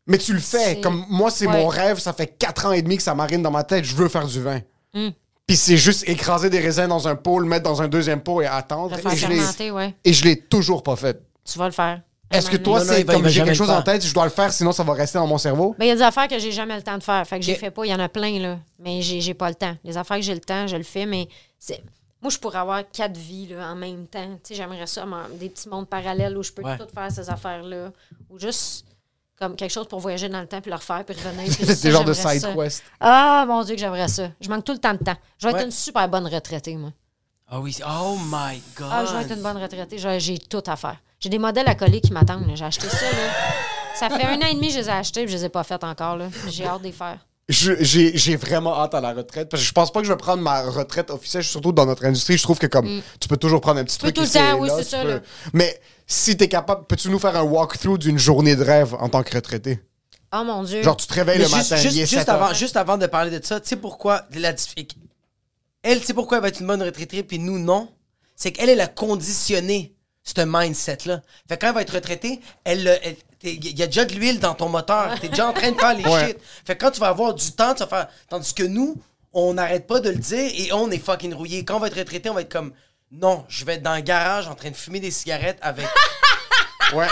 Speaker 2: Mais tu le fais.
Speaker 4: C'est-
Speaker 2: Comme moi, c'est
Speaker 4: Ouais.
Speaker 2: mon rêve. Ça fait 4 ans et demi que ça marine dans ma tête. Je veux faire du vin.
Speaker 4: Hmm.
Speaker 2: Puis c'est juste écraser des raisins dans un pot, le mettre dans un deuxième pot et attendre.
Speaker 4: Le
Speaker 2: Et
Speaker 4: faire
Speaker 2: je l'ai-
Speaker 4: fermenter, ouais.
Speaker 2: Et je l'ai toujours pas fait.
Speaker 4: Tu vas le faire.
Speaker 2: Est-ce que toi,
Speaker 3: Non, non, il
Speaker 2: c'est
Speaker 3: va- il
Speaker 2: comme
Speaker 3: va
Speaker 2: j'ai
Speaker 3: jamais
Speaker 2: quelque
Speaker 3: le
Speaker 2: chose en
Speaker 3: faire.
Speaker 2: tête, je dois le faire, sinon ça va rester dans mon cerveau?
Speaker 4: Ben, il y a des affaires que j'ai jamais le temps de faire. Fait que j'ai
Speaker 3: Ok.
Speaker 4: fait pas. Il y en a plein, là. Mais j'ai j'ai pas le temps. Les affaires que j'ai le temps, je le fais, mais c'est. Moi, je pourrais avoir quatre vies là, en même temps. Tu sais, J'aimerais ça, m'en- des petits mondes parallèles où je peux
Speaker 3: Ouais.
Speaker 4: tout faire ces affaires-là. Ou juste comme quelque chose pour voyager dans le temps, puis le refaire, puis revenir. puis
Speaker 2: C'est
Speaker 4: Ben, ça,
Speaker 2: genre de
Speaker 4: j'aimerais
Speaker 2: side
Speaker 4: ça.
Speaker 2: quest.
Speaker 4: Ah, mon Dieu, que j'aimerais ça. Je manque tout le temps de temps. Je vais
Speaker 3: Ouais.
Speaker 4: être une super bonne retraitée, moi.
Speaker 3: Ah oui, oh my god.
Speaker 4: Ah, je vais être une bonne retraitée. J'ai- J'ai tout à faire. J'ai des modèles à coller qui m'attendent. là. J'ai acheté ça, là. Ça fait un an et demi que je les ai achetés, puis je les ai pas faites encore, là. J'ai hâte de les faire.
Speaker 2: Je- J'ai j'ai vraiment hâte à la retraite parce que je pense pas que je vais prendre ma retraite officielle, surtout dans notre industrie. Je trouve que comme tu peux toujours prendre un petit
Speaker 4: Mm. peux
Speaker 2: truc.
Speaker 4: tout le
Speaker 2: ici et
Speaker 4: temps, oui,
Speaker 2: là,
Speaker 4: c'est
Speaker 2: tu
Speaker 4: ça,
Speaker 2: peux-
Speaker 4: là.
Speaker 2: Mais si t'es capable, peux-tu nous faire un walkthrough d'une journée de rêve en tant que retraité?
Speaker 4: Oh mon Dieu.
Speaker 2: Genre, tu te réveilles
Speaker 3: Mais
Speaker 2: le
Speaker 3: juste,
Speaker 2: matin,
Speaker 3: juste-
Speaker 2: il est
Speaker 3: juste
Speaker 2: 7 heures.
Speaker 3: avant, juste avant de parler de ça, tu sais pourquoi la dif- elle, tu sais pourquoi elle va être une bonne retraitée puis nous non, c'est qu'elle elle a conditionné ce mindset là. Fait que quand elle va être retraitée, elle le- elle- t'es- il y a déjà de l'huile dans ton moteur, t'es déjà en train de faire les
Speaker 2: Ouais.
Speaker 3: shit. Fait que quand tu vas avoir du temps, tu vas faire tandis que nous, on n'arrête pas de le dire et on est fucking rouillé. Quand on va être retraité, on va être comme non, je vais être dans le garage en train de fumer des cigarettes avec
Speaker 2: Ouais.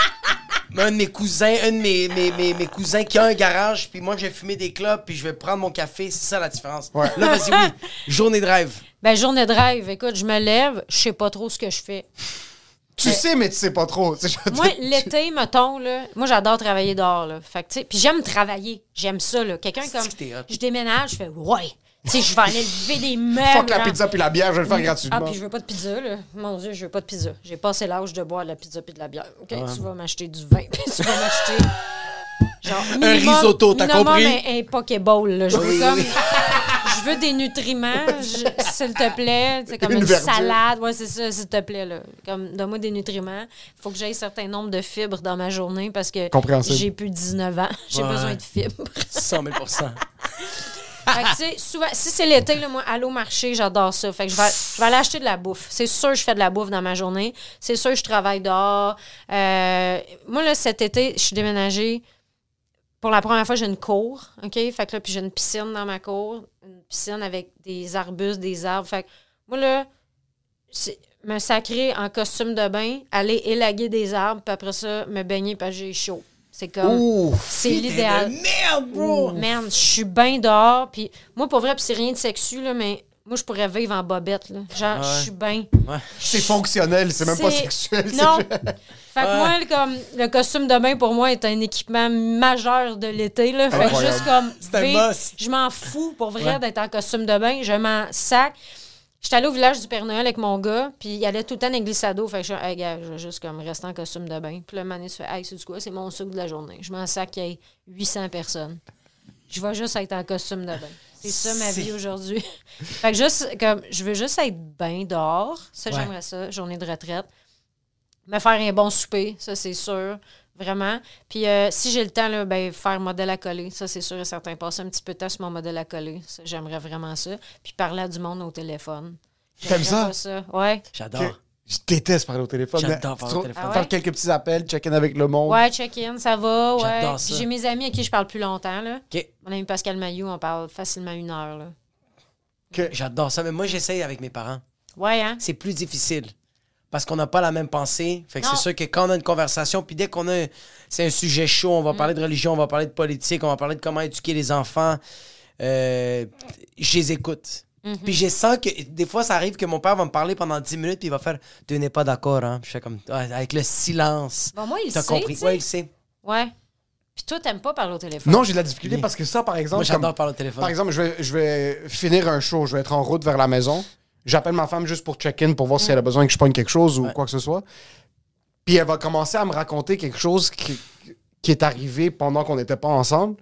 Speaker 3: un de mes cousins, un de mes, mes, mes, mes cousins qui a un garage, puis moi je vais fumer des clubs, puis je vais prendre mon café, c'est ça la différence.
Speaker 2: Ouais.
Speaker 3: Là, vas-y, oui, journée de rêve.
Speaker 4: Ben, journée de rêve. Écoute, je me lève, je sais pas trop ce que je fais.
Speaker 2: Tu sais, mais tu sais pas trop. Tu sais, je veux
Speaker 4: Moi,
Speaker 2: dire,
Speaker 4: l'été, mettons, là, moi, j'adore travailler dehors, là. Fait que, tu sais, puis j'aime travailler. J'aime ça, là. Quelqu'un comme.
Speaker 3: que t'es hot.
Speaker 4: Je déménage, je fais, ouais. Tu sais, je vais aller lever des meubles. hein.
Speaker 2: Fuck la
Speaker 4: genre.
Speaker 2: pizza puis la bière, je vais le faire gratuitement.
Speaker 4: Ah, puis je veux pas de pizza, là. Mon Dieu, je veux pas de pizza. J'ai passé l'âge de boire de la pizza puis de la bière.
Speaker 2: Ah,
Speaker 4: OK, tu vas m'acheter du vin, puis tu vas m'acheter... Genre, minimum-
Speaker 3: risotto, t'as
Speaker 4: minimum
Speaker 3: compris?
Speaker 4: Un, un Pokéball, là. Je veux comme... Je veux des nutriments, je- s'il te plaît. C'est comme
Speaker 2: Une
Speaker 4: une,
Speaker 2: verdure.
Speaker 4: salade. Ouais, c'est ça, s'il te plaît, là. Comme, donne-moi des nutriments. Faut que j'aie un certain nombre de fibres dans ma journée parce que
Speaker 2: Compréhensible.
Speaker 4: j'ai plus de 19 ans. J'ai besoin de fibres.
Speaker 3: 100 000
Speaker 4: Fait que, tu sais, souvent, si c'est l'été, là, moi, aller au marché, j'adore ça. Fait que je vais, je vais aller acheter de la bouffe. C'est sûr que je fais de la bouffe dans ma journée. C'est sûr que je travaille dehors. Euh, moi, là, cet été, je suis déménagée. Pour la première fois, j'ai une cour, OK? Fait que là, puis j'ai une piscine dans ma cour. Une piscine avec des arbustes, des arbres. Fait que moi, là, c'est- me sacrer en costume de bain, aller élaguer des arbres, puis après ça, me baigner parce que j'ai chaud. C'est comme... C'est l'idéal. Mmh.
Speaker 3: Merde, bro!
Speaker 4: Oh, Man, je suis bien dehors. Puis moi, pour vrai, puis c'est rien de sexu, là, mais moi, je pourrais vivre en bobette. Là. Genre, je suis bien.
Speaker 2: C'est fonctionnel, c'est même pas sexuel. c'est
Speaker 4: Non.
Speaker 2: juste-
Speaker 4: Fait que moi, le, comme, le costume de bain, pour moi, est un équipement majeur de l'été. Là. Fait que
Speaker 2: Incroyable.
Speaker 4: juste comme.
Speaker 3: un
Speaker 4: vivre,
Speaker 3: must.
Speaker 4: Je m'en fous, pour vrai, d'être en costume de bain. Je m'en sac. J'étais allée au village du Père Noël avec mon gars, puis il allait tout le temps dans les glissades. Fait que je suis hey, gars, je vais juste comme rester en costume de bain. Puis le mané se fait, hey, c'est du quoi? C'est mon sucre de la journée. Je m'en sac qu'il y ait 800 personnes. Je vais juste être en costume de bain. C'est ça ma vie aujourd'hui. fait que juste, comme, je veux juste être bien dehors. Ça, j'aimerais ça, journée de retraite. Me faire un bon souper, ça, c'est sûr. Vraiment. Puis euh, si j'ai le temps, là, ben, faire modèle à coller, ça, c'est sûr et certain. Passer un petit peu de temps sur mon modèle à coller, ça, j'aimerais vraiment ça. Puis parler à du monde au téléphone.
Speaker 2: T'aimes
Speaker 4: J'aimerais
Speaker 2: ça?
Speaker 4: pas ça? Ouais.
Speaker 3: J'adore.
Speaker 2: Je déteste parler au téléphone. mais
Speaker 3: J'adore parler au
Speaker 2: trop-
Speaker 3: téléphone.
Speaker 4: Ah ouais?
Speaker 2: Faire quelques petits appels, check-in avec le monde.
Speaker 4: Ouais, check-in, ça va. Ouais.
Speaker 3: J'adore
Speaker 4: Puis
Speaker 3: ça.
Speaker 4: J'ai mes amis à qui je parle plus longtemps. Là.
Speaker 3: OK.
Speaker 4: Mon ami Pascal Mailloux, on parle facilement une heure. Là.
Speaker 3: J'adore ça, mais moi, j'essaye avec mes parents.
Speaker 4: Ouais, hein?
Speaker 3: C'est plus difficile parce qu'on n'a pas la même pensée. Fait que
Speaker 4: Non.
Speaker 3: c'est sûr que quand on a une conversation, puis dès qu'on a. C'est un sujet chaud, on va
Speaker 4: Mm.
Speaker 3: parler de religion, on va parler de politique, on va parler de comment éduquer les enfants. euh, je les écoute.
Speaker 4: Mm-hmm.
Speaker 3: Puis je sens que des fois, ça arrive que mon père va me parler pendant 10 minutes, puis il va faire Tu n'es pas d'accord, hein. Puis je fais comme. Ouais, Avec le silence.
Speaker 4: Bon, Bah, moi, il
Speaker 3: T'as
Speaker 4: sait,
Speaker 3: compris.
Speaker 4: tu sais.
Speaker 3: Ouais, il sait.
Speaker 4: Ouais. Puis toi, t'aimes pas parler au téléphone.
Speaker 2: Non, j'ai de la difficulté parce que ça, par exemple.
Speaker 3: Moi, j'adore
Speaker 2: comme-
Speaker 3: parler au téléphone.
Speaker 2: Par exemple, je vais, je vais finir un show, je vais être en route vers la maison. J'appelle ma femme juste pour check-in pour voir si elle a besoin que je pogne quelque chose ou quoi que ce soit. Puis elle va commencer à me raconter quelque chose qui, qui est arrivé pendant qu'on n'était pas ensemble.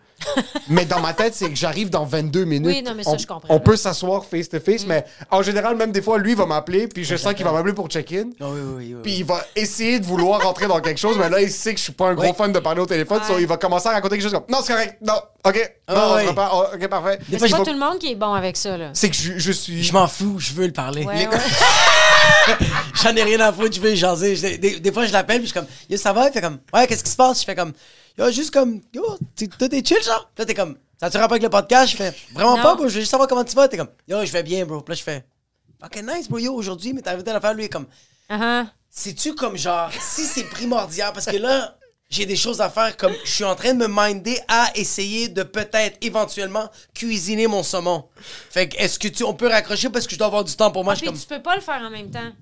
Speaker 2: mais dans ma tête, c'est que j'arrive dans 22 minutes.
Speaker 4: Oui, non, mais ça,
Speaker 2: on,
Speaker 4: je comprends,
Speaker 2: On
Speaker 4: là.
Speaker 2: peut s'asseoir face to
Speaker 3: Mm.
Speaker 2: face, mais en général, même des fois, lui va m'appeler, puis je sens qu'il va m'appeler pour check-in.
Speaker 3: Ah oui, oui, oui, oui.
Speaker 2: Puis il va essayer de vouloir rentrer dans quelque chose, mais là, il sait que je suis pas un gros
Speaker 3: Ouais.
Speaker 2: fan de parler au téléphone, so il va commencer à raconter quelque chose comme Non, c'est correct, non, ok, non,
Speaker 3: Ah
Speaker 2: on se
Speaker 3: ouais.
Speaker 2: repart, oh, ok, parfait.
Speaker 3: Des fois,
Speaker 4: Mais c'est
Speaker 3: je
Speaker 4: pas
Speaker 3: vais-
Speaker 4: tout le monde qui est bon avec ça. Là.
Speaker 2: C'est que je, je suis.
Speaker 3: Je m'en fous, je veux le parler.
Speaker 4: Ouais, ouais.
Speaker 3: J'en ai rien à foutre, je vais jaser. Je- Des, des fois, je l'appelle, puis je suis comme, yo, ça va? Il fait comme, ouais, qu'est-ce qui se passe? Je fais comme, yo, juste comme, yo, t'es- toi, t'es chill, genre? Puis Là, t'es comme, ça te rapport avec le podcast? Je fais, vraiment
Speaker 4: Non.
Speaker 3: pas, bro, je veux juste savoir comment tu vas. T'es comme, yo, je vais bien, bro. Puis là, je fais, ok, nice, bro, yo, aujourd'hui, mais t'as arrivé à faire, lui, il est comme,
Speaker 4: Uh-huh.
Speaker 3: c'est-tu comme genre, si c'est primordial, parce que là, j'ai des choses à faire, comme je suis en train de me minder à essayer de peut-être éventuellement cuisiner mon saumon. Fait que, est-ce que tu, on peut raccrocher parce que je dois avoir du temps pour moi? je suis
Speaker 4: Ah, Puis
Speaker 3: comme,
Speaker 4: tu peux pas le faire en même temps.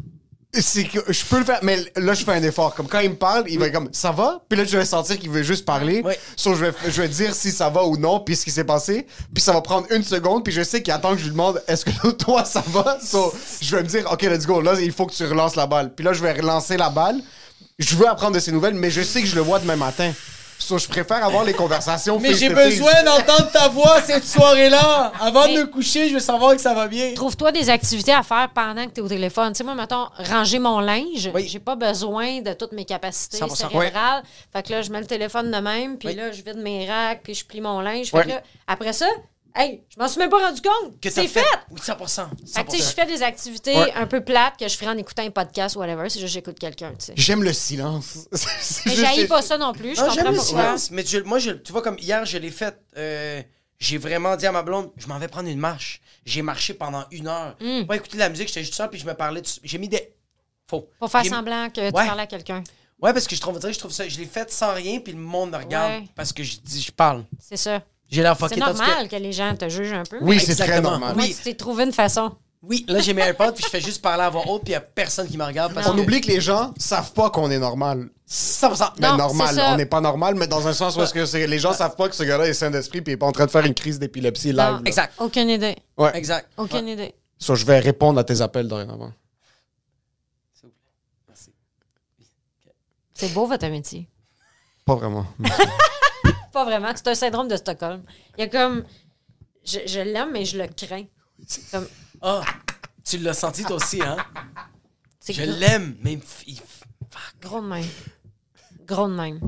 Speaker 2: C'est que je peux le faire, mais là, je fais un effort. Comme quand il me parle, il va comme ça va, puis là, je vais sentir qu'il veut juste parler.
Speaker 3: Oui.
Speaker 2: So, je, vais, je vais dire si ça va ou non, puis ce qui s'est passé, puis ça va prendre une seconde, puis je sais qu'il attend que je lui demande est-ce que toi ça va So, Je vais me dire ok, let's go, là, il faut que tu relances la balle. Puis là, je vais relancer la balle. Je veux apprendre de ses nouvelles, mais je sais que je le vois demain matin. So, je préfère avoir les conversations.
Speaker 3: Mais j'ai
Speaker 2: face-to-face.
Speaker 3: besoin d'entendre ta voix cette soirée-là. Avant de
Speaker 4: Mais-
Speaker 3: me coucher, je veux savoir que ça va bien.
Speaker 4: Trouve-toi des activités à faire pendant que tu es au téléphone. Tu sais, moi, mettons, ranger mon linge,
Speaker 3: Oui.
Speaker 4: j'ai pas besoin de toutes mes capacités
Speaker 3: 100%.
Speaker 4: cérébrales. Fait que là, je mets le téléphone de même, puis
Speaker 3: Oui.
Speaker 4: là, je vide mes racks, puis je plie mon linge. Fait
Speaker 2: Ouais.
Speaker 4: que là, après ça, hey, je m'en suis même pas rendu compte.
Speaker 3: Que t'as
Speaker 4: C'est fait!
Speaker 3: Oui, 100%.
Speaker 4: Fait que, tu sais, je fais des activités un peu plates que je ferai en écoutant un podcast ou whatever, c'est juste que j'écoute quelqu'un, tu sais.
Speaker 2: J'aime le silence. C'est
Speaker 4: Mais
Speaker 2: juste-
Speaker 4: j'haïs pas ça non plus, je
Speaker 3: Non, Ah, j'aime
Speaker 4: comprends
Speaker 3: le
Speaker 4: pourquoi.
Speaker 3: silence. Mais je- moi, je- tu vois, comme hier, je l'ai fait. euh, j'ai vraiment dit à ma blonde, je m'en vais prendre une marche. J'ai marché pendant une heure.
Speaker 4: Hmm.
Speaker 3: Pas écouter de la musique, j'étais juste ça, puis je me parlais. de- J'ai mis des. Faux.
Speaker 4: Pour faire
Speaker 3: J'ai-
Speaker 4: semblant que tu
Speaker 3: Ouais.
Speaker 4: parles à quelqu'un.
Speaker 3: Ouais, parce que je trouve, on dirait que je trouve ça. Je l'ai fait sans rien, puis le monde me regarde
Speaker 4: Ouais.
Speaker 3: parce que je dis, je parle.
Speaker 4: C'est ça.
Speaker 3: J'ai l'air fucké.
Speaker 4: C'est
Speaker 3: tandis que-
Speaker 4: normal que les gens te jugent un peu.
Speaker 2: Oui, c'est très
Speaker 3: Exactement.
Speaker 2: normal.
Speaker 4: mais
Speaker 3: oui.
Speaker 4: Moi, tu t'es trouvé une façon.
Speaker 3: Oui, là, j'ai mes AirPods, puis je fais juste parler à voix haute, puis il n'y a personne qui me regarde. Parce
Speaker 2: On
Speaker 3: que-
Speaker 2: oublie que les gens savent pas qu'on est normal.
Speaker 3: 100%.
Speaker 2: Ben,
Speaker 4: Non,
Speaker 2: normal,
Speaker 4: c'est ça.
Speaker 2: on n'est pas normal, mais dans un sens où est-ce que c'est- les gens savent pas que ce gars-là est sain d'esprit puis il est pas en train de faire une crise d'épilepsie live.
Speaker 4: Non.
Speaker 2: là.
Speaker 3: Exact.
Speaker 4: Aucune idée.
Speaker 2: Ouais.
Speaker 3: Exact. Ah,
Speaker 4: Aucune idée.
Speaker 2: So, je vais répondre à tes appels dorénavant.
Speaker 4: C'est beau, votre métier.
Speaker 2: Pas vraiment.
Speaker 4: Pas vraiment. C'est un syndrome de Stockholm. Il y a comme. Je, je l'aime, mais je le crains. C'est Comme,
Speaker 3: Ah, tu l'as senti toi aussi, hein?
Speaker 4: c'est
Speaker 3: Je
Speaker 4: gros,
Speaker 3: l'aime, mais il me f- il f- fuck.
Speaker 4: gros de même. Gros de même.